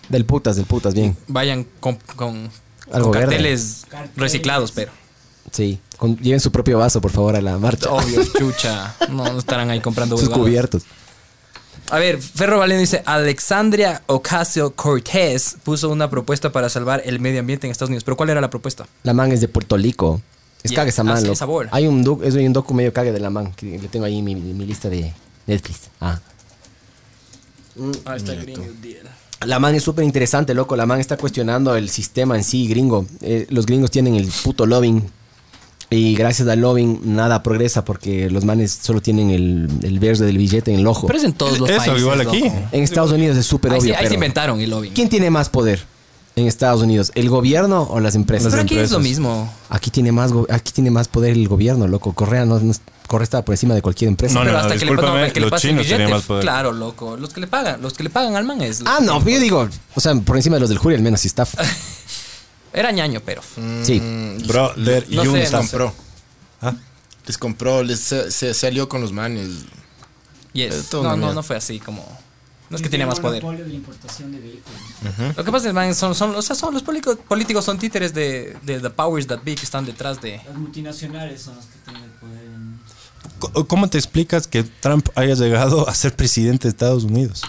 S3: Del putas, del putas, bien.
S5: Vayan con, con,
S3: Algo
S5: con
S3: verde.
S5: carteles
S6: Carteles.
S5: reciclados, pero.
S3: Sí. Con- lleven su propio vaso, por favor, a la marcha.
S5: Obvio, chucha. No, no estarán ahí comprando
S3: Sus
S5: huevadas.
S3: cubiertos.
S5: A ver, Ferro Valeno dice, Alexandria Ocasio Cortés puso una propuesta para salvar el medio ambiente en Estados Unidos. ¿Pero cuál era la propuesta?
S3: La man es de Puerto Rico. Es
S5: Ya,
S3: cague esa
S5: así
S3: man, loco.
S5: es sabor.
S3: Hay un, doc, es un docu medio cague de la man. Que le tengo ahí en mi, mi lista de Netflix. Ah.
S5: Ah, está
S3: La man es súper interesante, loco. La man está cuestionando el sistema en sí, gringo. Eh, los gringos tienen el puto lobbying. Y gracias al lobbying nada progresa porque los manes solo tienen el, el verde del billete en el ojo.
S5: Pero es en todos los
S4: Eso,
S5: países.
S4: igual
S5: loco.
S4: aquí.
S3: en Estados Unidos es súper
S5: Ahí, sí-
S3: obvio.
S5: ahí se
S3: pero-
S5: inventaron el lobbying.
S3: ¿Quién tiene más poder en Estados Unidos? ¿El gobierno o las empresas?
S5: Pero aquí es lo
S4: empresas.
S5: mismo.
S3: Aquí tiene más go- aquí tiene más poder el gobierno, loco. Correa no, no- Correa está por encima de cualquier empresa.
S4: No,
S5: pero
S4: no,
S5: hasta que le,
S4: discúlpame,
S5: no, el que le
S4: los
S5: pase el
S4: chinos tenían
S5: billete,
S4: más poder.
S5: Claro, loco. Los que le pagan, los que le pagan al man es.
S3: Ah, no, pero yo digo, o sea, por encima de los del jury al menos y staff.
S5: Era ñaño, pero.
S3: Sí.
S4: Bro, there,
S5: No
S4: you
S5: sé,
S4: stamp.
S5: no sé.
S4: Ah,
S1: Les compró, les, se, se salió con los manes.
S5: Yes.
S1: Eh, todo
S5: No,
S1: una
S5: no,
S1: mierda.
S5: no fue así como. No es que tenía más poder.
S6: monopolio de la importación de vehículos.
S5: Lo que pasa es que son, son, o sea, son los polico- políticos son títeres de, de The Powers That Be que están detrás de.
S6: Las multinacionales son las que tienen el poder. en-
S4: Co- ¿Cómo te explicas que Trump haya llegado a ser presidente de Estados Unidos?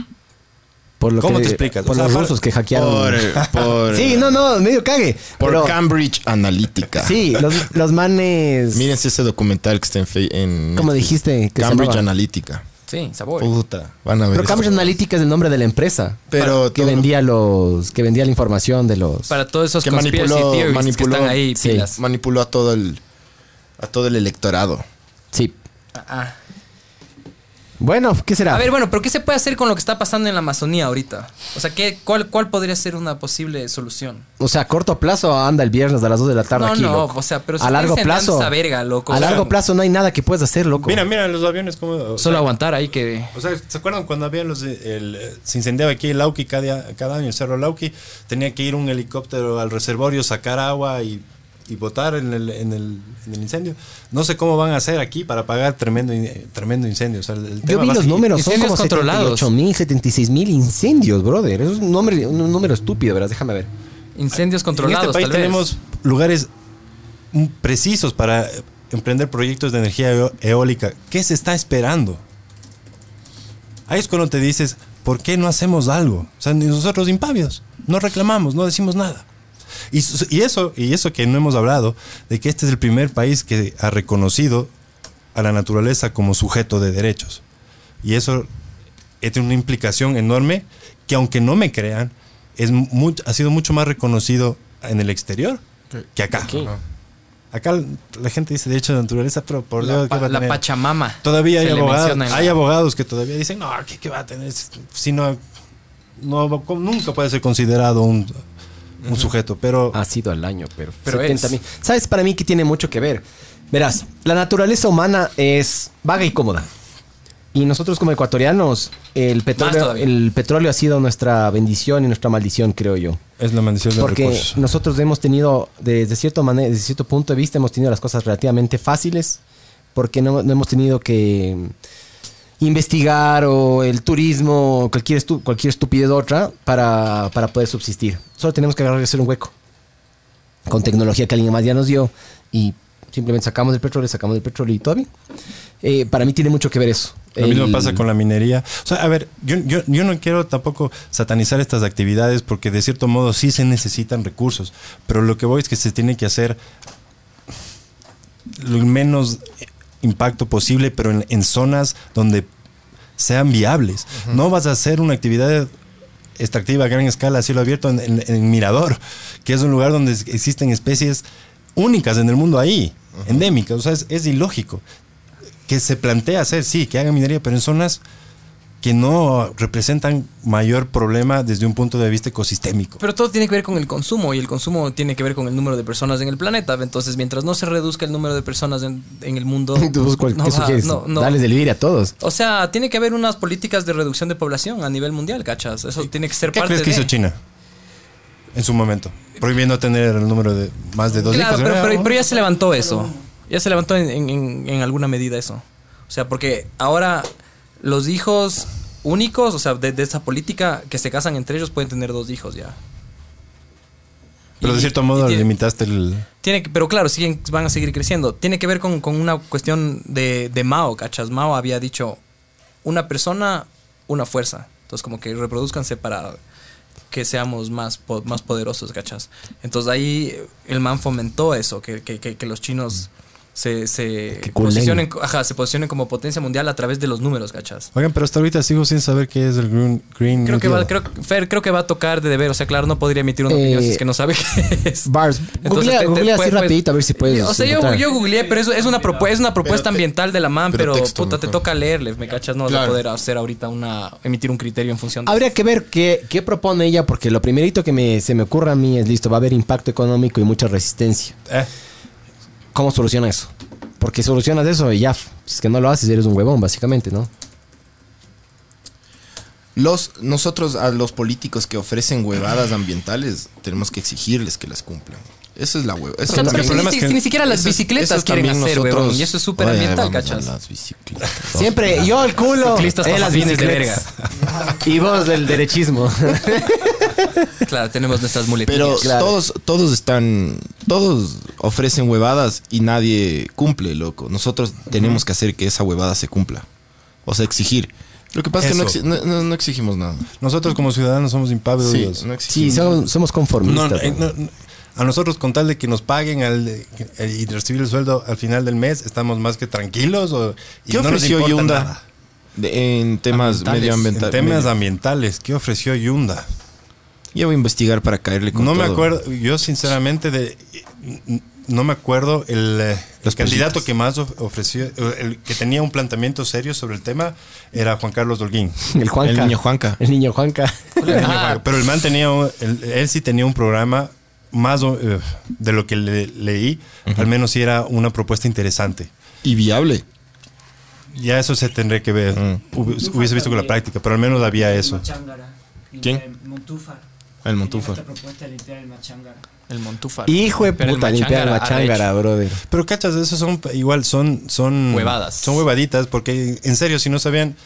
S3: Por lo
S4: ¿Cómo
S3: que-
S4: te explicas?
S3: Por
S4: O sea,
S3: los
S4: para-
S3: rusos que hackearon.
S1: Por, eh, por, eh,
S3: Sí, no, no, medio cague.
S1: por
S3: pero-
S1: Cambridge Analytica.
S3: Sí, los, los manes.
S1: Mírense ese documental que está en, fe- en
S3: como
S1: Netflix.
S3: dijiste, que se
S1: Cambridge
S3: llamaba.
S1: Analytica.
S5: Sí, sabor.
S1: Puta, van a ver.
S3: Pero
S1: esto.
S3: Cambridge Analytica es el nombre de la empresa.
S1: Pero
S3: que
S1: todo-
S3: vendía los. Que vendía la información de los.
S5: Para todos esos
S1: que
S5: conspiracy
S1: manipuló-
S5: theories
S1: manipuló-
S5: que están ahí,
S3: sí.
S5: pilas.
S1: manipuló a todo el a todo el electorado.
S3: Sí.
S5: Ah, ah.
S3: Bueno, ¿qué será?
S4: Ah.
S5: A ver, bueno, pero ¿qué se puede hacer con lo que está pasando en la Amazonía ahorita? O sea, ¿qué, cuál, ¿cuál podría ser una posible solución?
S3: o sea, a corto plazo anda el viernes a las 2 de la tarde
S5: No,
S3: aquí.
S5: no,
S3: loco.
S5: o sea, pero si
S3: a
S5: estás
S3: largo
S5: incendiando
S3: plazo.
S5: esa verga, loco,
S3: A
S5: o sea,
S3: largo plazo no hay nada que puedas hacer, loco.
S4: Mira, mira los aviones como... o
S5: Solo
S4: sea,
S5: aguantar ahí que...
S4: O sea, ¿se acuerdan cuando había los de- el, eh, se incendiaba aquí el Lauqui cada, cada año, el Cerro Lauqui? Tenía que ir un helicóptero al reservorio, sacar agua y, y botar en el, en, el, en el incendio. No sé cómo van a hacer aquí para pagar tremendo, in- eh, tremendo incendio. O sea, el- el
S3: Yo
S4: tema
S3: vi
S4: va a
S3: los
S4: seguir.
S3: números, son
S5: Incendios
S3: como
S5: controlados.
S3: 78 mil, 76 mil incendios, brother. Eso es un, nombre, un número estúpido, verás, déjame ver.
S5: Incendios
S4: En este
S5: controlados,
S4: país
S5: tal vez.
S4: tenemos lugares mm, precisos para emprender proyectos de energía eo- eólica. ¿Qué se está esperando? Ahí es cuando te dices, ¿por qué no hacemos algo? O sea, nosotros impavios, no reclamamos, no decimos nada. Y, su- y eso, y eso que no hemos hablado, de que este es el primer país que ha reconocido a la naturaleza como sujeto de derechos. Y eso eh, tiene una implicación enorme que aunque no me crean, es mu- ha sido mucho más reconocido en el exterior que acá. Acá la gente dice derecho de naturaleza, pero por Dios,
S5: La,
S4: ¿qué va
S5: pa-
S4: a
S5: la
S4: tener?
S5: Pachamama.
S4: Todavía hay
S5: se le
S4: abogados,
S5: menciona en la-
S4: hay abogados que todavía dicen, no, ¿qué, qué va a tener? Si no, no va- como- nunca puede ser considerado un, un sujeto, pero
S5: Ah.
S3: Ha sido al año, pero,
S5: Pero
S3: 70
S5: es.
S3: mil. ¿Sabes para mí que tiene mucho que ver? Verás, la naturaleza humana es vaga y cómoda. Y nosotros como ecuatorianos, el petróleo,
S5: todavía.
S3: el petróleo ha sido nuestra bendición y nuestra maldición, creo yo.
S4: es la maldición del
S3: Porque
S4: recurso.
S3: nosotros hemos tenido, desde cierto, mane- desde cierto punto de vista, hemos tenido las cosas relativamente fáciles, porque no, no hemos tenido que investigar o el turismo o cualquier, estu- cualquier estupidez otra para, para poder subsistir. Solo tenemos que agarrar y hacer un hueco con tecnología que alguien más ya nos dio y simplemente sacamos el petróleo, sacamos el petróleo y todo bien. Eh, para mí tiene mucho que ver eso.
S4: Lo mismo
S3: El-
S4: pasa con la minería. O sea, a ver, yo, yo, yo no quiero tampoco satanizar estas actividades porque de cierto modo sí se necesitan recursos, pero lo que voy es que se tiene que hacer lo menos impacto posible, pero en, en zonas donde sean viables. No vas a hacer una actividad extractiva a gran escala, a cielo abierto, en, en- en Mirador, que es un lugar donde es- existen especies únicas en el mundo ahí, endémicas. O sea, es, es ilógico. Que se plantea hacer, sí, que haga minería, pero en zonas que no representan mayor problema desde un punto de vista ecosistémico.
S5: Pero todo tiene que ver con el consumo y el consumo tiene que ver con el número de personas en el planeta. Entonces, mientras no se reduzca el número de personas en, en el mundo, pues,
S3: Tú buscas cual-
S5: no
S3: ¿Qué
S5: va-
S3: sugieres?
S5: no- no.
S3: Dales de vivir a todos.
S5: O sea, tiene que haber unas políticas de reducción de población a nivel mundial, cachas. Eso tiene que ser
S4: ¿Qué
S5: parte
S4: crees que
S5: de-
S4: hizo China en su momento? Prohibiendo tener el número de más de dos
S5: Claro,
S4: hijos.
S5: pero, pero-
S4: ¿no?
S5: pero ya se levantó eso. Ya se levantó en, en- en- en alguna medida eso. O sea, porque ahora los hijos únicos, o sea, de, de esa política que se casan entre ellos pueden tener dos hijos ya.
S4: Pero de
S5: Y-
S4: cierto
S5: y
S4: modo
S5: tiene-
S4: limitaste el...
S5: Tiene que- pero claro, siguen, van a seguir creciendo. Tiene que ver con, con una cuestión de, de Mao, ¿cachas? Mao había dicho, una persona, una fuerza. Entonces, como que reproduzcanse para que seamos más, po- más poderosos, ¿cachas? Entonces, ahí eh, el man fomentó eso, que, que- que- que los chinos se, se
S3: Mm. Que culen.
S5: posicionen, ajá, se posicionen como potencia mundial a través de los números, ¿cachas?
S4: Oigan, pero hasta ahorita sigo sin saber qué es el Green, green
S5: Creo
S4: New
S5: que, va,
S4: Deal.
S5: creo, Fer, creo que va a tocar de deber. O sea, claro, no podría emitir una opinión
S3: Eh,
S5: si es que no sabe qué es.
S3: Bars, googlea,
S5: te- te-
S3: googlea
S5: puedes-
S3: así rapidito a ver si puedes.
S5: este pues,
S3: este,
S5: O sea, yo,
S3: encontrar.
S5: yo googleé, pero es, es una, propu- es una propuesta
S1: te-
S5: ambiental de la MAN,
S1: pero
S5: pero,
S1: texto
S5: puta, te
S1: mejor.
S5: toca leerle, ¿me cachas? No vas
S1: Claro.
S5: a poder hacer ahorita una. emitir un criterio en función de.
S3: Habría que ver qué, qué propone ella, porque lo primerito que me, se me ocurre a mí es listo, va a haber impacto económico y mucha resistencia.
S4: Eh,
S3: ¿Cómo soluciona eso? Porque solucionas eso y ya, si es que no lo haces, eres un huevón, básicamente, ¿no?
S1: Los, nosotros a los políticos que ofrecen huevadas ambientales tenemos que exigirles que las cumplan. Esa es la hueva.
S5: O
S1: Eso
S5: sea,
S1: es
S5: pero
S1: la-
S5: si
S4: problema
S5: ni, si-
S4: es que
S5: si ni siquiera las
S1: esas-
S5: bicicletas
S1: esas
S5: quieren
S1: también
S5: hacer,
S1: nosotros-
S5: huevón. Y eso es súper
S1: Oye,
S5: ambiental,
S1: vamos a
S5: ¿cachas?
S1: Las bicicletas.
S3: Siempre, yo el culo.
S5: Ciclistas
S3: eh,
S5: pasan fines de
S3: bicicletas. Y vos del derechismo.
S5: Claro, tenemos nuestras muletillas.
S1: Pero
S3: Claro.
S1: todos, todos están, todos ofrecen huevadas y nadie cumple, loco. Nosotros tenemos que hacer que esa huevada se cumpla. O sea, exigir. Lo que pasa es que no,
S4: Eso.
S1: exi- no- no- no exigimos nada.
S4: nosotros como ciudadanos somos impávidos.
S1: Sí, no
S3: Sí,
S1: exigimos.
S3: somos, somos
S4: No,
S3: conformistas.
S4: no, eh,
S3: ¿no?
S4: no, no. a nosotros con tal de que nos paguen al- eh, y recibir el sueldo al final del mes, estamos más que tranquilos. o- y
S1: ¿Qué
S4: no nos
S1: ofreció
S4: importa
S1: Yunda
S4: nada.
S1: de- en temas
S5: Ambientales.
S4: En
S1: medioambientales?
S4: temas ambientales, ¿qué ofreció Yunda?
S1: Ya voy a investigar para caerle con
S4: No me
S1: todo.
S4: acuerdo, yo sinceramente de no me acuerdo el, eh, el
S1: Las
S4: candidato
S1: pollitas.
S4: que más of- ofreció, eh, el que tenía un planteamiento serio sobre el tema era Juan Carlos Dolguín.
S3: El Juanca.
S1: El niño Juanca.
S3: El niño Juanca.
S5: Ah,
S4: Pero el man tenía, un- el- él sí tenía un programa más o- eh, de lo que le- leí, al menos sí era una propuesta interesante.
S1: Y viable.
S4: Ya eso se tendría que ver. Hubi- Hubiese visto con la práctica, pero al menos había eso.
S6: Machángara.
S1: ¿Quién?
S6: El Montúfar.
S1: El
S6: Tenía
S1: Montúfar.
S6: esta propuesta de limpiar el Machángara.
S5: el Montúfar.
S3: Hijo de
S5: Pero el
S3: puta, limpiar la
S5: Machángara,
S3: chángara, brother.
S4: Pero cachas, esos son igual, son, son
S5: Huevadas.
S4: Son huevaditas, porque en serio, si no sabían,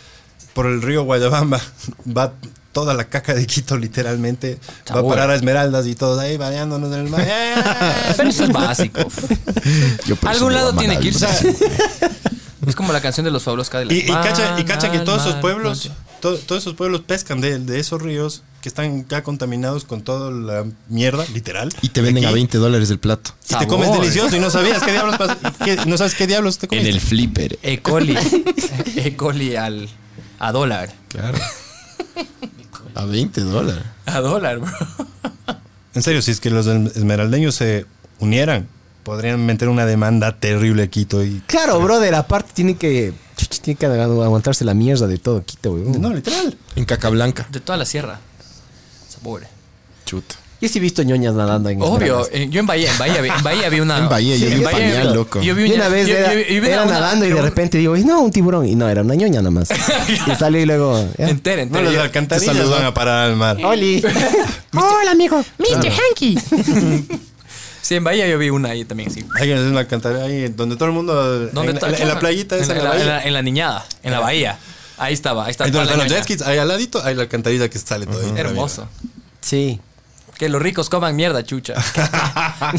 S4: por el río Guayabamba va toda la caca de Quito literalmente va
S5: Sabor.
S4: a parar a Esmeraldas y todos ahí bañándonos en el mar.
S5: Ah, Pero eso es básico.
S1: Yo por eso
S5: Algún
S1: no
S5: lado
S1: voy a
S5: tiene
S1: mandar
S5: que
S1: al-
S5: irse. es como la canción de los Fablos Cadillac.
S4: Y, y cacha, y cacha que
S5: Mal,
S4: todos esos
S5: mal,
S4: pueblos,
S5: mal.
S4: to- todos esos pueblos pescan de, de esos ríos que están ya contaminados con toda la mierda, literal.
S1: Y te venden
S4: Aquí,
S1: a 20 dólares el plato.
S4: Y te comes
S5: Sabor.
S4: delicioso y no sabías qué diablos pas- y qué- no sabes qué diablos te comes.
S1: flipper.
S5: E. coli. E. coli al, a dólar.
S1: Claro. A 20 dólares.
S5: A dólar, bro.
S4: En serio, si es que los esmeraldeños se unieran, podrían meter una demanda terrible a Quito y
S3: Claro, brother, aparte tiene que, chuch, tiene que aguantarse la mierda de todo Quito, güey.
S4: no, literal.
S1: En caca blanca.
S5: De toda la sierra. Sabor.
S1: Chuta.
S3: Yo sí he visto ñoñas nadando en
S5: Obvio.
S3: Esmeraldas.
S5: eh, yo en Bahía, en Bahía, vi- en Bahía vi una.
S1: En Bahía, yo
S5: en
S1: vi un
S5: Bahía
S1: pañal, loco.
S5: Yo vi
S3: Y una vez
S5: yo-
S3: era,
S5: yo- yo vi una-
S3: era
S5: una-
S3: nadando y de
S5: un-
S3: repente digo, "Y no, un tiburón. Y no, era una ñoña nomás. y salió y luego. ya.
S5: Entera,
S4: No,
S5: entera.
S4: las
S5: Yo-
S4: alcantarillas
S1: saludo.
S4: van a parar al mar.
S3: ¡Oli! ¡Hola, amigo!
S7: Mr. Hanky.
S5: Sí, en Bahía yo vi una ahí también, sí.
S4: Hay una alcantarilla ahí donde todo el mundo.
S5: ¿Dónde
S4: en,
S5: está?
S4: en la- en la playita esa, en la,
S5: en
S4: bahía.
S5: en la niñada, en la bahía. Ahí estaba, ahí estaba.
S4: Ahí donde
S5: toda
S4: están
S5: la
S4: los
S5: ñoña.
S4: jet skis, ahí al ladito hay la alcantarilla que sale todo. ahí.
S5: Hermoso.
S3: Sí.
S5: Que los ricos coman mierda, chucha.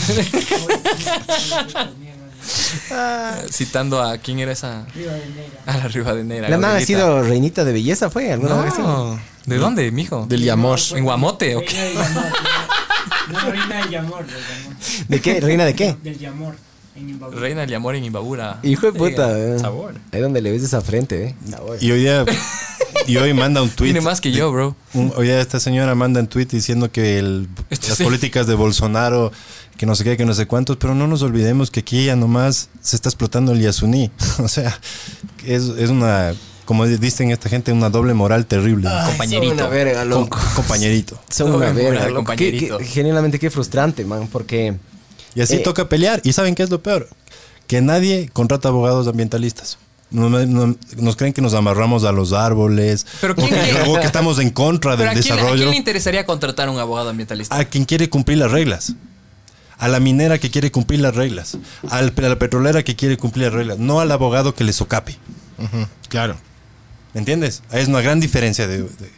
S5: Citando a quién era esa. A la Rivadeneira.
S3: La man ha
S5: Gabrielita.
S3: sido reinita de belleza, ¿fue? ¿Alguna vez?
S5: No. Ah, ¿De dónde, mijo?
S1: Del Yamor.
S5: ¿En Guamote o qué?
S6: Reina del Yamor. No, reina del Yamor, del Yamor.
S3: ¿De qué? ¿Reina de qué?
S6: Del Yamor, en Imbaú.
S5: Reina del Yamor en Imbabura.
S3: Hijo de puta.
S5: Oiga,
S3: eh.
S5: Sabor.
S3: Ahí donde le ves esa frente, ¿eh? Sabor.
S4: Y hoy día. Y hoy manda un tweet.
S5: Tiene más que yo, bro.
S4: Un- oye, esta señora manda en tweet diciendo que el-
S5: Este
S4: las
S5: sí.
S4: políticas de Bolsonaro, que no sé qué, que no sé cuántos, pero no nos olvidemos que aquí ya nomás se está explotando el Yasuní. O sea, es, es una, como dicen esta gente, una doble moral terrible.
S5: Compañerito.
S3: una verga, loco.
S5: Com-
S4: compañerito.
S3: Son
S5: No,
S3: una
S5: me muero,
S3: verga, loco. Qué-
S5: compañerito.
S3: qué- Genuinamente qué frustrante, man, porque...
S4: Y así
S3: Eh.
S4: toca pelear. ¿Y saben qué es lo peor? Que nadie contrata abogados ambientalistas. No- no- no- nos creen que nos amarramos a los árboles.
S5: Pero
S4: o
S5: ¿quién
S4: que,
S5: le-
S4: o que estamos en contra
S5: Pero
S4: del
S5: ¿a quién, ¿a quién
S4: desarrollo.
S5: le interesaría contratar a un abogado
S3: Ah.
S5: ambientalista?
S4: a quien quiere cumplir las reglas. A la minera que quiere cumplir las reglas. Al, a la petrolera que quiere cumplir las reglas. No al abogado que le socape.
S1: Claro.
S4: ¿Me entiendes? Es una gran diferencia. De, de-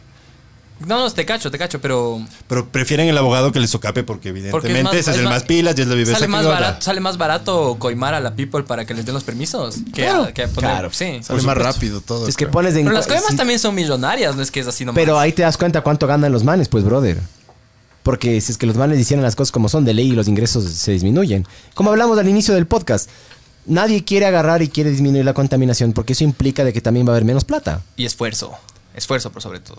S5: No, no, te cacho, te cacho, pero
S4: pero prefieren el abogado que le socape porque
S5: Porque
S4: evidentemente
S5: es más-
S4: ese es,
S5: es
S4: el
S5: más-
S4: más pilas y es la viveza
S5: sale
S4: que
S5: más,
S4: lo haga.
S5: barato, sale más barato coimar a la people para que les den los permisos que, a- que a poner.
S3: Claro.
S5: sí.
S1: Sale más rápido todo.
S3: Es que
S1: creo.
S3: pones en...
S5: Pero las coimas
S3: sí,
S5: también son millonarias, no es que es así nomás.
S3: Pero ahí te das cuenta cuánto ganan los manes, pues, brother. Porque si es que los manes hicieran las cosas como son de ley y los ingresos se disminuyen. Como hablamos al inicio del podcast, nadie quiere agarrar y quiere disminuir la contaminación porque eso implica de que también va a haber menos plata.
S5: Y esfuerzo. Esfuerzo, por sobre todo.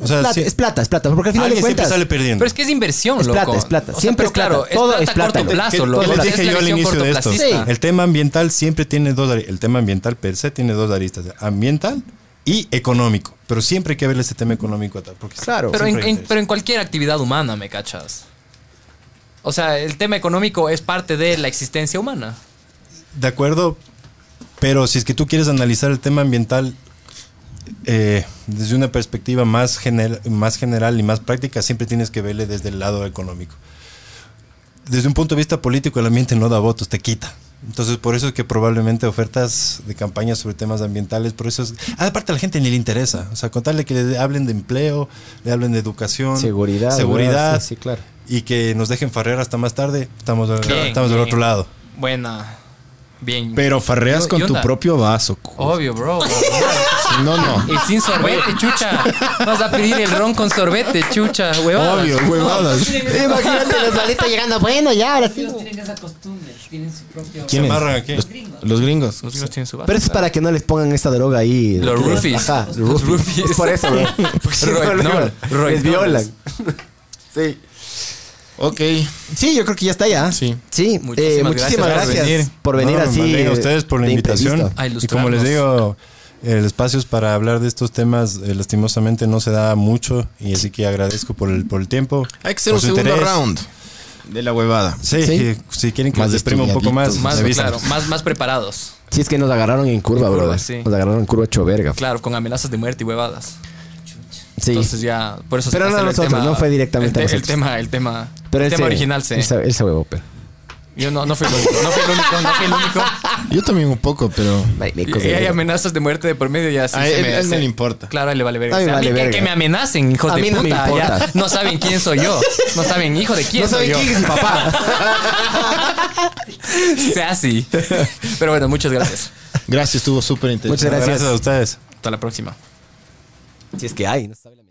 S4: O sea,
S3: plata
S4: si-
S3: es plata, es plata. Porque al final de
S4: alguien siempre
S3: cuentas...
S4: sale perdiendo.
S5: Pero es que es inversión,
S3: Es
S5: loco.
S3: plata, es plata.
S5: O sea,
S3: Siempre
S5: pero
S3: es plata.
S5: claro,
S3: Todo
S5: es
S3: es
S5: plata a corto
S3: plata.
S5: plazo,
S4: ¿Qué-
S5: loco.
S4: qué
S5: O
S4: les
S5: sea,
S4: dije
S5: es la
S4: yo al
S5: visión
S4: inicio de esto.
S5: cortoplacista.
S3: Sí.
S4: El tema ambiental siempre tiene dos aristas. El tema ambiental per se tiene dos aristas. Ambiental y económico. Pero siempre hay que verle este tema económico atrás. Porque
S3: Claro.
S5: Pero en,
S4: siempre
S5: en-
S4: hay interés.
S5: pero en cualquier actividad humana, ¿me cachas? O sea, el tema económico es parte de la existencia humana.
S4: De acuerdo, pero si es que tú quieres analizar el tema ambiental eh, desde una perspectiva más, gener- más general y más práctica, siempre tienes que verle desde el lado económico. Desde un punto de vista político, el ambiente no da votos, te quita. Entonces, por eso es que probablemente ofertas de campañas sobre temas ambientales, por eso es... Ah, aparte a la gente ni le interesa. O sea, contarle que le hablen de empleo, le hablen de educación.
S3: Seguridad.
S4: Seguridad.
S3: ¿verdad? Sí, sí, claro.
S4: Y que nos dejen farrear hasta más tarde, estamos,
S5: Bien,
S4: estamos del
S5: bien.
S4: otro lado.
S5: Buena. Bien.
S1: Pero farreas
S5: Yo-
S1: con
S5: yo
S1: tu
S5: na-
S1: propio vaso. cu-
S5: Obvio, bro.
S1: Si No, no.
S5: Y sin sorbete, chucha. Vas a pedir el ron con sorbete, chucha. Huevadas.
S1: Obvio, huevadas.
S3: Imagínate los malitos llegando, bueno, ya, ahora sí.
S6: Ellos tienen esa costumbre, tienen su propio...
S4: ¿Quién es? amarran aquí.
S1: Los, los gringos.
S5: Los gringos tienen su base.
S3: Pero eso es para que no les pongan esta droga ahí.
S5: Los roofies.
S3: Ajá, los
S5: Los
S3: roofies.
S5: roofies.
S3: Es por eso, bro. Porque si no,
S5: Rohypnol,
S3: luego Les
S5: rohypnoles.
S3: violan. sí.
S1: Ok.
S3: Sí, yo creo que ya está ya.
S1: Sí.
S3: Sí.
S5: Muchísimas
S3: eh, muchísimas
S5: gracias
S3: gracias,
S5: por
S3: por venir,
S5: venir.
S4: No,
S3: así.
S4: me alegra a
S3: eh,
S4: ustedes por la
S3: de
S4: invitación.
S3: imprevisto.
S5: A
S4: Y como les digo, el espacio es para hablar de estos temas, eh, lastimosamente no se da mucho, y así que agradezco por el, por el tiempo.
S1: Hay que hacer
S4: por
S1: un
S4: su
S1: segundo
S4: interés.
S1: round de la huevada.
S4: Sí,
S3: Sí.
S4: eh, si quieren que
S1: Más
S4: les exprima un poco más,
S1: estudiaditos,
S5: Más,
S4: me avisan.
S5: claro, más, más preparados.
S3: Sí, es que nos agarraron en curva,
S5: En curva,
S3: bro.
S5: sí.
S3: Nos agarraron en curva hecho verga.
S5: Claro, con amenazas de muerte y huevadas.
S3: Sí.
S5: Entonces ya, por eso
S3: Pero no
S5: cancela el
S3: nosotros, no fue directamente
S5: el, te-
S3: a nosotros.
S5: El tema, el tema,
S3: Pero
S5: el tema
S3: ese-
S5: original se...
S3: Él se, él se huevó, pero.
S5: Yo no, no fui el único, no fui el único, no fui el único.
S1: Yo también un poco, pero.
S3: Maricos de
S5: Y hay
S3: mierda.
S5: amenazas de muerte de por medio, ya sí
S1: A
S5: se
S1: Ah, él-
S5: me-
S1: a él no
S5: se-
S1: le importa.
S5: Claro, a él le vale verga.
S3: A mí me
S5: O sea,
S3: vale
S5: que-
S3: verga.
S5: Que me amenacen, hijos
S3: A
S5: de
S3: mí no me
S5: puta.
S3: importa.
S5: ya. no saben quién soy yo. No saben, hijo de quién
S1: No saben
S5: soy yo.
S1: quién es mi papá.
S5: Sea así. Pero bueno, muchas gracias.
S1: Gracias, estuvo súper interesante.
S3: Muchas gracias.
S4: Gracias a ustedes.
S5: Hasta la próxima.
S3: Si es que hay, no sabe la mierda.